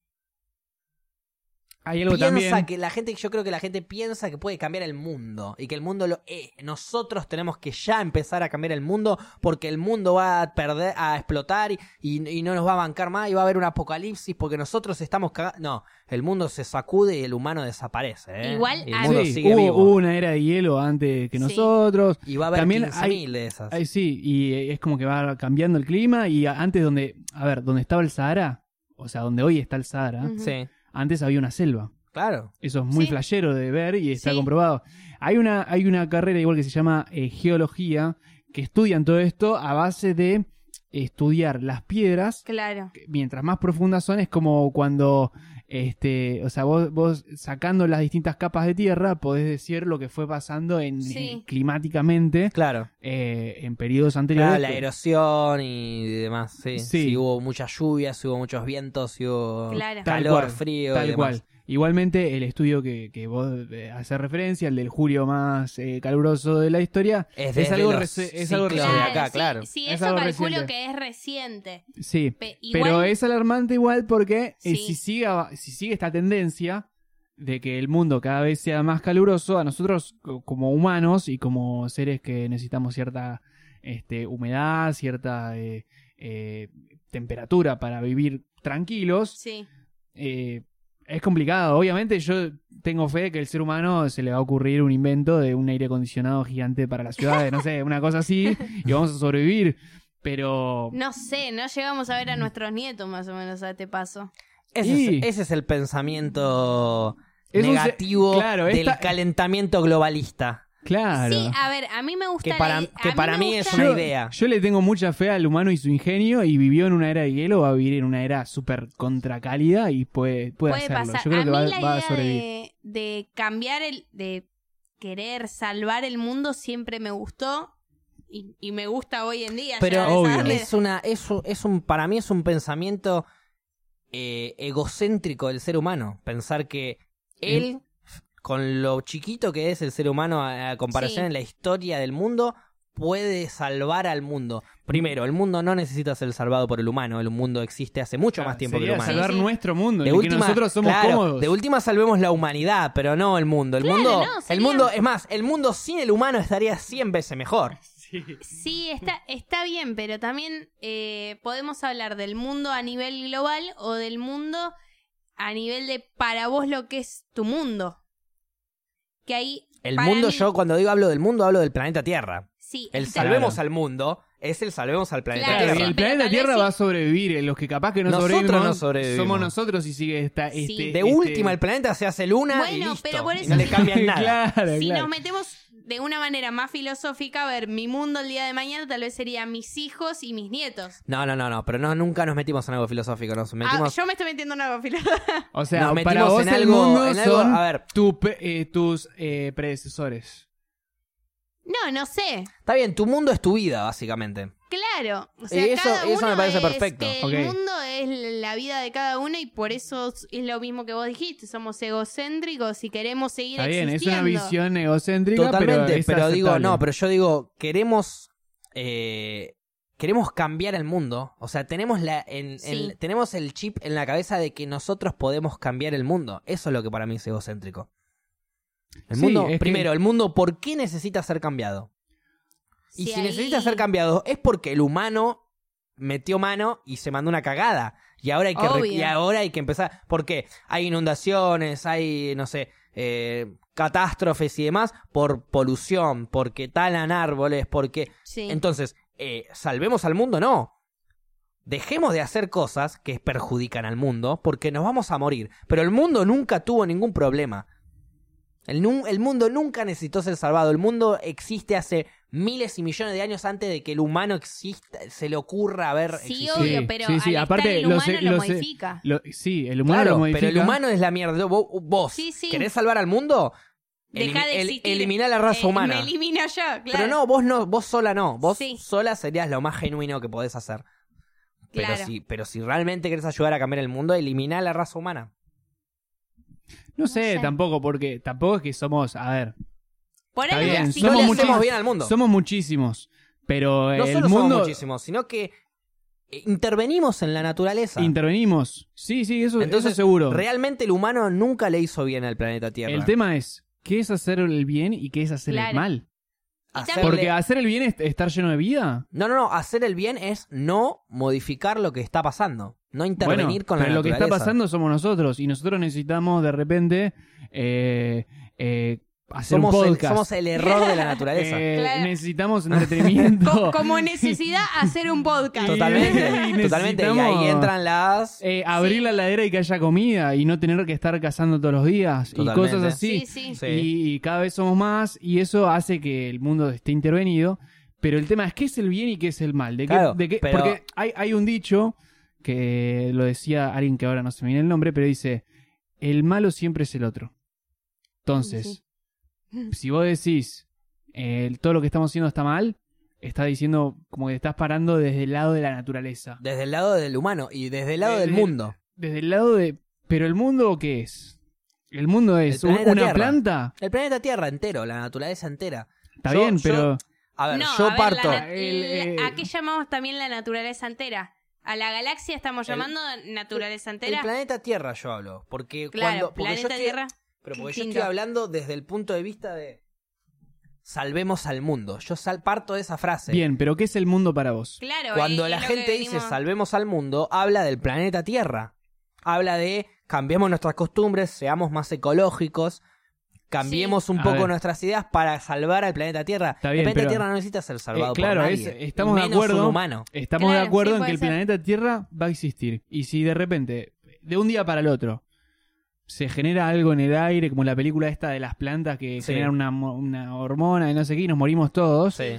Hay algo
Piensa
también.
que la gente, yo creo que la gente piensa que puede cambiar el mundo y que el mundo lo es. Nosotros tenemos que ya empezar a cambiar el mundo porque el mundo va a perder, a explotar y, y- y no nos va a bancar más y va a haber un apocalipsis porque nosotros estamos cagados. No, el mundo se sacude y el humano desaparece. ¿eh?
Igual
Y el
a-
mundo
Sí,
sigue
hubo,
vivo.
hubo una era de hielo antes que
Sí.
nosotros.
y va a haber
también
15.000 de esas.
Ay, sí, y eh, es como que va cambiando el clima. Y a- antes, donde. A ver, donde estaba el Sahara. O sea, donde hoy está el Sahara.
Ujú.
sí,
Antes había una selva.
claro.
Eso es muy
Sí.
flashero de ver y está
Sí.
comprobado. Hay una, hay una carrera igual que se llama eh, geología, que estudian todo esto a base de estudiar las piedras.
Claro.
que Mientras más profundas son, es como cuando, este, o sea, vos, vos sacando las distintas capas de tierra, podés decir lo que fue pasando en,
Sí.
en- climáticamente
Claro.
eh, en periodos
Claro,
anteriores.
la erosión y demás, sí.
Sí.
Si hubo muchas lluvias, si hubo muchos vientos, si hubo
Claro.
Tal
calor,
cual,
frío y
Tal
demás.
cual. Igualmente, el estudio que, que vos eh, haces referencia, el del julio más eh, caluroso de la historia,
Es,
es
desde
algo,
los
rece- es algo
ciclos
reciente.
de acá,
sí,
claro.
Sí,
Es
eso
algo
calculo
reciente.
que es reciente.
Sí.
Pe-
Pero
igual-
es alarmante igual porque eh,
Sí.
si, sigue, av- si sigue esta tendencia de que el mundo cada vez sea más caluroso, a nosotros co- como humanos y como seres que necesitamos cierta este, humedad, cierta eh, eh, temperatura para vivir tranquilos,
Sí.
eh, es complicado. Obviamente yo tengo fe de que el ser humano se le va a ocurrir un invento de un aire acondicionado gigante para las ciudades, no sé, una cosa así, y vamos a sobrevivir. Pero
No sé, no llegamos a ver a nuestros nietos más o menos a este paso.
Ese,
Y-
es, ese es el pensamiento
Es un se-
negativo
claro,
del
esta-
calentamiento globalista.
claro.
Sí, a ver, a mí me gusta
Que para-
la-
que
a mí
para
me
mí es
gusta-
una
yo,
idea.
yo le tengo mucha fe al humano y su ingenio y vivió en una era de hielo, va a vivir en una era súper contracálida y puede, puede,
puede
hacerlo.
pasar.
Yo creo
a
que
mí
va,
la
va a
idea
sobrevivir.
de, de cambiar el, de querer salvar el mundo siempre me gustó y, y me gusta hoy en día.
Pero
ya
Obvio.
saben.
es una, es, un- es un, para mí es un pensamiento eh, egocéntrico del ser humano. Pensar que él, con lo chiquito que es el ser humano a, a comparación
Sí.
en la historia del mundo, puede salvar al mundo. Primero, el mundo no necesita ser salvado por el humano. El mundo existe hace mucho más tiempo que el
Sería
humano.
salvar
Sí, sí.
nuestro mundo,
De
en el
última,
que nosotros somos
claro,
cómodos.
de última salvemos la humanidad, pero no el mundo. El
Claro,
mundo,
no, sería-
el mundo, es más, el mundo sin el humano estaría 100 veces mejor.
Sí, está, está bien, pero también eh, podemos hablar del mundo a nivel global o del mundo a nivel de para vos lo que es tu mundo. Que ahí.
El
para
mundo,
mí-
yo cuando digo hablo del mundo, hablo del planeta Tierra.
Sí,
El
está-
salvemos al mundo es el salvemos al planeta
Claro,
Claro,
Tierra.
el
sí, pero
planeta
tal vez
Tierra
sí.
va a sobrevivir. eh, Los que capaz que no
Nosotros
sobrevivimos,
no sobrevivimos.
somos nosotros y sigue esta.
Sí.
Este,
De
este-
última, el planeta se hace luna y
Bueno,
listo,
pero por eso
y no le
digo-
cambian nada.
claro,
si
claro.
nos metemos de una manera más filosófica, a ver, mi mundo el día de mañana tal vez sería mis hijos y mis nietos.
No, no, no, no, pero no, nunca nos metimos en algo filosófico, nos
Ah,
metimos...
yo me estoy metiendo en algo filosófico.
O sea,
nos
para
metimos
vos
en
el
algo-
mundo
en algo-
son
a ver.
tu pe- eh, tus eh, predecesores.
No, no sé.
Está bien, tu mundo es tu vida, básicamente.
Claro. O sea,
Eso-
cada
eso me
uno
parece
es
perfecto.
que
Ok.
El mundo es la vida de cada uno y por eso es es lo mismo que vos dijiste. Somos egocéntricos y queremos seguir
Está bien, es una
existiendo.
visión egocéntrica.
Totalmente,
pero, es
pero, digo,
aceptable.
no, pero yo digo, queremos... eh, queremos cambiar el mundo. O sea, tenemos, la, en-
Sí.
en- tenemos el chip en la cabeza de que nosotros podemos cambiar el mundo. Eso es lo que para mí es egocéntrico. El
Sí,
mundo,
es que-
primero, el mundo, ¿por qué necesita ser cambiado? Y
Sí,
si
ahí-
necesita ser cambiado es porque el humano metió mano y se mandó una cagada. Y ahora hay que, re-
Obvio.
y ahora hay que empezar. Porque hay inundaciones, hay, no sé, eh, catástrofes y demás por polución, porque talan árboles, porque...
Sí.
Entonces, eh, ¿salvemos al mundo? No. Dejemos de hacer cosas que perjudican al mundo porque nos vamos a morir. Pero el mundo nunca tuvo ningún problema. El, nu- el mundo nunca necesitó ser salvado. El mundo existe hace miles y millones de años antes de que el humano exista, se le ocurra haber
sí,
existido.
obvio,
Sí,
pero
sí, sí,
al
aparte,
estar el
lo
humano
sé-
lo,
lo sé.
modifica.
Lo- sí, el humano lo
Claro,
modifica.
pero el humano es la mierda. Vos, vos
Sí, sí.
querés salvar al mundo,
Deja de existir.
eliminar la raza
Eh,
humana.
Me elimino yo, claro.
Pero no, vos no, vos sola no. Vos
Sí.
sola serías lo más genuino que podés hacer. Pero
Claro.
si, pero si realmente querés ayudar a cambiar el mundo, elimina la raza humana.
No sé,
No sé.
tampoco, porque tampoco es que somos, a ver,
Por
Está
algo
bien,
así.
No
somos
le
muchísimos.
hacemos bien al mundo.
somos muchísimos, pero
no
el
solo somos
mundo
muchísimos, sino que eh, intervenimos en la naturaleza.
intervenimos. Sí, sí, eso,
Entonces,
eso seguro.
Realmente el humano nunca le hizo bien al planeta Tierra.
el tema es qué es hacer el bien y qué es hacer el
Claro.
mal.
Hacerle-
Porque hacer el bien es estar lleno de vida.
No, no, no. Hacer el bien es no modificar lo que está pasando. No intervenir
Bueno,
con la
pero lo que
naturaleza.
está pasando somos nosotros y nosotros necesitamos de repente eh, eh, hacer
somos,
un
el,
podcast.
somos el error de la naturaleza.
Eh,
Claro.
Necesitamos
Co-
entretenimiento.
como necesidad hacer un podcast.
Totalmente,
Y
totalmente. Y
necesitamos-
ahí entran las.
Eh, abrir la ladera y que haya comida y no tener que estar cazando todos los días
Totalmente.
y cosas así.
Sí, sí.
Sí.
Y, y cada vez somos más y eso hace que el mundo esté intervenido. Pero el tema es qué es el bien y qué es el mal. ¿De qué-
Claro,
de qué-
pero-
Porque hay, hay un dicho que lo decía alguien que ahora no se me viene el nombre, pero dice, el malo siempre es el otro. Entonces, si vos decís, eh, todo lo que estamos haciendo está mal, estás diciendo como que te estás parando desde el lado de la naturaleza.
Desde el lado del humano y desde el lado
Desde-
del mundo.
Desde el lado de... Pero el mundo, ¿qué es? El mundo es
El
un-
planeta
una
Tierra.
planta.
El planeta Tierra entero, la naturaleza entera.
Está
Yo-
bien,
yo-
pero...
A ver,
No,
yo
a ver,
parto.
la nat-
El, eh,
la- ¿A qué llamamos también la naturaleza entera? A la galaxia estamos
El-
llamando naturaleza
El
entera.
planeta Tierra yo hablo. Porque
Claro,
cuando. Porque yo
planeta
estoy,
Tierra.
pero porque yo
distinto.
estoy hablando desde el punto de vista de. salvemos al mundo. Yo sal- parto de esa frase.
Bien, pero ¿qué es el mundo para vos?
Claro,
Cuando
y- y
la
lo
gente
que
dice
venimos-
salvemos al mundo, habla del planeta Tierra. Habla de cambiemos nuestras costumbres, seamos más ecológicos, cambiemos un
A
poco
ver.
nuestras ideas para salvar al planeta Tierra.
Está bien,
el planeta
pero-
Tierra no necesita ser salvado
Eh, claro,
por
es-
nadie.
estamos de
menos
acuerdo.
un humano.
Estamos
Claro,
de acuerdo
sí,
en
puede
que el
ser.
planeta Tierra va a existir. Y si de repente, de un día para el otro, se genera algo en el aire, como la película esta de las plantas que
Sí.
generan una, mo- una hormona y no sé qué, y nos morimos todos,
Sí.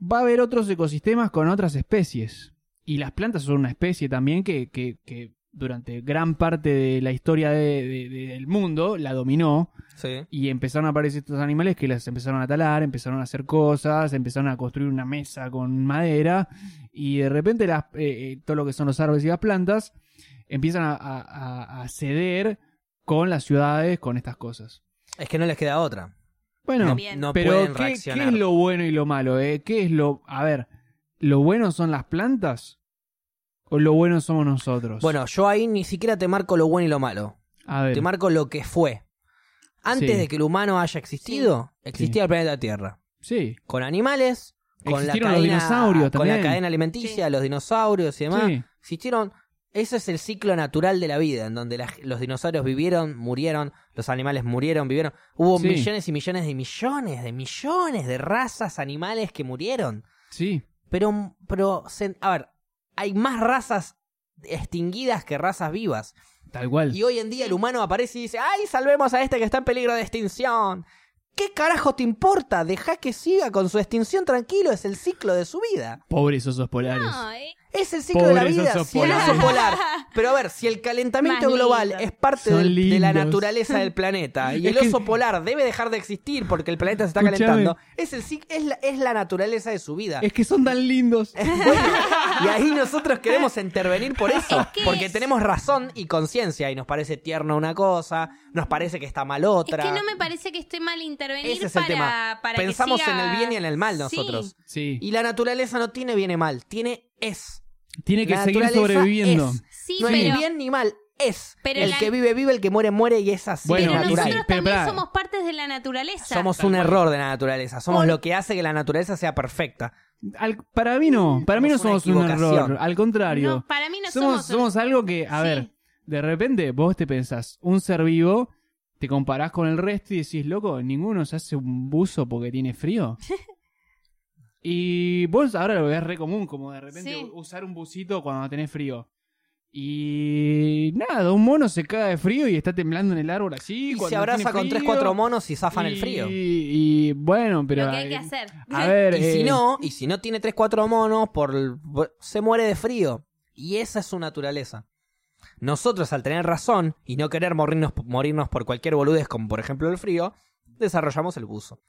va a haber otros ecosistemas con otras especies. Y las plantas son una especie también que, que- que durante gran parte de la historia de- de- de- del mundo la dominó.
Sí.
Y empezaron a aparecer estos animales que las empezaron a talar, empezaron a hacer cosas, empezaron a construir una mesa con madera. Y de repente las, eh, eh, todo lo que son los árboles y las plantas empiezan a, a- a- a ceder con las ciudades, con estas cosas.
Es que no les queda otra.
Bueno,
Bien.
No
pero
pueden
¿qué- ¿qué,
reaccionar.
es lo bueno y lo malo? eh? ¿Qué es lo... A ver, ¿lo bueno son las plantas? ¿O lo bueno somos nosotros?
Bueno, yo ahí ni siquiera te marco lo bueno y lo malo.
a ver.
Te marco lo que fue. Antes
Sí.
de que el humano haya existido, existía el planeta Tierra.
Sí,
Con animales, con la,
Existieron los
cadena,
dinosaurios
con la
también.
cadena alimenticia, los dinosaurios y demás.
sí.
Existieron. Ese es el ciclo natural de la vida, en donde la- los dinosaurios vivieron, murieron, los animales murieron, vivieron. Hubo
Sí.
millones y millones de millones de millones de razas animales que murieron.
Sí,
Pero, pero, se- a ver, hay más razas extinguidas que razas vivas.
tal cual.
Y hoy en día el humano aparece y dice, ¡ay, salvemos a este que está en peligro de extinción! ¿Qué carajo te importa? Deja que siga con su extinción tranquilo, es el ciclo de su vida.
Pobres osos polares.
No, eh,
Es el ciclo
Pobres
de la vida,
osos
si el oso
polares.
polar. Pero a ver, si el calentamiento
Más
global
lindos.
es parte
Son
del- de la
lindos.
naturaleza del planeta y
Es
el oso
que-
polar debe dejar de existir porque el planeta se está
Escuchame.
calentando, es, el, cic- es, la, es la naturaleza de su vida.
Es que son tan lindos.
Bueno, y ahí nosotros queremos intervenir por eso,
Es que-
porque tenemos razón y conciencia y nos parece tierno una cosa, nos parece que está mal
es
otra.
que no me parece que esté mal intervenir
Ese es el
para,
tema.
para que
Pensamos
siga-
en el bien y en el mal
Sí.
nosotros.
Sí.
Y la naturaleza no tiene bien y mal, tiene es.
Tiene que
La
seguir
naturaleza
sobreviviendo.
es.
Sí,
no hay
pero,
ni bien ni mal, es.
pero
el
la-
que vive vive, el que muere muere y es así,
Bueno,
es
pero
y
natural.
nosotros
Pero
también
pará.
somos partes de la naturaleza.
Somos un error de la naturaleza, somos lo que hace que la naturaleza sea perfecta.
Al- para mí no, para mí no
Somos
somos
una
un
equivocación.
error. Al contrario.
No, para mí no
somos,
somos,
somos algo que, a
Sí.
ver, de repente vos te pensás, un ser vivo, te comparás con el resto y decís, loco, ninguno se hace un buzo porque tiene frío. y vos ahora lo ves re común, como de repente
Sí.
usar un bucito cuando tenés frío. Y nada, un mono se caga de frío y está temblando en el árbol así.
Y
cuando
se abraza
tiene
con tres,
frío,
cuatro monos y zafan
y-
el frío.
Y bueno, pero.
lo que hay que
eh,
hacer.
A ver,
Y si
eh,
no, y si no tiene 3, 4 monos, por, el- por- se muere de frío. Y esa es su naturaleza. Nosotros, al tener razón y no querer morirnos, morirnos por cualquier boludez, como por ejemplo el frío, desarrollamos el buzo.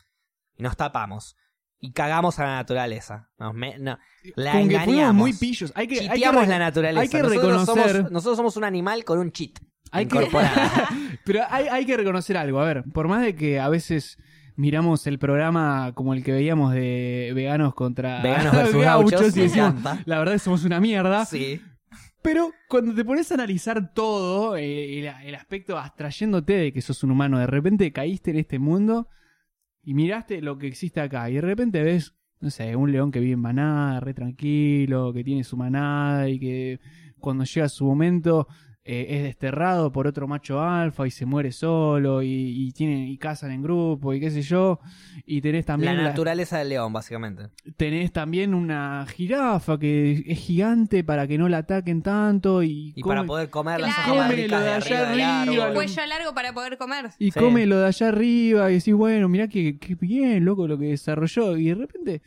Y nos tapamos. Y cagamos a la naturaleza. Nos me- no, la
como que fuimos
engañamos.
muy pillos. Hay que, hay que
Chiteamos
re-
la naturaleza.
hay que
nosotros
reconocer-
Somos, nosotros somos un animal con un cheat.
Hay que-
incorporado.
Pero hay, hay que reconocer algo, a ver, por más de que a veces miramos el programa como el que veíamos de veganos contra
Veganos versus gauchos,
y
me
decimos,
encanta.
la verdad somos una mierda,
Sí.
pero cuando te pones a analizar todo, eh, el, el aspecto abstrayéndote de que sos un humano, de repente caíste en este mundo y miraste lo que existe acá y de repente ves, no sé, un león que vive en manada, re tranquilo, que tiene su manada y que cuando llega su momento eh, es desterrado por otro macho alfa y se muere solo y, y tienen y cazan en grupo y qué sé yo y tenés
La
también la-
naturaleza del león, básicamente.
tenés también una jirafa que es gigante para que no la ataquen tanto y,
Y para
come-
poder comer las
Claro. Pues
hojas más
Cómelo
ricas de
de allá
arriba del
arriba,
árbol.
Cuello largo para poder comer.
y
Sí.
come lo de allá arriba y decís bueno mirá que, que bien loco lo que desarrolló y de repente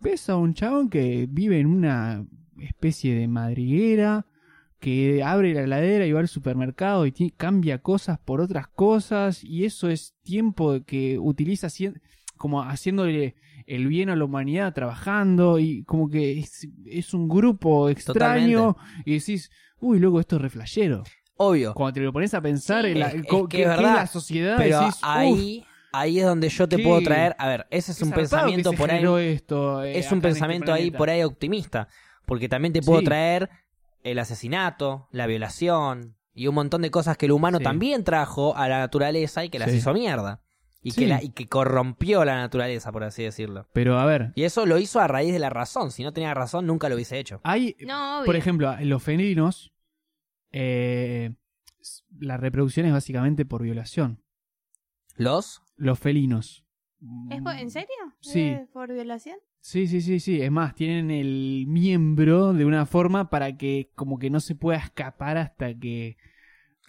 ves a un chabón que vive en una especie de madriguera que abre la heladera y va al supermercado y ti- cambia cosas por otras cosas y eso es tiempo que utiliza haci- como haciéndole el bien a la humanidad trabajando y como que es, es un grupo extraño y decís uy loco esto es reflejero
Obvio.
cuando te lo pones a pensar
Sí,
en la,
es- es
co-
que
qué-
es
qué es
verdad,
la sociedad,
Pero
decís, "Uf,
ahí, ahí es donde yo te
qué-
puedo traer. A ver, ese es
qué
un
zarpado que
pensamiento
se
por ahí.
generó esto, eh,
Es
acá
un
en este
pensamiento ahí
planeta".
por ahí optimista. Porque también te puedo
Sí.
traer el asesinato, la violación y un montón de cosas que el humano
Sí.
también trajo a la naturaleza y que las
Sí.
hizo mierda. Y,
Sí.
que la- y que corrompió la naturaleza, por así decirlo.
Pero a ver,
Y eso lo hizo a raíz de la razón. Si no tenía razón, nunca lo hubiese hecho.
hay,
No, obvio.
por ejemplo, los felinos, eh, s- la reproducción es básicamente por violación.
Los.
Los felinos.
¿Es por- ¿En serio?
Sí.
¿Es ¿Por violación?
Sí, sí, sí, sí. Es más, tienen el miembro de una forma para que como que no se pueda escapar hasta que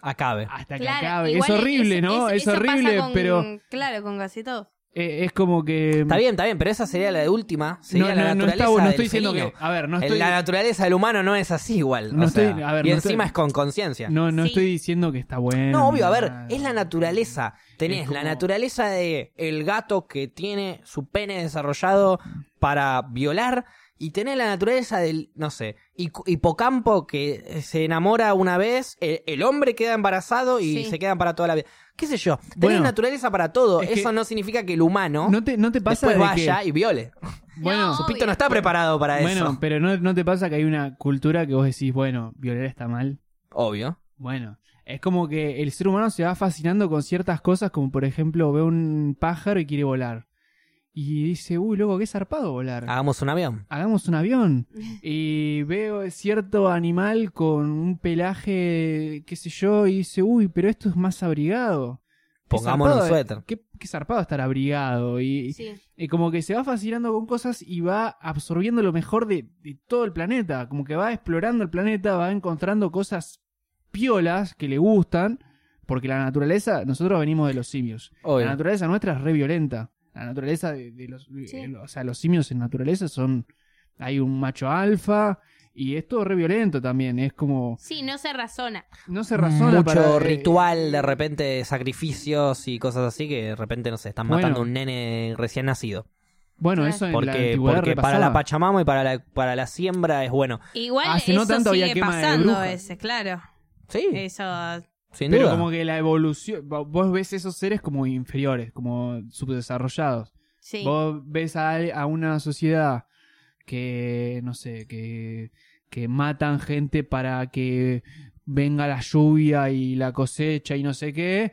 Acabe.
hasta que
Claro,
acabe. Es
igual
horrible,
es-
¿no?
es-
Es,
eso pasa
horrible,
con-
pero
Claro, con casi todo.
eh, es como que
Está bien, está bien, pero esa sería la de última. Sería
no,
la
no, no
naturaleza
está bueno, no
del
estoy diciendo
felino.
que, a ver, no estoy
La naturaleza del humano no es así igual.
No
o sea,
estoy- a ver,
y
no
encima
estoy-
es con conciencia. No,
no, no
Sí.
estoy diciendo que está bueno.
obvio, a ver,
nada.
es la naturaleza. Tenés
Es como-
la naturaleza de el gato que tiene su pene desarrollado para violar y tenés la naturaleza del, no sé, hic- hipocampo que se enamora una vez, el, el hombre queda embarazado y
Sí.
se quedan para toda la vida. ¿Qué sé yo? Tenés
Bueno,
naturaleza para todo.
es que-
Eso no significa que el humano
¿No te, no te pasa
después
de
vaya
que
y viole.
bueno,
Su
Obvio.
pito no está preparado para
bueno,
eso.
pero no, no te pasa que hay una cultura que vos decís, bueno, violar está mal.
Obvio.
Bueno, es como que el ser humano se va fascinando con ciertas cosas, como por ejemplo ve un pájaro y quiere volar. Y dice, uy, loco, qué zarpado volar.
Hagamos un avión.
Hagamos un avión. Y veo cierto animal con un pelaje, qué sé yo, y dice, uy, pero esto es más abrigado. Qué
Pongámonos un
zarpado-
suéter.
Qué, qué zarpado estar abrigado. Y,
Sí.
y como que se va fascinando con cosas y va absorbiendo lo mejor de, de todo el planeta. Como que va explorando el planeta, va encontrando cosas piolas que le gustan. Porque la naturaleza, nosotros venimos de los simios.
Obvio.
La naturaleza nuestra es re violenta. La naturaleza de, de los. de-
Sí.
de- o sea, los simios en naturaleza son. Hay un macho alfa. Y es todo re violento también. Es como.
Sí, no se razona.
No se razona
mucho
para- eh,
ritual de repente de sacrificios y cosas así que de repente no sé están
Bueno.
matando a un nene recién nacido
Bueno, eso en la
porque,
antigüedad
porque para la
repasaba.
pachamama y para la para la siembra es bueno
Igual
Hace no
eso
tanto había
sigue
quema de
pasando a
brujas.
veces, claro.
sí
Eso,
sin
Pero
duda
como que la evolución. vo- Vos ves esos seres como inferiores, como subdesarrollados.
sí.
Vos ves a, a una sociedad que, no sé, que, que matan gente para que venga la lluvia y la cosecha y no sé qué.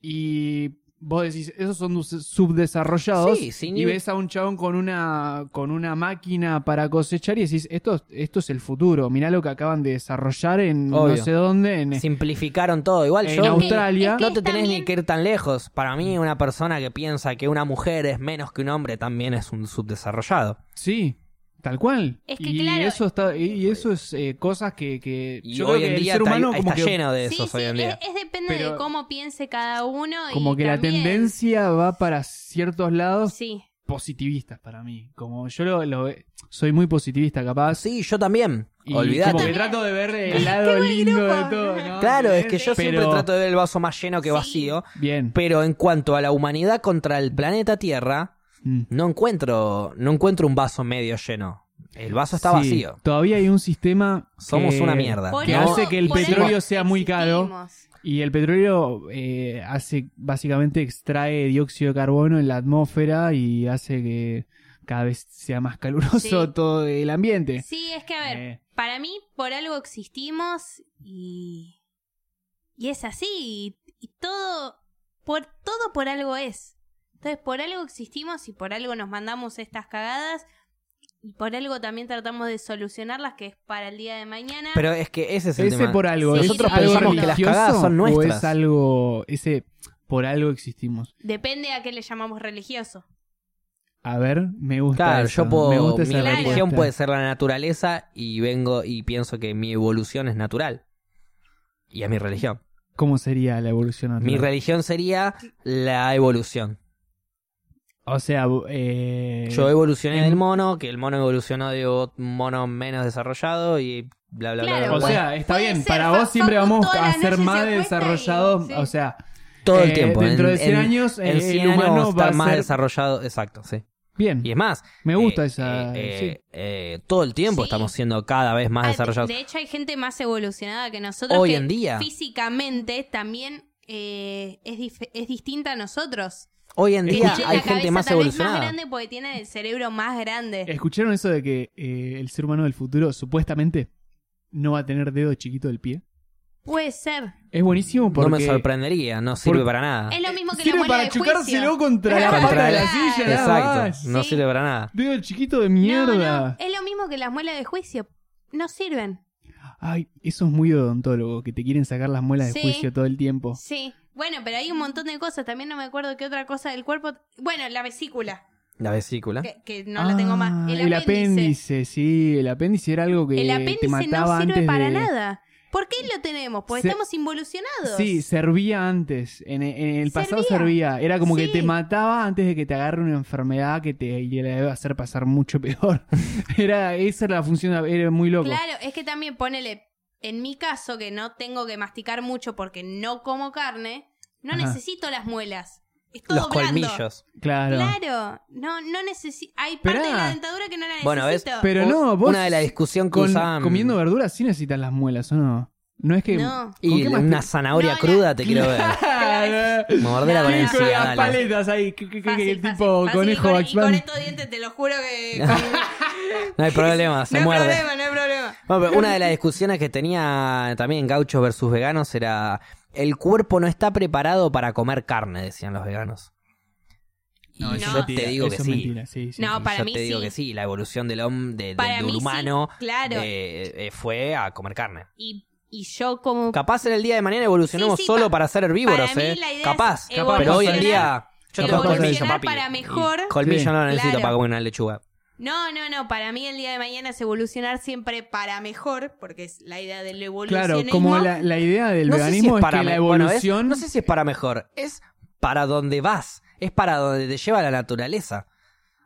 Y vos decís, esos son dus- subdesarrollados.
Sí, sin
y
ir-
ves a un chabón con una, con una máquina para cosechar y decís, esto, esto es el futuro. Mirá lo que acaban de desarrollar en
Obvio.
no sé dónde. En,
simplificaron todo igual
en
yo
Australia.
Es que-
no te tenés
También-
ni que ir tan lejos para mí una persona que piensa que una mujer es menos que un hombre también es un subdesarrollado
Sí, tal cual.
Es que,
y
claro-
eso está, y, y eso es eh, cosas que, que
y
yo creo
hoy
que
en
el
día
ser
está,
humano
está
como que,
lleno de
Sí,
esos
sí,
hoy en día
es, es depende
Pero-
de cómo piense cada uno. y
como que la
también-
tendencia va para ciertos lados
Sí,
positivistas para mí. Como yo lo, lo- soy muy positivista capaz.
sí yo también
Y
olvídate
como que trato de ver el lado lindo de todo. ¿no?
Claro, es que yo
Pero-
siempre trato de ver el vaso más lleno que
Sí.
vacío,
Bien.
pero en cuanto a la humanidad contra el planeta Tierra,
Mm.
no encuentro, no encuentro un vaso medio lleno. El vaso está
Sí,
vacío.
Todavía hay un sistema.
Somos
que-
una mierda.
Por
Que
No,
eso-
hace que el
por eso
petróleo sea muy
existimos.
caro. Y el petróleo eh, hace, básicamente extrae dióxido de carbono en la atmósera y hace que cada vez sea más caluroso
Sí.
todo el ambiente.
Sí, es que a ver,
Eh.
para mí por algo existimos y. Y es así. Y, y todo. Por, todo por algo es. Entonces, por algo existimos y por algo nos mandamos estas cagadas. Y por algo también tratamos de solucionarlas, que es para el día de mañana.
Pero es que ese es el
Ese
tema.
por algo.
Sí,
¿es
Nosotros
algo
pensamos que las
religioso
cagadas son
o
nuestras?
es algo, ese por algo existimos.
Depende a qué le llamamos religioso.
A ver, me gusta.
Claro,
eso,
yo puedo,
me gusta
mi
esa
religión
respuesta.
puede ser la naturaleza y vengo y pienso que mi evolución es natural. Y es mi religión.
¿Cómo sería la evolución?
Mi
natural?
religión sería la evolución.
O sea, eh,
Yo evolucioné
en-
del mono, que el mono evolucionó de un mono menos desarrollado y bla, bla, bla,
Claro,
bla.
o
bla.
sea, está
Puede
bien,
ser,
para
Fa-
vos siempre
Facu
vamos
toda la
a ser
noche
más
se acuesta y-
desarrollados,
sí.
o sea,
Todo el
Eh,
tiempo.
Dentro
En-
de 100
en-
años,
en
eh,
100
el
años
humano
vamos a
va
estar
a
más
ser-
desarrollado. Exacto, sí.
Bien,
Y es más.
me gusta
eh,
esa.
eh,
sí.
eh, todo el tiempo
Sí.
estamos siendo cada vez más
Ah, de-
desarrollados.
De hecho, hay gente más evolucionada que nosotros.
Hoy
que
en día.
Físicamente también eh, es, dif- es distinta a nosotros.
Hoy en
Que
día
Tiene
hay
la
gente
cabeza
más
tal vez
evolucionada.
más grande porque tiene el cerebro más grande.
¿Escucharon eso de que eh, el ser humano del futuro supuestamente no va a tener dedo chiquito del pie?
Puede ser.
Es buenísimo porque...
No me sorprendería, no sirve
Porque-
para nada.
Es lo mismo que la
Sirve
muela
Ah. para
de juicio.
chocárselo contra la
Contra
pata de la
la-
silla, nada
Exacto,
más.
no
Sí.
sirve para nada.
Dedo chiquito de
No,
mierda.
no, es lo mismo que las muelas de juicio. No sirven.
Ay, eso es muy odontólogo, que te quieren sacar las muelas de
Sí.
juicio todo el tiempo.
Sí. Bueno, pero hay un montón de cosas. También no me acuerdo qué otra cosa del cuerpo. Bueno, la vesícula,
La vesícula.
que, que no la tengo más.
Ah,
El,
apéndice. sí, el apéndice era algo que
El
te
apéndice
mataba
no sirve
antes
para
de...
nada. ¿Por qué lo tenemos? Porque
Se-
estamos involucionados.
Sí, servía antes. En, en el pasado
Servía.
servía. Era como que
Sí.
te mataba antes de que te agarre una enfermedad que te y la debe hacer pasar mucho peor. era Esa era la función, era muy loco.
Claro, es que también ponele, en mi caso, que no tengo que masticar mucho porque no como carne, no
Ajá.
necesito las muelas. Es todo
Los
blando.
colmillos.
Claro.
Claro, no, no necesito. Hay
Esperá.
parte de la dentadura que no la necesito.
Bueno, ¿ves?
Pero no, vos
Una de la discusión que
con-
usaban.
comiendo verduras sí necesitas las muelas, ¿o no? No es que...
No.
¿con
Y
qué más
una
te-
zanahoria
No,
cruda te quiero ver.
Claro.
Mordela
No,
con
no.
Sí, con
encía,
las
dale.
paletas ahí, que, que- que-
Fácil,
que
fácil,
tipo
fácil, y
conejo
con, y
Baxman.
con estos dientes te lo juro que. con-
No hay problema, se
no hay
muerde.
problema, no hay problema.
Bueno, pero una de las discusiones que tenía también gauchos versus veganos era el cuerpo no está preparado para comer carne, decían los veganos. Y
No, eso
yo
es
te
mentira,
digo que
eso es
sí.
mentira, sí, sí,
No,
sí.
para
yo
mí
te digo
sí.
que sí, la evolución del hombre, del,
Para mí sí,
humano,
claro.
eh, eh, fue a comer carne.
Y, y yo como.
Capaz en el día de mañana evolucionemos
Sí, sí,
solo
pa-
para ser herbívoros,
para mí
¿eh?
la idea es
Capaz,
evolucionar-
pero hoy en día yo tengo
evolucionar
colmillo, papi.
para
Y
mejor.
colmillo
Sí.
no lo necesito
Claro.
para comer una lechuga.
No, no, no. Para mí el día de mañana es evolucionar siempre para mejor, porque es la idea del evolucionismo.
Claro, como la, la idea del
no sé si
veganismo es,
para
que la
me- bueno, es-
evolución...
no sé si es para mejor, es para donde vas, es para donde te lleva la naturaleza.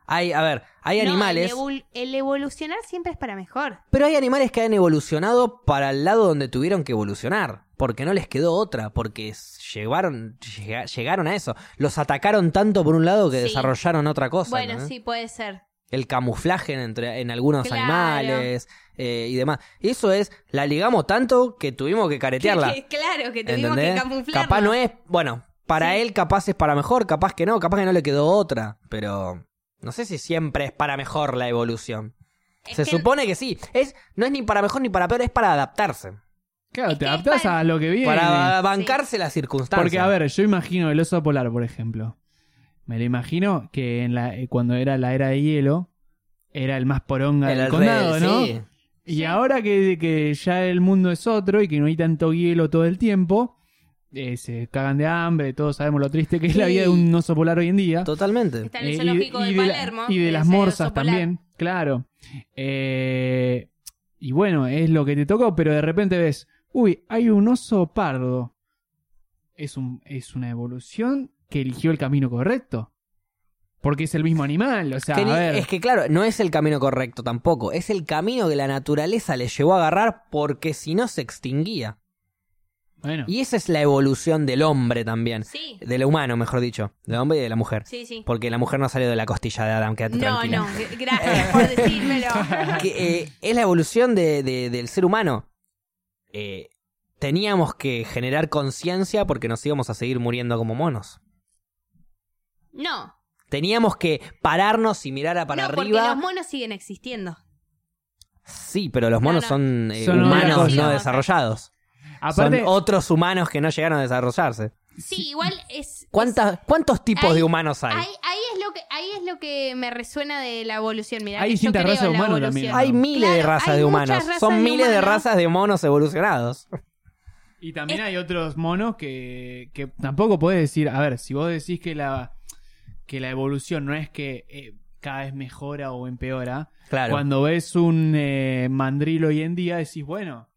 Hay, a ver, hay
No,
animales,
el, evol- el evolucionar siempre es para mejor.
pero hay animales que han evolucionado para el lado donde tuvieron que evolucionar, porque no les quedó otra, porque s- llevaron, llega- llegaron a eso. Los atacaron tanto por un lado que
Sí.
desarrollaron otra cosa.
bueno,
¿no?
sí, puede ser.
el camuflaje en, entre, en algunos
Claro.
animales eh, y demás. Eso es, la ligamos tanto que tuvimos que caretearla.
Que- que- claro, que tuvimos que
¿Entendés?
camuflar.
Capaz no es, bueno, para él capaz es para mejor, capaz que no, capaz que no le quedó otra, pero no sé si siempre es para mejor la evolución. Se supone que sí, es no es ni para mejor ni para peor, es para adaptarse,
Claro,
Es
te
que es
adaptás
para-
a lo que viene.
para bancarse las circunstancias.
Porque, a ver, yo imagino el oso polar, por ejemplo. Me lo imagino que en la, eh, cuando era la era de hielo, era el más poronga
El
del
alrededor,
condado, ¿no?
sí.
Y
Sí.
ahora que, que ya el mundo es otro y que no hay tanto hielo todo el tiempo, eh, se cagan de hambre, todos sabemos lo triste que es la vida de un oso polar hoy en día.
Totalmente.
Está en el
Eh, y de-
zoológico
y
de,
de la-
Palermo.
y de las
ese oso
morsas
polar.
también, claro. Eh, y bueno, es lo que te tocó, pero de repente ves, uy, hay un oso pardo. Es, un, es una evolución que eligió el camino correcto. Porque es el mismo animal, o sea,
Que ni-
a ver.
es que claro, no es el camino correcto tampoco, es el camino que la naturaleza le llevó a agarrar porque si no se extinguía.
bueno,
Y esa es la evolución del hombre también,
Sí,
del humano, mejor dicho, del hombre y de la mujer.
sí, sí.
Porque la mujer no salió de la costilla de Adam, quédate
No,
tranquila.
no, g- gracias por decírmelo.
Que, eh, es la evolución de- de- del ser humano. Eh, teníamos que generar conciencia porque nos íbamos a seguir muriendo como monos.
No,
Teníamos que pararnos y mirar a para
no, porque
arriba.
los monos siguen existiendo.
Sí, pero los monos
No, no.
son, eh,
Son otra
humanos
cosa.
no desarrollados.
aparte,
Son otros humanos que no llegaron a desarrollarse.
Sí, igual es.
¿Cuántas, ¿Cuántos tipos
Hay-
de humanos
es-
hay?
ahí, ahí es lo que ahí es lo que me resuena de la evolución. Mira,
Hay
que yo
distintas
creo
razas
en
de
la
humanos
evolución.
también.
Hay miles de
Claro,
razas
hay
de
muchas
humanos.
razas
Son
de
miles de
humanos.
razas de monos evolucionados.
Y también hay otros monos que, que tampoco podés decir, a ver, si vos decís que la, que la evolución no es que eh, cada vez mejora o empeora,
Claro.
cuando ves un eh, mandril hoy en día decís, bueno,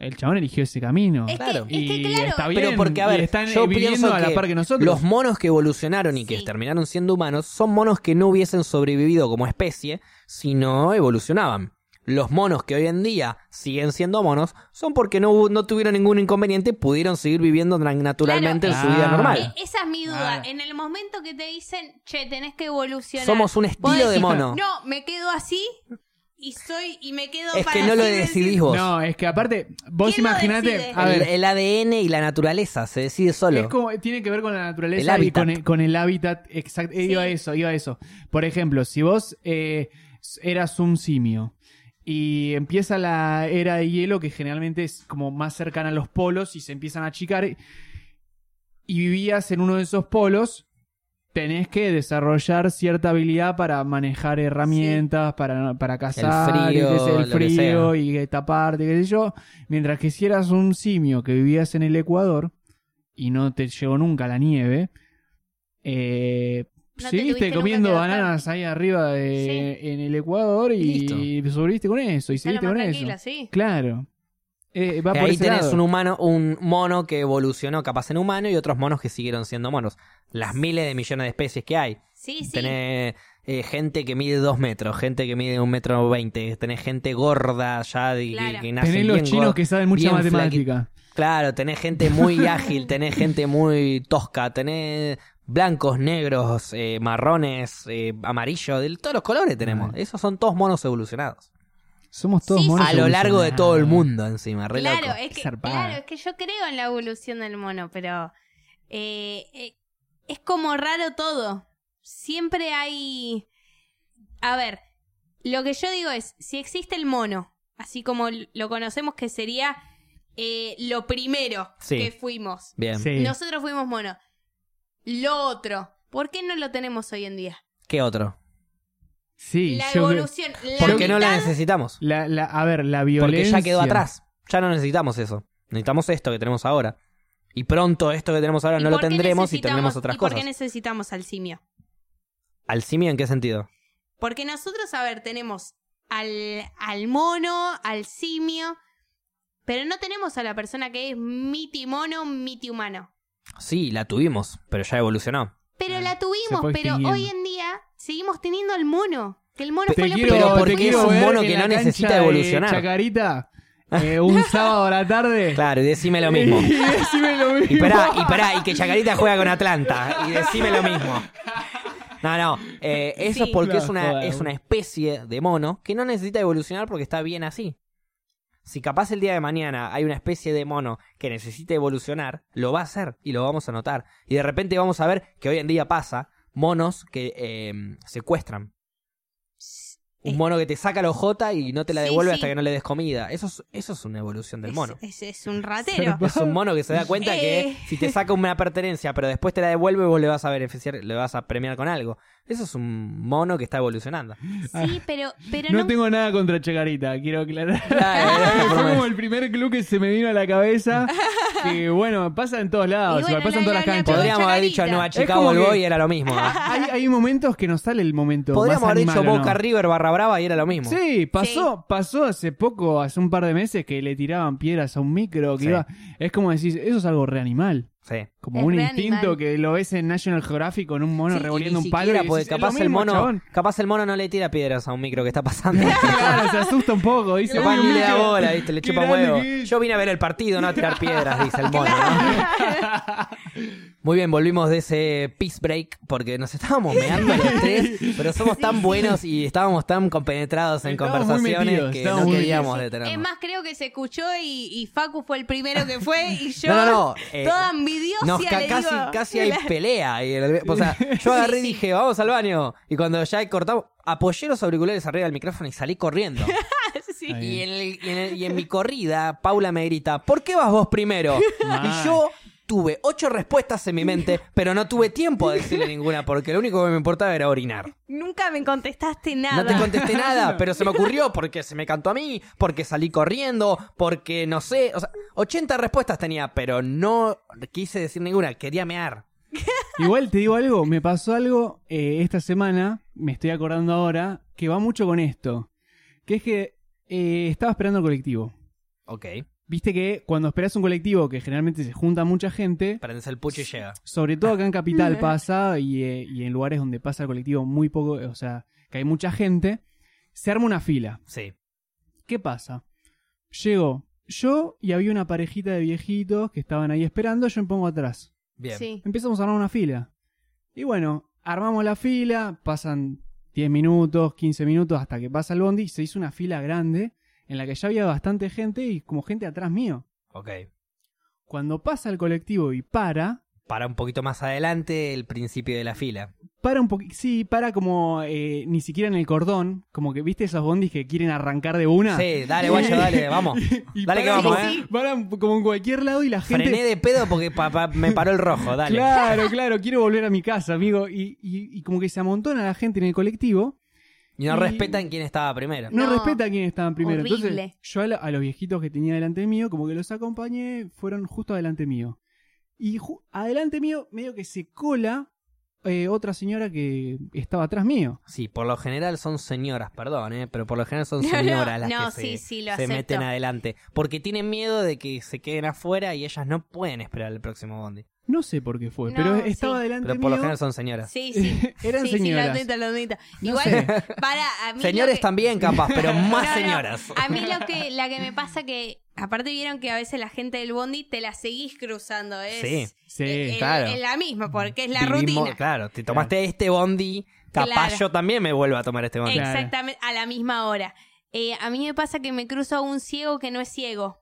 el chabón eligió ese camino.
Es
Claro.
que, es que
Y
claro,
está bien,
Pero porque, a ver,
y están
yo
eh, viviendo
pienso
a la
que
par que nosotros.
los monos que evolucionaron y que
Sí.
terminaron siendo humanos son monos que no hubiesen sobrevivido como especie si no evolucionaban. Los monos que hoy en día siguen siendo monos son porque no, hubo- no tuvieron ningún inconveniente, pudieron seguir viviendo na- naturalmente en
Claro,
su vida
ah.
normal.
eh, esa es mi duda.
Claro.
En el momento que te dicen, che, tenés que evolucionar.
Somos un
vos
estilo de
decís,
mono.
No, me quedo así y soy y me quedo
es
para
que no lo
siempre
decidís
así.
vos.
No, es que aparte, vos
¿Quién lo
imaginate,
decide?
a ver,
el, el ADN y la naturaleza se decide solo.
Es como- tiene que ver con la
El
naturaleza y
hábitat.
con el, con el hábitat. Exacto.
Sí.
Iba a eso, iba a eso. Por ejemplo, si vos eh, eras un eh, simio Y empieza la era de hielo que generalmente es como más cercana a los polos y se empiezan a achicar. Y vivías en uno de esos polos, tenés que desarrollar cierta habilidad para manejar herramientas, para, para cazar, y
frío,
qué sé, el
lo que
frío
sea.
y que taparte, qué sé yo. Mientras que si eras un simio que vivías en el Ecuador y no te llegó nunca la nieve, eh,
No te tuviste
seguiste
nunca
comiendo
que
bananas ahí arriba de- en el Ecuador y sobreviviste con eso y
Está lo
seguiste
más
con
tranquila,
eso.
sí.
Claro. Eh, va por
ahí
ese
tenés
lado.
un humano, un mono que evolucionó capaz en humano y otros monos que siguieron siendo monos. Las miles de millones de especies que hay.
Sí, sí.
Tenés eh, gente que mide dos metros, gente que mide un metro veinte, tenés gente gorda ya de-
Claro.
que, que nace
Tenés
bien
los chinos
gorda.
que saben mucha
bien
matemática.
Claro, tenés gente muy ágil, tenés gente muy tosca, tenés blancos, negros, eh, marrones, eh, amarillo, de todos los colores tenemos.
Mal.
Esos son todos monos evolucionados.
Somos todos
Sí,
monos Ah.
A lo largo de todo el
evolucionados.
mundo encima, re
Claro,
loco.
es que,
Zarpada.
claro, es que yo creo en la evolución del mono, pero eh, eh, es como raro todo. Siempre hay... A ver, lo que yo digo es, si existe el mono, así como l- lo conocemos que sería eh, lo primero
Sí.
que fuimos,
Bien.
Sí.
nosotros fuimos mono, lo otro, ¿por qué no lo tenemos hoy en día?
¿Qué otro?
Sí,
la
yo creo-
evolución, la
Porque no la
mitad-
necesitamos.
la- la- a ver, la violencia.
Porque ya quedó atrás. Ya no necesitamos eso. Necesitamos esto que tenemos ahora. Y pronto esto que tenemos ahora
¿Y
no lo
por qué
tendremos y
necesitamos-
tendremos otras
y
cosas.
¿Por qué necesitamos al simio?
¿Al simio en qué sentido?
Porque nosotros, a ver, tenemos al, al mono, al simio, pero no tenemos a la persona que es miti mono, miti humano.
Sí, la tuvimos, pero ya evolucionó.
Pero
Claro,
la
se
tuvimos,
fue
pero
extinguiendo.
hoy en día seguimos teniendo al mono. Que el mono
Te
fue lo
quiero,
Pero
primero
¿por
te
que
qué es
quiero
un
ver
mono
en
que
la
no
cancha
necesita
de
evolucionar?
Chacarita, eh, un sábado a la tarde.
Claro, y decime lo mismo.
Y decime lo mismo.
Y pará, y pará, y que Chacarita juega con Atlanta. Y decime lo mismo. No, no. eh, eso
Sí.
es porque
No,
es, una,
joder.
es una especie de mono que no necesita evolucionar porque está bien así. Si capaz el día de mañana hay una especie de mono que necesita evolucionar, lo va a hacer y lo vamos a notar. Y de repente vamos a ver que hoy en día pasa monos que eh, secuestran. Un mono que te saca la ojota y no te la
Sí,
devuelve
sí.
hasta que no le des comida. Eso es, eso es una evolución del
es-
mono.
Es, es un ratero.
Es un mono que se da cuenta
Eh.
que si te saca una pertenencia, pero después te la devuelve, vos le vas a beneficiar, le vas a premiar con algo. Eso es un mono que está evolucionando.
Sí, pero, pero
No
no,
tengo nada contra Chacarita, quiero aclarar.
Eh,
Fue como
Claro,
el primer club que se me vino a la cabeza. Que bueno, pasa en todos lados,
Y bueno,
igual, pasa en
la-
todas
la-
las
la-
canchas.
Podríamos haber dicho
Chacarita.
Nueva
Es
Chicago
como que-
Boy y era lo mismo.
Hay, hay momentos que nos sale el momento.
Podríamos
más
haber dicho
animal, ¿o no?
Boca River barra brava y era lo mismo.
Sí, pasó, pasó hace poco, hace un par de meses, que le tiraban piedras a un micro que
Sí.
iba. Es como decir, eso es algo reanimal.
Sí.
Como
Es
un
re
instinto
animal. que
que lo ves en National Geographic con un mono
Sí,
revolviendo
y ni
un palo.
siquiera, porque capaz el mono, capaz el mono no le tira piedras a un micro que está pasando.
Claro, se asusta un poco, dice.
Capaz
"Uy,
ni le da
micro".
bola, ¿viste? le
Qué
chupa un
grande
huevo.
que es.
Yo vine a ver el partido, no a tirar piedras, dice el mono. ¿no? Muy bien, volvimos de ese peace break porque nos estábamos meando los tres, pero somos tan buenos y estábamos tan compenetrados en
Estábamos muy
conversaciones
metidos,
que
estábamos
no
muy
queríamos
Sí, Es
detenernos.
más, creo que se escuchó y, y Facu fue el primero que fue y yo,
No, no, no, eh,
toda envidiosa,
Nos
le
ca-
digo,
casi, casi hay
"Claro".
pelea. ahí en el- o sea, yo agarré y
Sí, sí.
dije, vamos al baño. Y cuando ya cortamos, apoyé los auriculares arriba del micrófono y salí corriendo.
Sí.
Ahí.
Y en, el- y en el- y en mi corrida, Paula me grita, ¿por qué vas vos primero?
Mal.
Y yo tuve ocho respuestas en mi mente, pero no tuve tiempo de decirle ninguna, porque lo único que me importaba era orinar.
Nunca me contestaste nada.
No te contesté nada, pero se me ocurrió porque se me cantó a mí, porque salí corriendo, porque no sé, o sea, 80 respuestas tenía, pero no quise decir ninguna, quería mear.
Igual te digo algo, me pasó algo eh, esta semana, me estoy acordando ahora, que va mucho con esto. Que es que eh, estaba esperando el colectivo.
Ok,
Viste que cuando esperas un colectivo que generalmente se junta mucha gente,
prendes el pucho y llega.
sobre todo acá en Capital pasa y, eh, y en lugares donde pasa el colectivo muy poco, o sea, que hay mucha gente, se arma una fila.
Sí.
¿Qué pasa? Llego yo y había una parejita de viejitos que estaban ahí esperando, yo me pongo atrás.
Bien.
Sí.
Empezamos a armar una fila. Y bueno, armamos la fila, pasan 10 minutos, 15 minutos hasta que pasa el bondi, y se hizo una fila grande en la que ya había bastante gente y como gente atrás mío.
Ok.
Cuando pasa el colectivo y para,
Para un poquito más adelante el principio de la fila.
Para un poquito, sí, para como eh, ni siquiera en el cordón, como que viste esos bondis que quieren arrancar de una.
Sí, dale, guacho, dale, vamos.
Ah. Y
Dale que
paran-
vamos,
Sí,
¿eh?
Paran como en cualquier lado y la gente.
Frené de pedo porque pa- pa- me paró el rojo, dale.
Claro, claro, quiero volver a mi casa, amigo. Y, y- y como que se amontona la gente en el colectivo.
Y no
Y-
respetan quién estaba primero.
No,
No.
respeta a quienes estaban primero. Entonces,
Horrible.
yo a, la- a los viejitos que tenía delante mío, como que los acompañé, fueron justo adelante mío. Y ju- adelante mío, medio que se cola eh, otra señora que estaba atrás mío.
Sí, por lo general son señoras, perdón, ¿eh? pero por lo general son
No, no,
señoras las
no,
que se,
sí, sí, lo
se
acepto.
meten adelante. Porque tienen miedo de que se queden afuera y ellas no pueden esperar el próximo bondi.
No sé por qué fue,
No,
pero estaba
sí.
adelante
Pero
mío.
por lo general son señoras.
Sí, sí.
Eran
sí, sí,
señoras.
lo admito, lo admito.
No
Igual,
sé.
para a mí. lo
Señores
que-
también, capaz, pero más
No, no.
señoras.
A mí lo que, la que me pasa que, aparte vieron que a veces la gente del bondi te la seguís cruzando, es
Sí,
Sí,
eh, eh,
claro.
es la misma, porque es la
Vivimos-
rutina.
Claro, te tomaste este bondi, capaz
Claro.
yo también me vuelvo a tomar este bondi.
Claro.
Exactamente, a la misma hora. Eh, a mí me pasa que me cruzo a un ciego que no es ciego.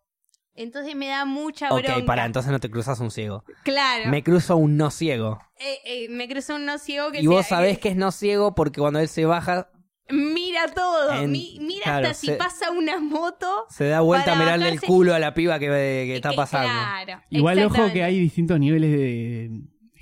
Entonces me da mucha bronca.
ok, pará, entonces no te cruzas un ciego.
Claro.
Me cruzo un no ciego.
Eh, eh, me cruzo a un no ciego que
Y vos
sea- eh,
sabés que es no ciego porque cuando él se baja,
Mira todo.
En-
mi- mira
claro,
hasta si
se-
pasa una moto.
se da vuelta a
Para
mirarle el
bajarse-
culo a la piba que, que está
que-
pasando.
Claro.
Igual ojo que
exactamente.
hay distintos niveles de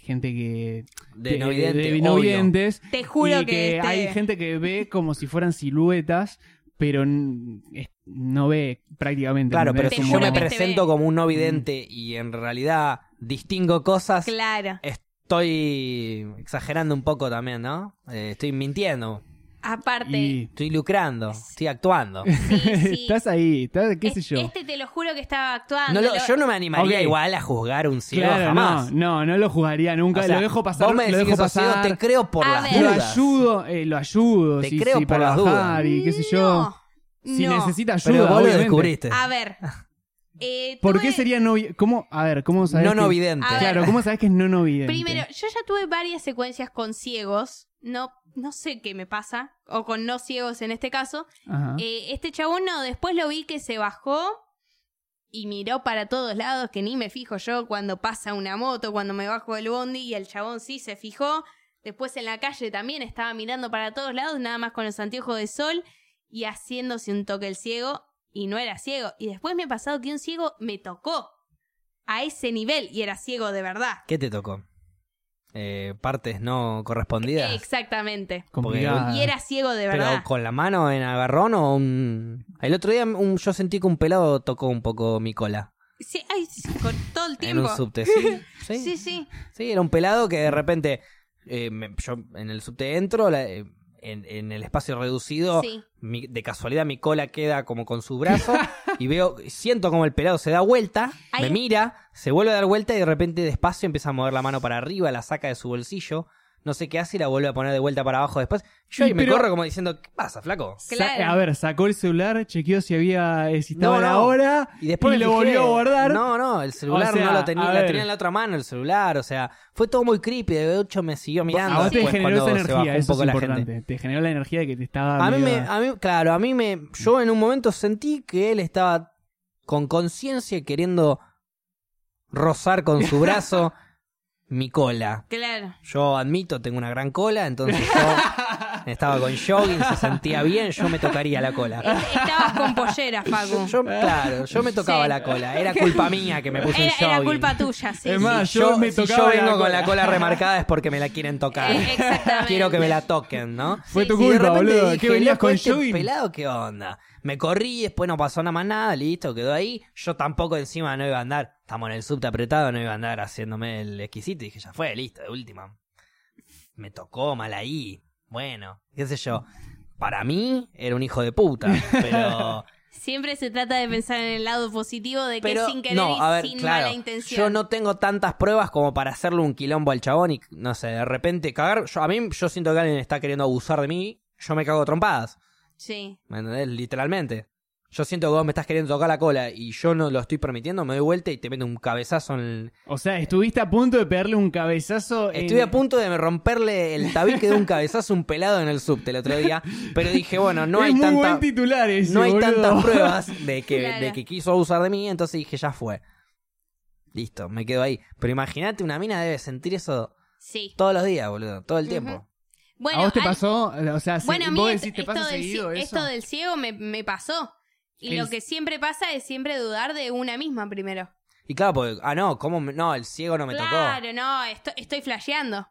gente que
De no vidente,
de no
obvio.
videntes.
Te juro
y
que este-
hay gente que ve como si fueran siluetas, pero n- es- no ve prácticamente.
Claro, pero
¿entendés?
si
Te
yo
juro
me
que te
presento
ve.
como un no vidente
Mm.
y en realidad distingo cosas,
Claro.
estoy exagerando un poco también, ¿no? Eh, estoy mintiendo,
Aparte.
Y-
estoy lucrando, estoy actuando.
sí, sí.
estás ahí, estás, qué sé
Es-
yo.
Este te lo juro que estaba actuando.
No lo-
Ah, lo-
yo no me animaría
Ok.
igual a juzgar un ciego
Claro,
jamás.
no, no, no lo jugaría nunca.
O sea,
lo dejo pasar.
Vos me decís
lo
que
dejo
sos ciego,
pasar.
te creo por
A
las
ver.
lo
dudas.
ayudo, eh, lo ayudo.
Te
sí,
creo
sí,
por
para
las
bajar y qué sé yo.
No,
si
no.
necesita ayuda,
Pero vos lo
obviamente.
descubriste.
A ver. eh,
¿Por
tuve-
qué sería no vi- ¿Cómo? A ver, ¿cómo sabes?
No no
que-
vidente.
A ver.
Claro, ¿cómo sabes que es no no vidente?
Primero, yo ya tuve varias secuencias con ciegos. No, no sé qué me pasa. O con no ciegos en este caso.
Ajá.
Eh, este chabón no, después lo vi que se bajó y miró para todos lados, que ni me fijo yo cuando pasa una moto, cuando me bajo del bondi, y el chabón sí se fijó. Después en la calle también estaba mirando para todos lados, nada más con los anteojos de sol y haciéndose un toque el ciego, y no era ciego. Y después me ha pasado que un ciego me tocó a ese nivel y era ciego de verdad.
¿Qué te tocó? Eh, partes no correspondidas.
Exactamente.
Complicada.
Y era ciego de
Pero
verdad.
Ah. con la mano en agarrón o un... El otro día un- yo sentí que un pelado tocó un poco mi cola.
Sí, ay, sí, con todo el
En
tiempo.
un subte, ¿sí? Sí,
Sí, sí.
Sí, era un pelado que de repente eh, me- yo en el subte entro, la- eh, en, en el espacio reducido,
Sí.
mi- de casualidad mi cola queda como con su brazo y veo, siento como el pelado se da vuelta,
Ahí-
me mira, se vuelve a dar vuelta y de repente despacio empieza a mover la mano para arriba, la saca de su bolsillo, no sé qué hace y la vuelve a poner de vuelta para abajo después. Yo
Y
ahí me
pero-
corro como diciendo, ¿qué pasa, flaco?
Sa-
Claro.
A ver, sacó el celular, chequeó si había eh, si estaba
No,
la
no.
hora
Y después me
Pues lo
fijé.
volvió a guardar.
No, no, el celular
O sea,
no lo
a
tenía, la
ver.
tenía en la otra mano, el celular, o sea, fue todo muy creepy, de hecho me siguió mirando.
a vos te
después
generó esa
cuando se
energía,
bajó un
eso
poco
es
la gente.
importante. Te generó la energía de que te estaba.
A mí, me,
medio-
a mí, claro, a mí me, yo en un momento sentí que él estaba con conciencia y queriendo rozar con su brazo mi cola.
Claro.
Yo admito, tengo una gran cola, entonces yo estaba con jogging, se sentía bien, yo me tocaría la cola.
Es- Estabas con pollera, Facu.
Yo, claro, yo me tocaba
Sí.
la cola. Era culpa mía que me puse
era,
en
era
jogging.
culpa tuya, sí.
Es
sí.
más, Ah,
Si
yo me
si
tocaba
yo vengo
la
con
cola.
la cola remarcada es porque me la quieren tocar.
Eh, exactamente.
Quiero que me la toquen, ¿no?
Fue tu
Y de
culpa,
repente
boludo.
dije,
¿Qué venías
"Loco,
con
este
jogging?
pelado qué onda? Me corrí, después no pasó nada más nada, listo, quedó ahí. Yo tampoco encima no iba a andar, estamos en el subte apretado, no iba a andar haciéndome el exquisito. Y dije, ya fue, listo, de última. Me tocó mal ahí. Bueno, qué sé yo. Para mí era un hijo de puta, pero...
Siempre se trata de pensar en el lado positivo de que
Pero
sin querer
no, a ver,
y sin
claro,
mala intención.
yo no tengo tantas pruebas como para hacerle un quilombo al chabón y no sé, de repente cagar, yo, a mí yo siento que alguien está queriendo abusar de mí, yo me cago a trompadas.
Sí.
¿Me entendés? Literalmente. Yo siento que vos me estás queriendo tocar la cola y yo no lo estoy permitiendo, me doy vuelta y te meto un cabezazo en el...
O sea, estuviste a punto de pegarle un cabezazo. en-
Estuve a punto de romperle el tabique de un cabezazo a un pelado en el subte el otro día, pero dije, bueno, no
es
hay
muy
tanta...
buen titular ese,
no hay
boludo.
tantas pruebas de que,
Claro.
de que quiso abusar de mí, entonces dije, ya fue. Listo, me quedo ahí. Pero imagínate, una mina debe sentir eso
Sí.
todos los días, boludo, todo el tiempo.
Bueno,
¿A vos te
al-
pasó? O sea, si
bueno, a mí
vos
es-
decís, ¿te
esto,
pasa
del,
seguido
ci-
eso?
esto del ciego me, me pasó. Y
El-
lo que siempre pasa es siempre dudar de una misma primero.
Y claro, porque, ah, no, ¿cómo? me- no, el ciego no me
claro,
tocó.
no, esto- estoy flasheando.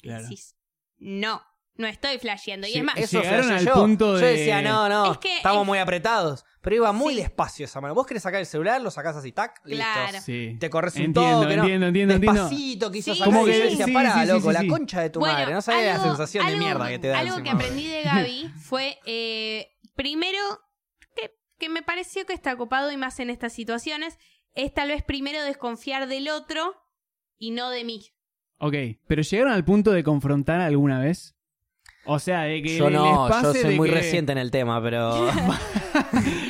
Claro.
Decís, no, no estoy flasheando. Y
Sí,
es más,
Eso
Llegaron
flashé
al
yo.
punto
Yo
de-
decía, no, no,
Es que
estamos
es-
muy apretados. Pero iba muy
Sí.
despacio esa mano. Vos querés sacar el celular, lo sacás así, tac, listo.
Claro.
Sí.
Te corres un
Entiendo,
toque, ¿no?
entiendo, entiendo, entiendo.
Despacito quizás
Sí,
sacar
Como
y yo
que-
decía,
sí,
pará,
sí, sí,
loco,
sí,
la
sí.
concha de tu
Bueno,
madre. No sabés la
algo-
sensación de
algo-
mierda que te da
Algo que
encima.
aprendí de Gaby fue, eh, primero, que, que me pareció que está ocupado y más en estas situaciones, es tal vez primero desconfiar del otro y no de mí.
Ok, pero llegaron al punto de confrontar alguna vez. O sea, de que
Yo
les
no, yo
pase
soy
de
muy
que
reciente en el tema, pero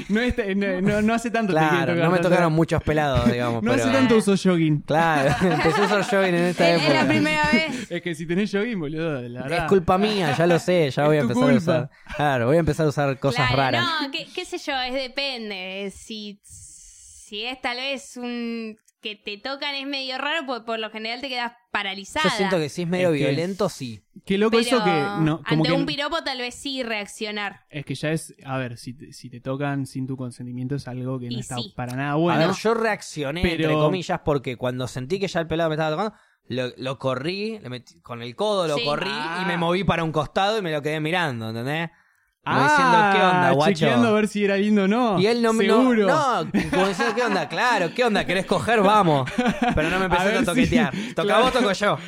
No, está- no, no- no hace tanto te quieren
claro,
tocar
no me
tanto.
tocaron muchos pelados, digamos.
No
pero... eh.
hace tanto uso jogging.
Claro, empecé a usar jogging en esta
Es la
época.
primera vez.
Es que si tenés jogging, boludo, la verdad.
Es culpa mía, ya lo sé, ya
Es
voy a
tu
empezar a
culpa.
usar. Claro, voy a empezar a usar cosas
Claro,
raras.
No, qué, qué sé yo, es depende. eh, Si, si es tal vez un que te tocan es medio raro, porque por lo general te quedas paralizada.
Yo siento que si es medio
Es que-
violento, sí.
Qué loco
Pero
eso que. No, como
ante
que
un piropo tal vez sí reaccionar.
Es que ya es. A ver, si te, si te tocan sin tu consentimiento es algo que no
Y
está
sí.
para nada bueno.
a ver, yo reaccioné, entre
pero-
comillas, porque cuando sentí que ya el pelado me estaba tocando, lo, lo corrí, le metí- con el codo lo
Sí.
corrí
Ah.
y me moví para un costado y me lo quedé mirando, ¿entendés? Como
ah,
diciendo, ¿qué onda, guacho?
Chequeando a ver si era lindo o no.
Y él no me.
Seguro.
No, no, como diciendo, ¿qué onda? Claro, ¿qué onda? ¿Querés coger? Vamos. Pero no me
A
empecé
ver
a,
si-
toquetear. Toca
claro.
vos, toco yo.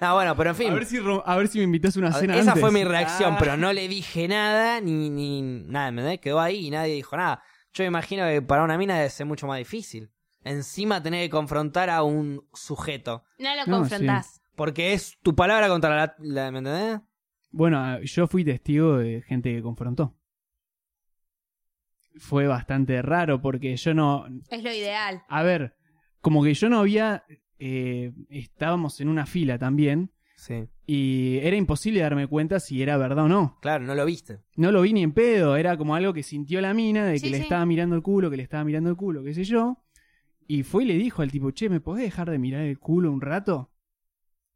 Ah, bueno, pero en fin.
a, ver si, ro- a ver si me invitas a una
A-
cena
Esa
antes.
fue mi reacción,
Ah.
pero no le dije nada, ni, ni nada, ¿me entendés? Quedó ahí y nadie dijo nada. Yo me imagino que para una mina debe ser mucho más difícil. Encima tener que confrontar a un sujeto.
No lo
No,
confrontás.
Porque es tu palabra contra la... la- ¿Me entendés?
Bueno, ah, yo fui testigo de gente que confrontó. Fue bastante raro porque yo no.
Es lo ideal.
A ver, como que yo no había. eh, estábamos en una fila también
Sí.
y era imposible darme cuenta si era verdad o no.
Claro, no lo viste.
No lo vi ni en pedo, era como algo que sintió la mina de que
Sí,
le
sí.
estaba mirando el culo, que le estaba mirando el culo, qué sé yo. Y fue y le dijo al tipo, che, ¿me podés dejar de mirar el culo un rato?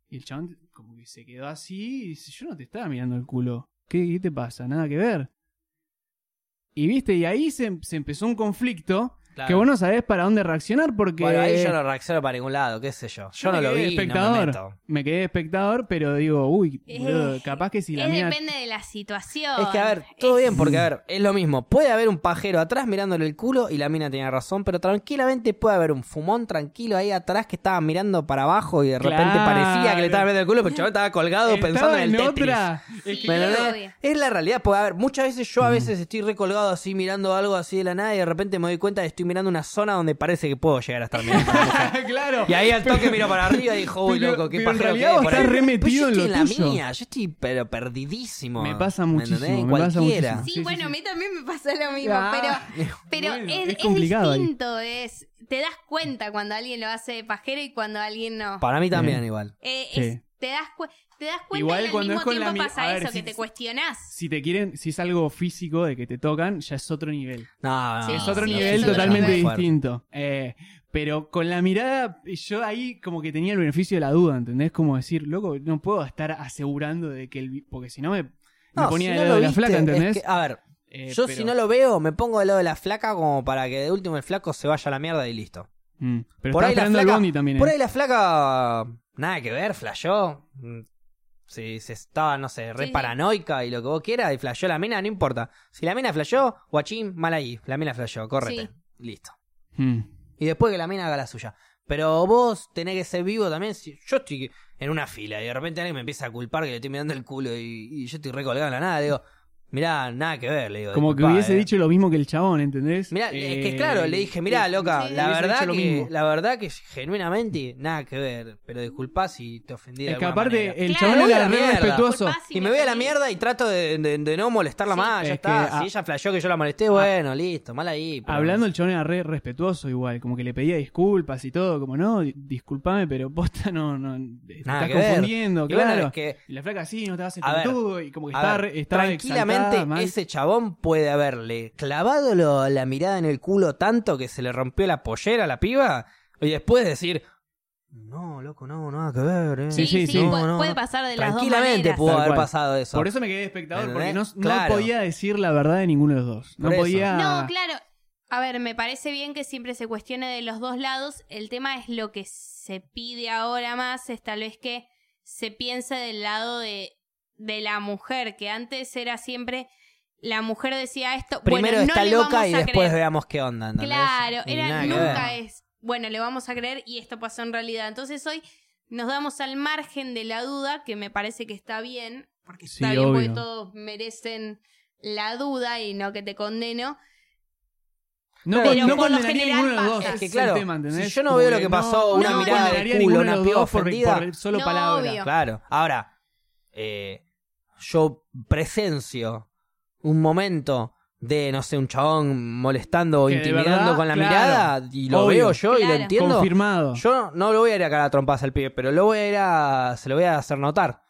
Y el chabón como que se quedó así y dice, yo no te estaba mirando el culo. ¿Qué, qué te pasa? Nada que ver. Y viste, y ahí se, se empezó un conflicto
Claro.
que vos no sabés para dónde reaccionar porque...
Bueno, ahí yo no reacciono para ningún lado, qué sé yo. Yo no
me
lo
quedé
vi, no me
espectador.
meto.
Me quedé espectador, pero digo, uy, boludo,
Eh,
capaz que si la
es
mina...
depende de la situación.
Es que, a ver, todo
Es-
bien, porque, a ver, es lo mismo. Puede haber un pajero atrás mirándole el culo y la mina tenía razón, pero tranquilamente puede haber un fumón tranquilo ahí atrás que estaba mirando para abajo y de repente
Claro.
parecía que le estaba mirando el culo, pero el chaval estaba colgado
Estaba
pensando en el
en
Tetris.
otra. Mm. Es que
¿Me
Sí,
entendés?
obvio.
es la realidad, porque a ver, muchas veces yo a veces estoy recolgado así mirando algo así de la nada y de repente me doy cuenta que estoy mirando una zona donde parece que puedo llegar a estar mirando.
claro.
Y ahí al toque miro para arriba y dijo, uy,
Pero-
loco, qué
pero en
pajero
realidad
que
vos
por
estás
ahí".
re
Pues yo
metido en
estoy
lo
la
tuyo.
mía, yo estoy pero perdidísimo.
Me pasa muchísimo,
entendés?
me pasa
Cualquiera.
muchísimo.
Sí,
Sí,
bueno,
sí,
a mí también me pasa lo mismo,
Ah,
pero, pero
bueno,
es,
es
es
complicado ahí.
distinto, es, te das cuenta cuando alguien lo hace de pajero y cuando alguien no.
Para mí también igual.
Eh,
Sí.
es- te, das cu- te das cuenta
Igual
y al
cuando es
mismo
con la
tiempo
mi-
pasa
a ver,
eso,
si-
que te cuestionás.
Si te quieren, si es algo físico de que te tocan, ya es otro nivel.
No, no,
Sí,
no,
es otro
sí,
nivel
es otro
totalmente
nivel.
distinto. Eh, pero con la mirada, yo ahí como que tenía el beneficio de la duda, ¿entendés? Como decir, loco, no puedo estar asegurando de que el. vi- Porque si no me, me
No,
ponía
si
del
no
lado
lo
de la
viste,
flaca,
es
¿entendés?
que, a ver,
Eh,
yo
pero-
si no lo veo, me pongo del lado de la flaca como para que de último el flaco se vaya a la mierda y listo.
Mm, pero
por
estaba
ahí la
esperando el
flaca-
bondi también.
Por
eh.
ahí la flaca. Nada que ver, flasheó. Mm, Si se estaba, no sé, re
Sí, sí.
paranoica y lo que vos quieras, y flasheó la mina, no importa. Si la mina flasheó, guachín, mal ahí. La mina flasheó, córrete.
Sí.
Listo.
Mm.
Y después que la mina haga la suya. Pero vos tenés que ser vivo también. Si yo estoy en una fila y de repente alguien me empieza a culpar que le estoy mirando el culo y, y yo estoy recolgado en la nada, digo, mirá, nada que ver, le digo.
Como que
disculpá,
hubiese
eh.
dicho lo mismo que el chabón, ¿entendés?
Mirá, es que
Eh,
claro, le dije, mirá, loca,
sí,
la
hubiese
verdad
dicho lo
que,
mismo.
la verdad que genuinamente nada que ver, pero disculpá si te ofendí de
Es que
alguna
aparte
manera.
el
Claro,
chabón
me voy a
era
la
re
mierda.
respetuoso.
Disculpá si
Y me voy a la
salí.
mierda y trato de, de- de no molestarla
Sí.
más, ya
Es
está.
que, ah,
si ella flasheó que yo la molesté, bueno, listo, mal ahí. pero-
Hablando el chabón era re respetuoso igual, como que le pedía disculpas y todo, como no, di- disculpame, pero posta no, no, te
Nada
estás
que ver.
confundiendo,
Y bueno,
claro.
es que
Y la flaca sí, no te vas
A
a
ver,
todo y como que
A
estaba,
ver,
re- estaba
tranquilamente
exaltada, mal.
ese chabón puede haberle clavado lo- la mirada en el culo tanto que se le rompió la pollera a la piba y después decir, No, loco, no, nada que ver, eh.
Sí, sí, sí.
No,
pu-
no,
puede
no.
pasar de las dos
Tranquilamente
maneras.
pudo
Tal
haber
cual.
pasado eso.
Por eso me quedé espectador, porque no,
¿Entendés?
no
Claro.
podía decir la verdad de ninguno de los dos. No
Por eso.
podía.
No, claro. A ver, me parece bien que siempre se cuestione de los dos lados. El tema es lo que se pide ahora más, es tal vez que se piense del lado de, de la mujer, que antes era siempre la mujer decía esto.
Primero
bueno, no
está
le
loca
vamos
y
a
después
creer.
veamos qué onda. ¿entendés?
Claro,
Ni
era
nada que
nunca
ver.
es, bueno, le vamos a creer y esto pasó en realidad. Entonces hoy nos damos al margen de la duda, que me parece que está bien, porque
Sí,
está bien porque
obvio.
todos merecen la duda y no que te condeno.
No,
Pero
con- no
por lo
condenaría a
general
ninguno de los
pasa.
dos.
Es
que,
ese el
claro,
tema, ¿entendés?
si yo no
Como
veo lo que pasó,
una mirada de
condenaría a
culo,
ninguno de
una
los dos
pioja
por-
ofendida.
por el solo
No,
palabra.
obvio.
Claro. Ahora, eh, yo presencio un momento de, no sé, un chabón molestando o
Que de
intimidando
verdad,
con la
claro.
mirada y lo
Obvio.
veo yo y lo
Claro.
entiendo.
Confirmado.
Yo no lo voy a ir a cagar a trompas al pibe, pero lo voy a ir a, se lo voy a hacer notar.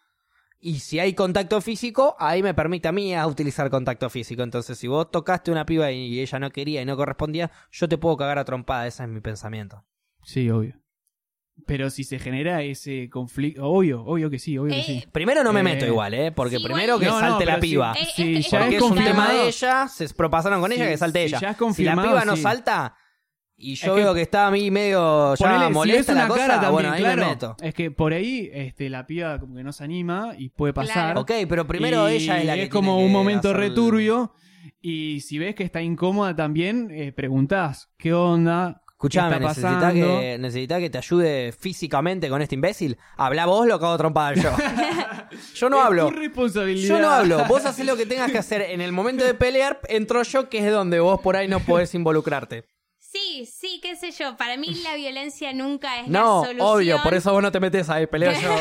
Y si hay contacto físico, ahí me permite a mí a utilizar contacto físico. Entonces, si vos tocaste una piba y ella no quería y no correspondía, yo te puedo cagar a trompada. Ese es mi pensamiento.
Sí, obvio. Pero si se genera ese conflicto, obvio, obvio que sí, obvio que
Eh,
sí.
Primero no me
Eh.
meto igual, ¿eh? Porque
Sí,
primero
bueno.
que
No, no,
salte la
pero sí.
piba.
Eh,
Eh,
Sí,
es-
ya
porque
es
es un tema
confirmado.
de ella, se propasaron con
Sí,
ella que salte
sí,
ella.
ya es
si la
confirmado,
piba no
sí.
salta y yo
Es que-
veo que está a mí medio ya
Ponele, si ves
molesta
una
la cosa,
cara también,
bueno, ahí
claro,
me meto.
Es que por ahí este, la piba como que no se anima y puede pasar.
Claro.
Ok, pero primero
Y
ella es la que
como
tiene
un
que
momento
hacer el-
returbio. Y si ves que está incómoda también, eh, preguntás, ¿qué onda?
Escuchame,
¿Qué está
necesita
pasando?
que, necesita que te ayude físicamente con este imbécil. Habla vos, lo cago trompada yo. yo no
Es
hablo.
Tu responsabilidad.
Yo no hablo. Vos haces lo que tengas que hacer. En el momento de pelear, entro yo, que es donde vos por ahí no podés involucrarte.
Sí, sí, qué sé yo. Para mí la violencia nunca es
No,
la solución.
obvio, por eso vos no te metes ahí, peleo yo.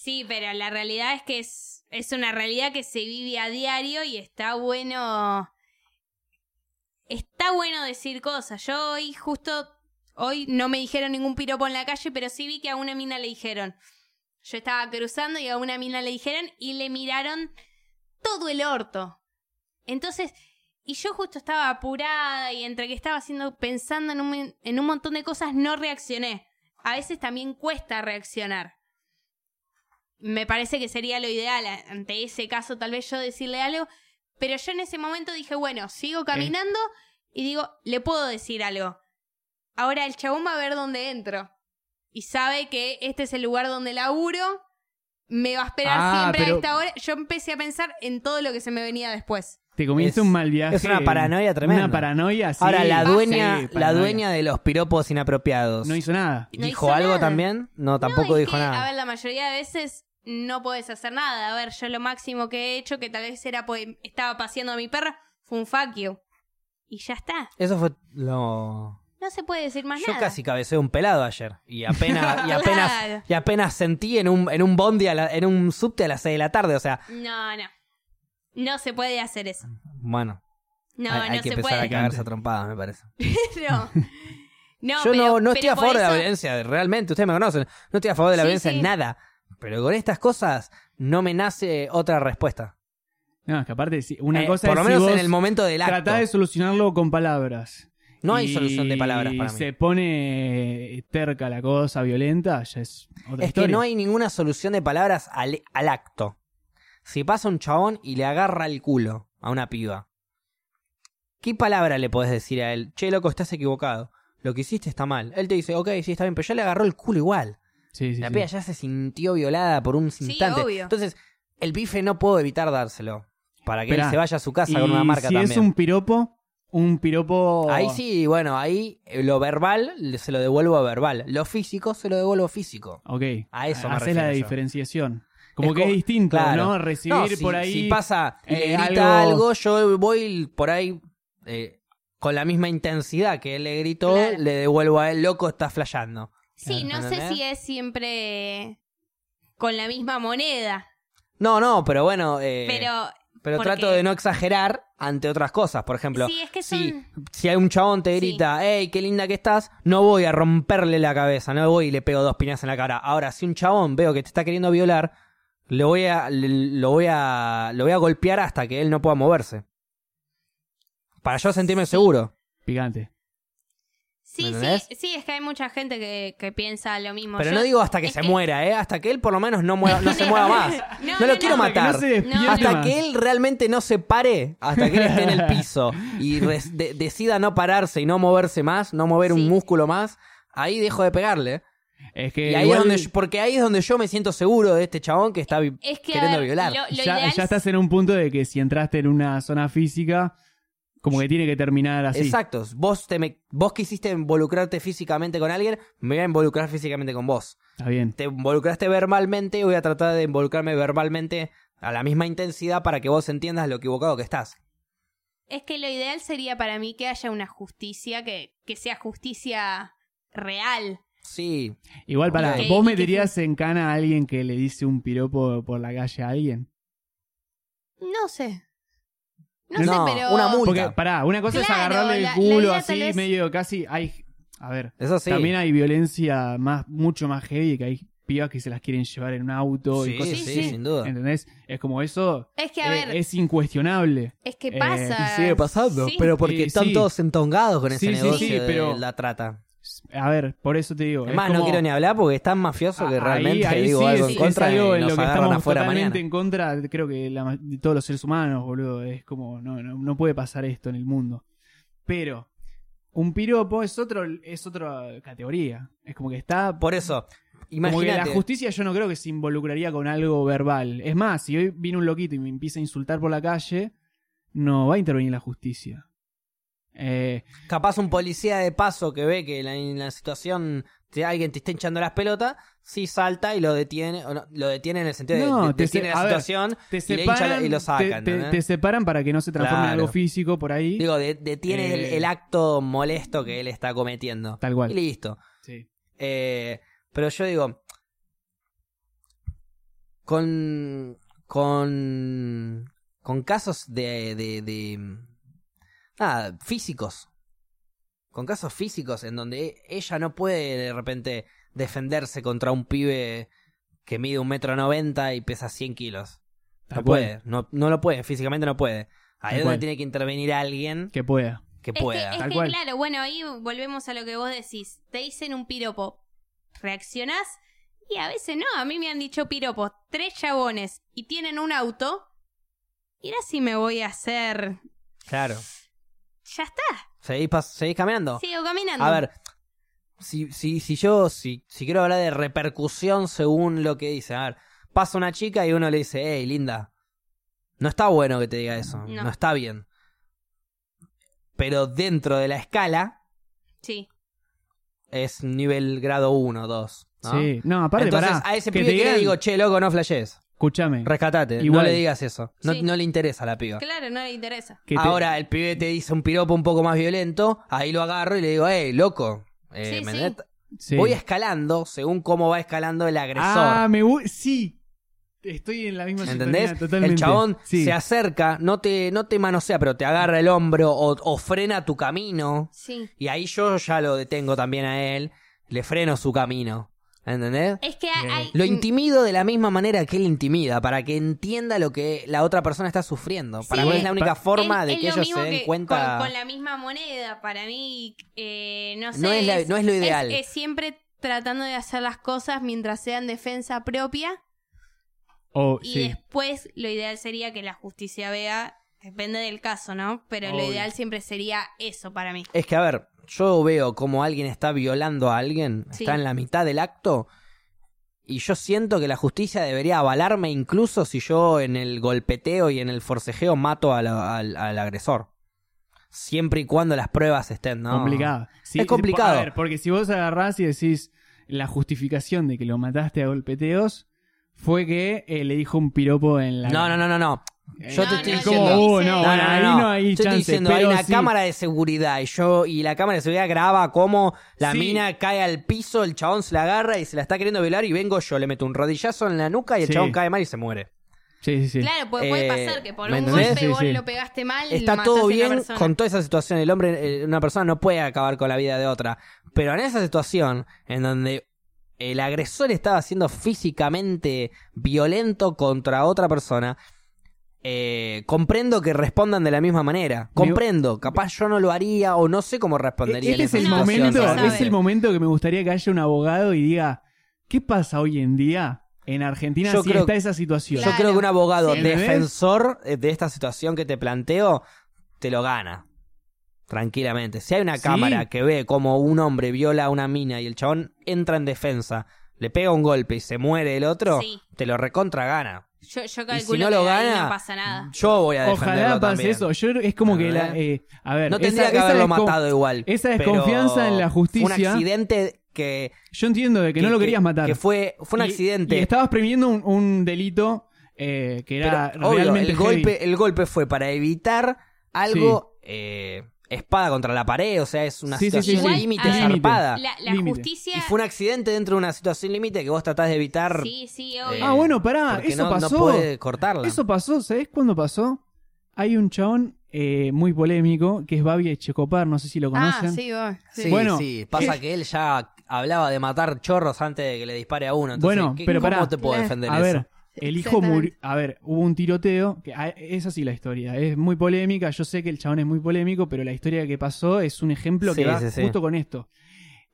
Sí, pero la realidad es que es, es una realidad que se vive a diario y está bueno. Está bueno decir cosas. Yo hoy, justo hoy, no me dijeron ningún piropo en la calle, pero sí vi que a una mina le dijeron. Yo estaba cruzando y a una mina le dijeron y le miraron todo el orto. Entonces, y yo justo estaba apurada y entre que estaba haciendo, pensando en un, en un montón de cosas, no reaccioné. A veces también cuesta reaccionar me parece que sería lo ideal a- ante ese caso tal vez yo decirle algo, pero yo en ese momento dije, bueno, sigo caminando y digo, le puedo decir algo. Ahora el chabón va a ver dónde entro y sabe que este es el lugar donde laburo, me va a esperar
Ah,
siempre
pero-
a esta hora. Yo empecé a pensar en todo lo que se me venía después.
Te comiste
Es-
un mal viaje.
es una paranoia tremenda.
Una paranoia, sí. Ah,
Ahora, la dueña,
Sí,
la
paranoia.
dueña de los piropos inapropiados.
No hizo nada.
No
¿Dijo
hizo
algo
nada.
también? No, tampoco
No, es
dijo
que,
nada.
A ver, la mayoría de veces no puedes hacer nada. A ver, yo lo máximo que he hecho, que tal vez era porque estaba paseando a mi perra, fue un fuck you. Y ya está.
Eso fue lo...
No se puede decir más
Yo
nada.
casi cabecé un pelado ayer y apenas y apenas
Claro.
y apenas sentí en un en un bondi a la- en un subte a las 6 de la tarde, o sea,
No, no. No se puede hacer eso.
bueno,
No,
hay, hay
no
que
se
empezar
puede.
a cagarse a trompadas, me parece.
no. No,
Yo
pero-
no, no estoy
pero
a
por
favor de la
eso-
violencia, realmente, ustedes me conocen, no estoy a favor de la
Sí,
violencia en
sí.
nada, pero con estas cosas no me nace otra respuesta.
No, es que aparte, sí, una
Eh,
cosa
por lo
es si
menos en
vos
el momento del acto.
Tratá de solucionarlo con palabras.
No hay
Y
solución de palabras para mí.
Se pone eh, terca la cosa, violenta, ya es otra
Es
historia.
que no hay ninguna solución de palabras al, al acto. Si pasa un chabón y le agarra el culo a una piba, ¿qué palabra le podés decir a él? Che, loco, estás equivocado. Lo que hiciste está mal. Él te dice, ok, sí, está bien, pero ya le agarró el culo igual.
Sí, sí,
La
sí.
piba ya se sintió violada por un
Sí,
instante.
obvio.
Entonces, el bife no puedo evitar dárselo. Para que
Esperá,
él se vaya a su casa
Y
con una marca
si
también.
es un piropo, un piropo...
Ahí sí, bueno, ahí eh, lo verbal le- se lo devuelvo a verbal. Lo físico se lo devuelvo físico.
Ok.
A eso me
Haces la
refiero yo.
diferenciación. Como
Es
que
co-
es distinto,
claro.
¿no? Recibir
No, si-
por ahí...
Si pasa y le
eh,
grita algo...
algo-
yo voy por ahí eh, con la misma intensidad que él le gritó,
Claro.
le devuelvo a él, loco, está flasheando.
Sí, no sé
¿Entendés?
si es siempre con la misma moneda,
No, no, pero bueno, eh, pero,
pero porque-
trato de no exagerar ante otras cosas. Por ejemplo,
sí, es que son...
si, si hay un chabón te
Sí.
grita, hey, qué linda que estás, no voy a romperle la cabeza, no voy y le pego dos piñas en la cara. Ahora, si un chabón veo que te está queriendo violar, lo voy a, le- lo voy a, lo voy a golpear hasta que él no pueda moverse. Para yo sentirme seguro.
Picante.
¿Me
Sí,
entendés?
sí, sí, es que hay mucha gente que, que piensa lo mismo.
Pero
Yo-
no digo hasta que
es
se muera, ¿eh? Hasta que él por lo menos no, mueva- no se mueva más.
No,
No,
no,
lo
no.
quiero
Hasta que no
matar.
se despierte
hasta
más.
que él realmente no se pare, hasta que él esté en el piso y res- de- decida no pararse y no moverse más, no mover
Sí.
un músculo más, ahí dejo de pegarle.
Es que
Y ahí
igual
es donde yo- porque ahí es donde yo me siento seguro de este chabón que está vi-
Es que, a
queriendo
ver,
violar.
lo- lo
ya,
ideal
ya
es-
estás en un punto de que si entraste en una zona física, como que tiene que terminar así.
Exacto. Vos, te me- vos quisiste involucrarte físicamente con alguien, me voy a involucrar físicamente con vos.
Está bien.
Te involucraste verbalmente, voy a tratar de involucrarme verbalmente a la misma intensidad para que vos entiendas lo equivocado que estás.
Es que lo ideal sería para mí que haya una justicia, que, que sea justicia real.
Sí,
Igual para,
Ok.
¿vos
¿Y
meterías en cana a alguien que le dice un piropo por la calle a alguien?
No sé. No,
No,
sé, pero.
una multa.
Porque, pará, una cosa es
Claro,
agarrarle el
la- la
culo
idea
así,
tal vez-
medio casi. Hay, a ver,
eso sí.
también hay violencia más, mucho más heavy que hay pibas que se las quieren llevar en un auto y
sí,
cosas
sí,
así.
sí.
sin duda.
¿Entendés? Es como eso.
Es que,
eh,
a ver, es,
es incuestionable.
que
eh,
pasa.
Y sigue pasando,
Sí.
pero porque
Sí,
están
sí.
todos entongados con
Sí,
ese
sí,
negocio
sí,
de
pero-
la trata.
A ver, por eso te digo. es
Además, no
como-
quiero ni hablar porque es tan mafioso que
Ahí-
realmente
ahí
digo
sí
algo
es-
en
es
contra
algo
y
en
nos
lo que
agarran
estamos
afuera
totalmente
mañana.
en contra, creo que la ma- de todos los seres humanos, boludo. Es como, no, no, no puede pasar esto en el mundo. Pero, un piropo es otro, es otra categoría. Es como que está.
Por eso,
Como que la
imagínate.
justicia yo no creo que se involucraría con algo verbal. Es más, si hoy viene un loquito y me empieza a insultar por la calle, no va a intervenir la justicia. Eh,
Capaz un policía de paso que ve que la, en la situación te- alguien te está hinchando las pelotas, sí salta y lo detiene, o no, lo detiene en el sentido de-
No,
de
te
detiene
se-
la
a ver,
situación
te
y le hincha la-
separan,
y lo sacan.
te, te-
¿entendés?
te separan para que no se transforme en
Claro.
algo físico por ahí.
Digo, de- detiene el,
Eh.
el acto molesto que él está cometiendo.
tal
Y
cual.
listo.
Sí.
Eh, pero yo digo, con, con, con casos de, de, de- nada, físicos, con casos físicos en donde e- ella no puede de repente defenderse contra un pibe que mide un metro noventa y pesa 100 kilos.
Tal
No
cual.
puede, no, no lo puede, físicamente no puede. Ahí
Tal
es
cual.
donde tiene que intervenir alguien
Que pueda.
que
Es que,
pueda.
es
Tal
que,
cual.
claro, bueno, ahí volvemos a lo que vos decís. Te dicen un piropo, reaccionás y a veces no. A mí me han dicho piropos, tres chabones y tienen un auto. Mira si me voy a hacer.
Claro.
Ya está,
¿Seguís, pas- seguís caminando?
sigo caminando.
A ver, si, si, si yo, si, si quiero hablar de repercusión según lo que dice, a ver, pasa una chica y uno le dice, hey, linda, no está bueno que te diga eso, no,
No.
está bien. Pero dentro de la escala
Sí,
es nivel grado 1, 2. ¿no?
Sí. No, aparte,
Entonces
pará,
a ese
que
pibe
te
que le
digan-
digo, che, loco, no flashes,
Escúchame.
rescatate,
Igual.
no le digas eso, no,
Sí.
no le interesa a la piba.
claro, no le interesa.
que te-
Ahora el pibe te dice un piropo un poco más violento, ahí lo agarro y le digo, hey, loco, eh,
Sí,
¿me
sí.
entendés?
sí.
Voy escalando según cómo va escalando el agresor.
Ah, me voy. Sí. Estoy en la misma
¿Entendés?
sintonía, totalmente.
El chabón
Sí.
se acerca, no te, no te manosea, pero te agarra el hombro o, o frena tu camino.
Sí.
Y ahí yo ya lo detengo también a él. Le freno su camino. ¿Entendés?
Es que
Eh,
hay.
Lo intimido de la misma manera que él intimida, para que entienda lo que la otra persona está sufriendo. Para
Sí.
mí es la única
Pa-
forma
es-
de
es
que
lo
ellos
mismo
se den
que
cuenta.
Con, con la misma moneda, para mí, eh, no sé.
No es la- no es lo ideal.
Es, siempre tratando de hacer las cosas mientras sean defensa propia.
Oh,
Y
sí.
después, lo ideal sería que la justicia vea. Depende del caso, ¿no? Pero lo
Obvio.
ideal siempre sería eso para mí.
Es que, a ver, yo veo como alguien está violando a alguien,
Sí.
está en la mitad del acto, y yo siento que la justicia debería avalarme incluso si yo en el golpeteo y en el forcejeo mato a la- al, al agresor. Siempre y cuando las pruebas estén, ¿no?
Complicado. Sí,
Es complicado.
A ver, porque si vos agarrás y decís la justificación de que lo mataste a golpeteos fue que eh, le dijo un piropo en la.
No, no, no, no, no.
Eh,
Yo te
es
estoy
como,
diciendo-
"Oh,
No,
No,
no,
no,
ahí
no.
no hay
Yo estoy
chance.
diciendo, hay
pero
una
sí.
cámara de seguridad y yo y la cámara de seguridad graba cómo la
Sí.
mina cae al piso, el chabón se la agarra y se la está queriendo violar y vengo yo, le meto un rodillazo en la nuca y el
Sí.
chabón cae mal y se muere.
Sí, sí, sí.
Claro, puede, puede
Eh,
pasar que por
¿me
un
entendés?
golpe
Sí,
vos
sí.
lo pegaste mal.
Está
mataste
todo
a la
bien
persona.
con toda esa situación. El hombre, eh, una persona no puede acabar con la vida de otra. Pero en esa situación en donde el agresor estaba siendo físicamente violento contra otra persona, eh, comprendo que respondan de la misma manera. Comprendo, capaz yo no lo haría o no sé cómo respondería.
Este
en
es
esa
el,
No,
situación
momento,
no se
es
sabe.
el momento que me gustaría que haya un abogado y diga, ¿qué pasa hoy en día en Argentina
Yo
si
creo-
está esa situación?
Yo creo que un abogado
Sí.
defensor eh, de esta situación que te planteo te lo gana. Tranquilamente. Si hay una
Sí.
cámara que ve como un hombre viola a una mina y el chabón entra en defensa, le pega un golpe y se muere el otro,
Sí.
te lo recontra gana.
Yo, yo
Y
calculo
si no
que
lo
ahí
gana,
no pasa nada.
Yo voy a defenderlo
Ojalá pase
también.
eso. Yo, es como
A
que
ver.
la... eh, a ver,
No tendría
esa-
que
esa
haberlo
descon-
matado igual.
esa
pero
desconfianza en la
fue
justicia-
Un accidente que.
Yo entiendo de que, no lo querías matar.
Que fue, fue un
Y-
accidente.
Y, estabas previendo un, un delito eh, que era
Pero, obvio,
realmente
el
heavy.
golpe, el golpe fue para evitar algo eh, espada contra la pared, o sea, es una
Sí, sí, sí,
situación
sí.
límite
Igual, a ver,
zarpada.
La, la
límite.
justicia.
Y fue un accidente dentro de una situación límite que vos tratás de evitar.
Sí, sí,
eh,
obvio.
Ah, bueno, pará,
porque
eso
no,
pasó.
No puede cortarla.
Eso pasó, ¿sabés cuándo pasó? Hay un chabón eh, muy polémico que es Babi Echecopar, no sé si lo conocen.
ah, sí, vos. sí.
Sí,
Bueno, eh,
sí, pasa que él ya hablaba de matar chorros antes de que le dispare a uno. Entonces,
Bueno,
¿qué-
pero
¿cómo
pará.
te puedo
Claro.
defender
A
eso?
ver, el hijo murió. A ver, hubo un tiroteo. Que, ah, es así la historia. Es muy polémica. Yo sé que el chabón es muy polémico, pero la historia que pasó es un ejemplo que
Sí,
va
sí, sí.
justo con esto.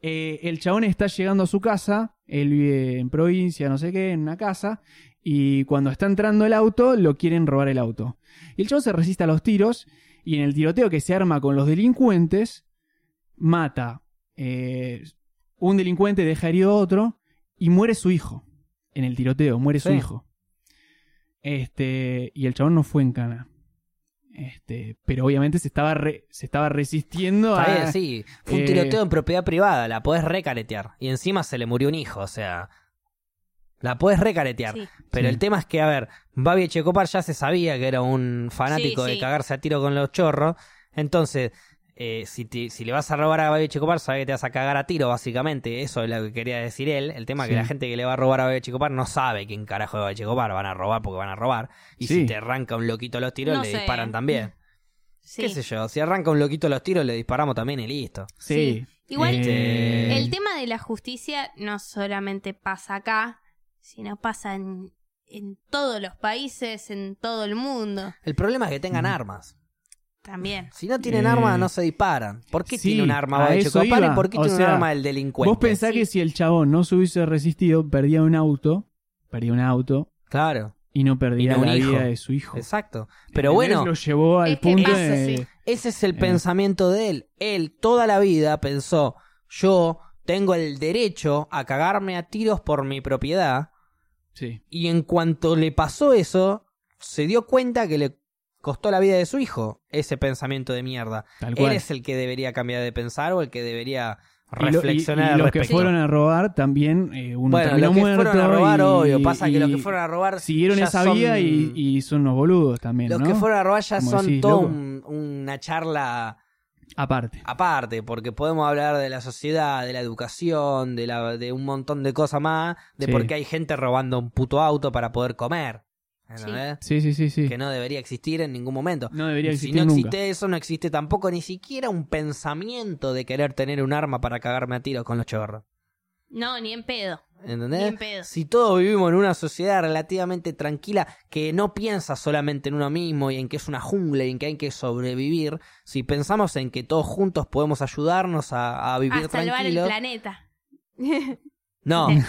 Eh, el chabón está llegando a su casa. Él vive en provincia, no sé qué, en una casa. Y cuando está entrando el auto, lo quieren robar el auto. Y el chabón se resiste a los tiros. Y en el tiroteo que se arma con los delincuentes, mata. eh, un delincuente deja herido a otro y muere su hijo. En el tiroteo, muere su
Sí.
hijo. Este, y el chabón no fue en cana. Este, pero obviamente se estaba, re- se estaba resistiendo
Está
a.
bien, sí. Fue un
eh,
tiroteo en propiedad privada, la podés recaretear. Y encima se le murió un hijo, o sea. La podés recaretear.
Sí.
Pero
Sí.
el tema es que, a ver, Babi Echecopar ya se sabía que era un fanático
Sí,
de
sí.
cagarse a tiro con los chorros. Entonces, eh, si, te- si le vas a robar a Babi Echecopar, sabe que te vas a cagar a tiro, básicamente. Eso es lo que quería decir él. El tema es que
Sí.
la gente que le va a robar a Babi Echecopar no sabe quién carajo es Babi Echecopar. Van a robar porque van a robar. Y
Sí.
si te arranca un loquito los tiros,
No
le
sé.
disparan también.
Sí.
¿Qué sé yo? Si arranca un loquito los tiros, le disparamos también y listo.
Sí.
Sí. Igual,
Este-
Eh,
El tema de la justicia no solamente pasa acá, sino pasa en, en todos los países, en todo el mundo
El problema es que tengan
Mm.
armas.
también.
Si no tienen
Eh,
armas, no se disparan. ¿Por qué
sí,
tiene un arma
a
Babi
eso
Echecopar
iba.
y por qué
O
tiene
sea,
un arma el delincuente?
Vos pensás
Sí.
que si el chabón no se hubiese resistido, perdía un auto, perdía un auto
Claro,
y no perdía
Y no un
la
hijo.
vida de su hijo.
exacto. Pero bueno,
Lo llevó al
Es que
punto
pasa,
de.
sí.
ese es el
Eh.
pensamiento de él. Él toda la vida pensó, yo tengo el derecho a cagarme a tiros por mi propiedad.
Sí.
Y en cuanto le pasó eso, se dio cuenta que le costó la vida de su hijo ese pensamiento de mierda.
Tal
Él
cual.
es el que debería cambiar de pensar o el que debería
Y lo- y-
reflexionar
y
al
los que
respecto.
fueron a robar también, eh, uno
Bueno,
terminó
los que
muerto.
fueron a robar,
y-
obvio. Pasa
y
que los que fueron a robar.
Siguieron
ya
esa
son-
vía y, y son unos boludos también,
Los
¿no?
que fueron a robar ya
Como
son
decís,
toda
loco.
un- una charla
Aparte.
aparte, porque podemos hablar de la sociedad, de la educación, de, la, de un montón de cosas más, de
Sí.
por qué hay gente robando un puto auto para poder comer. ¿entendés?
Sí, sí, sí, sí.
Que no debería existir en ningún momento.
No debería
si
existir
no
nunca.
existe eso, no existe tampoco ni siquiera un pensamiento de querer tener un arma para cagarme a tiros con los chorros.
No, ni en pedo. Ni
¿Entendés?
en pedo.
Si todos vivimos en una sociedad relativamente tranquila que no piensa solamente en uno mismo y en que es una jungla y en que hay que sobrevivir, si pensamos en que todos juntos podemos ayudarnos a, a vivir
A salvar el
tranquilos,
planeta.
no,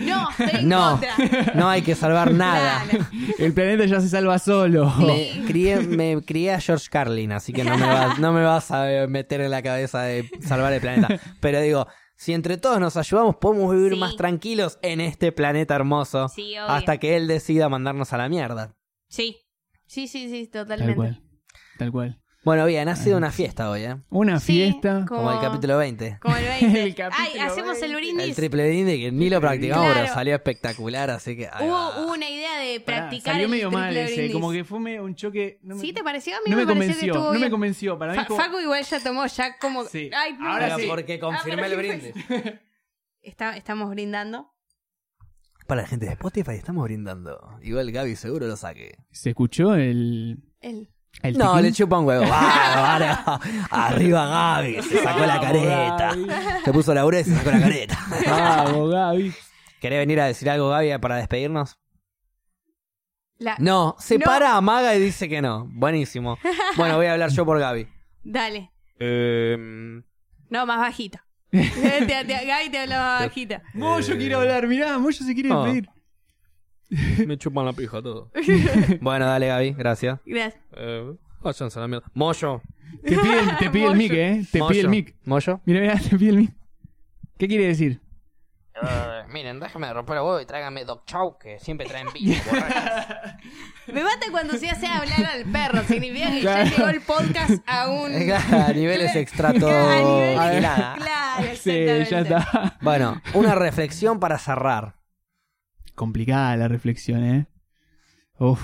No, estoy en
No.
contra.
no hay que salvar nada.
Claro.
El planeta ya se salva solo.
Me crié, me crié a George Carlin, así que no me, vas, no me vas a eh, meter en la cabeza de salvar el planeta. Pero digo, si entre todos nos ayudamos, podemos vivir
Sí.
más tranquilos en este planeta hermoso
Sí, obvio.
hasta que él decida mandarnos a la mierda.
Sí. Sí, sí, sí,
Tal
totalmente.
cual. Tal cual.
Bueno, bien, ha sido una fiesta hoy, ¿eh?
Una
Sí,
fiesta.
como-
Como, el capítulo 20.
Como el 20.
El capítulo
Ay, hacemos el
20.
El
brindis.
triple brindis que ni lo practicamos, pero
Claro.
salió espectacular, así que... ahí va.
Hubo, hubo una idea de
Pará,
practicar
salió
el
medio
triple
mal ese.
brindis.
Como que fue medio un choque. No me,
¿Sí te pareció? A mí
no me
me, pareció
convenció.
que estuvo
No me
bien.
convenció. Para mí
Fa-
es como-
Facu igual ya tomó ya como...
Sí.
Ay, no.
Ahora
Pero
sí.
porque confirmé
Ah,
el
pero sí
brindis.
Está- estamos brindando.
Para la gente de Spotify estamos brindando. Igual Gaby seguro lo saque.
¿Se escuchó el.
El...
el
No,
tiquín?
le chupa un huevo. Bárbaro. Arriba Gaby, se sacó la
Vamos,
careta.
Gaby.
Se puso la urea y se sacó la careta.
Vamos, Gaby.
¿Querés venir a decir algo, Gaby, para despedirnos?
La-
No, se
No.
para a Maga y dice que no. Buenísimo. Bueno, voy a hablar yo por Gaby.
Dale.
Eh,
No, más bajita. te, te, Gaby te hablaba más bajita.
Moyo quiere hablar, mirá, Moyo se quiere
Ah.
despedir.
me chupan la pija todo. bueno, dale Gaby, gracias.
Gracias.
Eh, váyanse a la mierda. Moyo.
Te pide el, te pide el
Moyo.
mic, eh. Te pide el
Moyo.
mic.
Moyo.
Mirá, mirá, te pide el mic. ¿Qué quiere decir?
Eh, miren, déjame romper el huevo y tráigame Doc Chow, que siempre traen vino.
Me mata cuando se hace hablar al perro. Significa que
Claro.
ya llegó el podcast a un.
a niveles extrato.
Claro, a nivel-
vigilada.
Claro,
Sí,
exactamente.
ya está.
Bueno, una reflexión para cerrar.
Complicada la reflexión, eh. Uf.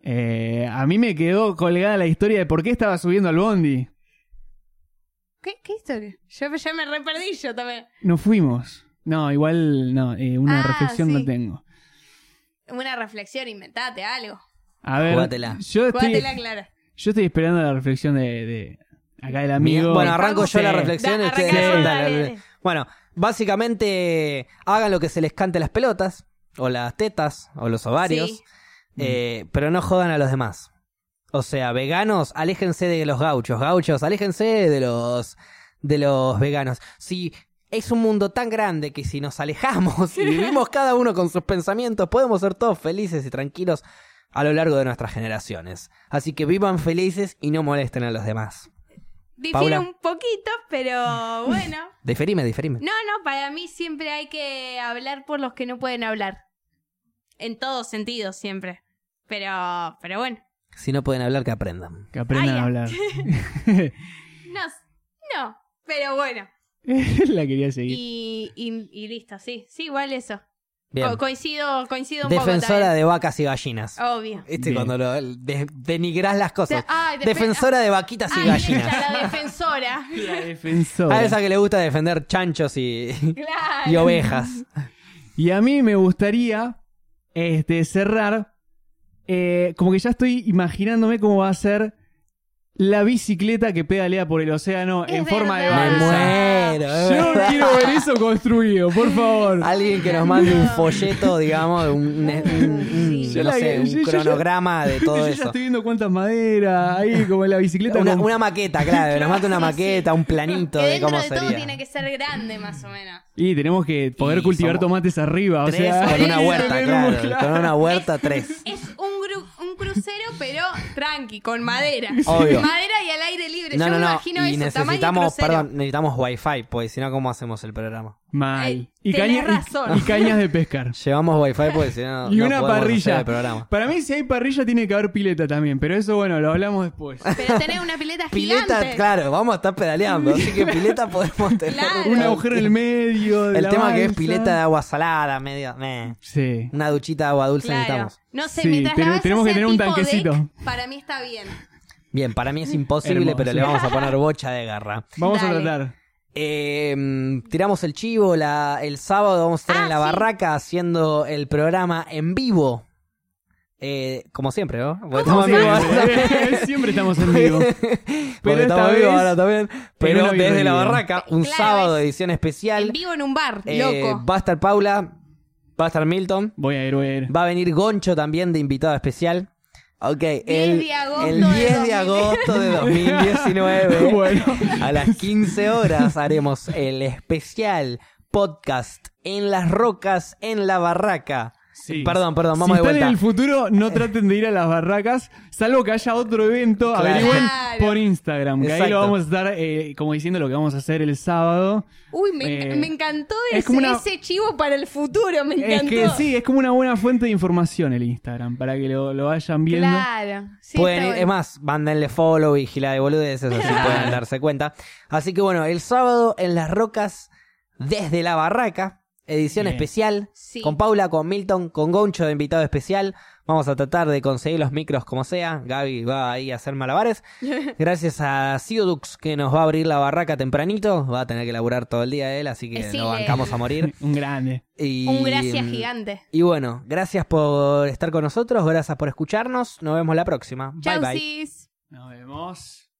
Eh, a mí me quedó colgada la historia de por qué estaba subiendo al bondi.
¿Qué, qué historia? Yo ya me reperdí yo también.
Nos fuimos. No, igual no, eh, una
Ah,
reflexión no
sí.
tengo.
Una reflexión, inventate algo.
A ver,
Jugátela.
yo estoy,
Jugátela clara.
yo estoy esperando la reflexión de, de acá del
Bien,
amigo.
Bueno, arranco
Estamos-
yo la
Sí.
reflexión.
Da-
ustedes-
arranca
vos,
dale,
dale,
dale.
dale.
Bueno, básicamente hagan lo que se les cante las pelotas, o las tetas, o los ovarios,
Sí.
eh, pero no jodan a los demás. O sea, veganos, aléjense de los gauchos, gauchos, aléjense de los de los veganos. Si es un mundo tan grande que si nos alejamos y vivimos cada uno con sus pensamientos, podemos ser todos felices y tranquilos a lo largo de nuestras generaciones. Así que vivan felices y no molesten a los demás.
Difiere
Paula.
un poquito, pero bueno.
Diferime, diferime.
No, no, para mí siempre hay que hablar por los que no pueden hablar. En todos sentidos, siempre. Pero, pero bueno.
Si no pueden hablar, que aprendan.
Que aprendan
Ah,
a
ya.
hablar.
No, no, pero bueno.
la quería seguir.
Y, y- y listo, sí. Sí, igual eso.
Bien.
Co- coincido, coincido un poco
Defensora
también. Oh.
de vacas y gallinas.
Obvio. ah,
Este
Bien.
cuando lo, de- denigrás las cosas.
De- ay, defe-
Defensora de vaquitas y
Ay,
gallinas.
ah, ella, la defensora.
La defensora.
A Ah, esa que le gusta defender chanchos y,
claro.
y ovejas.
Y a mí me gustaría este, cerrar. eh, como que ya estoy imaginándome cómo va a ser la bicicleta que pedalea por el océano
Es
en forma de
verdad.
Me
balsa.
muero. es
Yo
verdad.
quiero ver eso construido, por favor.
Alguien que nos mande un folleto, digamos, un, un- un-
Sí.
no
Yo la-
sé, un
yo- yo- yo-
cronograma de todo
Yo ya
eso.
estoy viendo cuántas maderas ahí, como en la bicicleta.
Una,
con-
una maqueta, claro. Nos manda una
Sí, sí.
maqueta, un planito
Que
de
dentro
cómo
de todo
sería.
tiene que ser grande, más o menos.
Y tenemos que poder
Y
cultivar
somos
tomates arriba, o
Tres
sea,
con una
y
huerta,
tener
claro.
un-
Con una huerta, tres.
Es un, gru- un crucero, pero tranqui, con madera.
Obvio.
Madera y al aire libre.
No,
Yo
no,
me
no.
imagino
y
eso, tamaño
necesitamos,
crucero.
perdón, necesitamos wifi, porque si no, ¿cómo hacemos el programa?
Mal.
Eh,
y,
tenés
caña- y-
razón.
y cañas de pescar.
Llevamos wifi, porque si no,
Y
no
una
podemos hacer
parrilla.
el programa.
Para mí, si hay parrilla, tiene que haber pileta también. Pero eso, bueno, lo hablamos después.
Pero tener una pileta
Pileta,
gigante.
claro, vamos a estar pedaleando, así que pileta podemos tener.
Claro.
Un agujero en el medio. de
El
la
tema que es
balsa.
pileta de agua salada, medio. meh.
Sí.
Una duchita de agua dulce
Claro.
necesitamos.
No sé,
Sí,
mientras la
ten-
vas a
tenemos que
hacer
tener un
tipo
tanquecito.
deck, para mí está bien.
Bien, para mí es imposible,
Hermoso.
pero le vamos a poner bocha de garra.
Vamos a
Dale.
tratar.
Eh, mm, tiramos el chivo, la- el sábado vamos a estar
Ah,
en la
sí.
barraca haciendo el programa en vivo. Eh, como siempre, ¿no? Porque estamos en vivo ahora.
Siempre, siempre estamos en vivo.
Porque
Pero esta
estamos vivos
vez-
ahora también.
una
Pero desde la
birrería.
barraca, un
Claro,
sábado
es-
edición
En
especial.
vivo en un bar,
Eh,
loco.
va a estar Paula, va a estar Milton,
Voy a héroe.
va a venir Goncho también de invitado especial. Ok, 10 el,
de agosto
el
de
10 de
2000.
agosto de 2019
Bueno.
a las 15 horas haremos el especial podcast en las rocas en la barraca.
Sí.
Perdón, perdón, vamos
si
de
están
vuelta.
en el futuro, no traten de ir a las barracas, salvo que haya otro evento.
Claro.
Averigüen
Claro.
por Instagram, que ahí
Exacto.
lo vamos a estar, eh, como diciendo lo que vamos a hacer el sábado.
Uy, me, enc-
eh,
me encantó
es
ese,
como una-
ese chivo para el futuro, me
Es
encantó.
que sí, es como una buena fuente de información el Instagram, para que lo, lo vayan viendo.
Claro. Sí,
pueden
está
ir-
bueno.
es más, mándenle follow y gila de boludeces, así pueden darse cuenta. Así que bueno, el sábado en Las Rocas, desde la barraca, edición
Bien.
especial,
Sí.
con Paula, con Milton, con Goncho de invitado especial. Vamos a tratar de conseguir los micros como sea. Gaby va ahí a hacer malabares. Gracias a Ciodux que nos va a abrir la barraca tempranito. Va a tener que laburar todo el día él, así que
Eh, sí,
lo
eh.
bancamos a morir.
Un grande.
Y, mm,
Un gracias gigante.
Y bueno, gracias por estar con nosotros, gracias por escucharnos. Nos vemos la próxima.
Chau,
bye bye.
sis.
Nos vemos.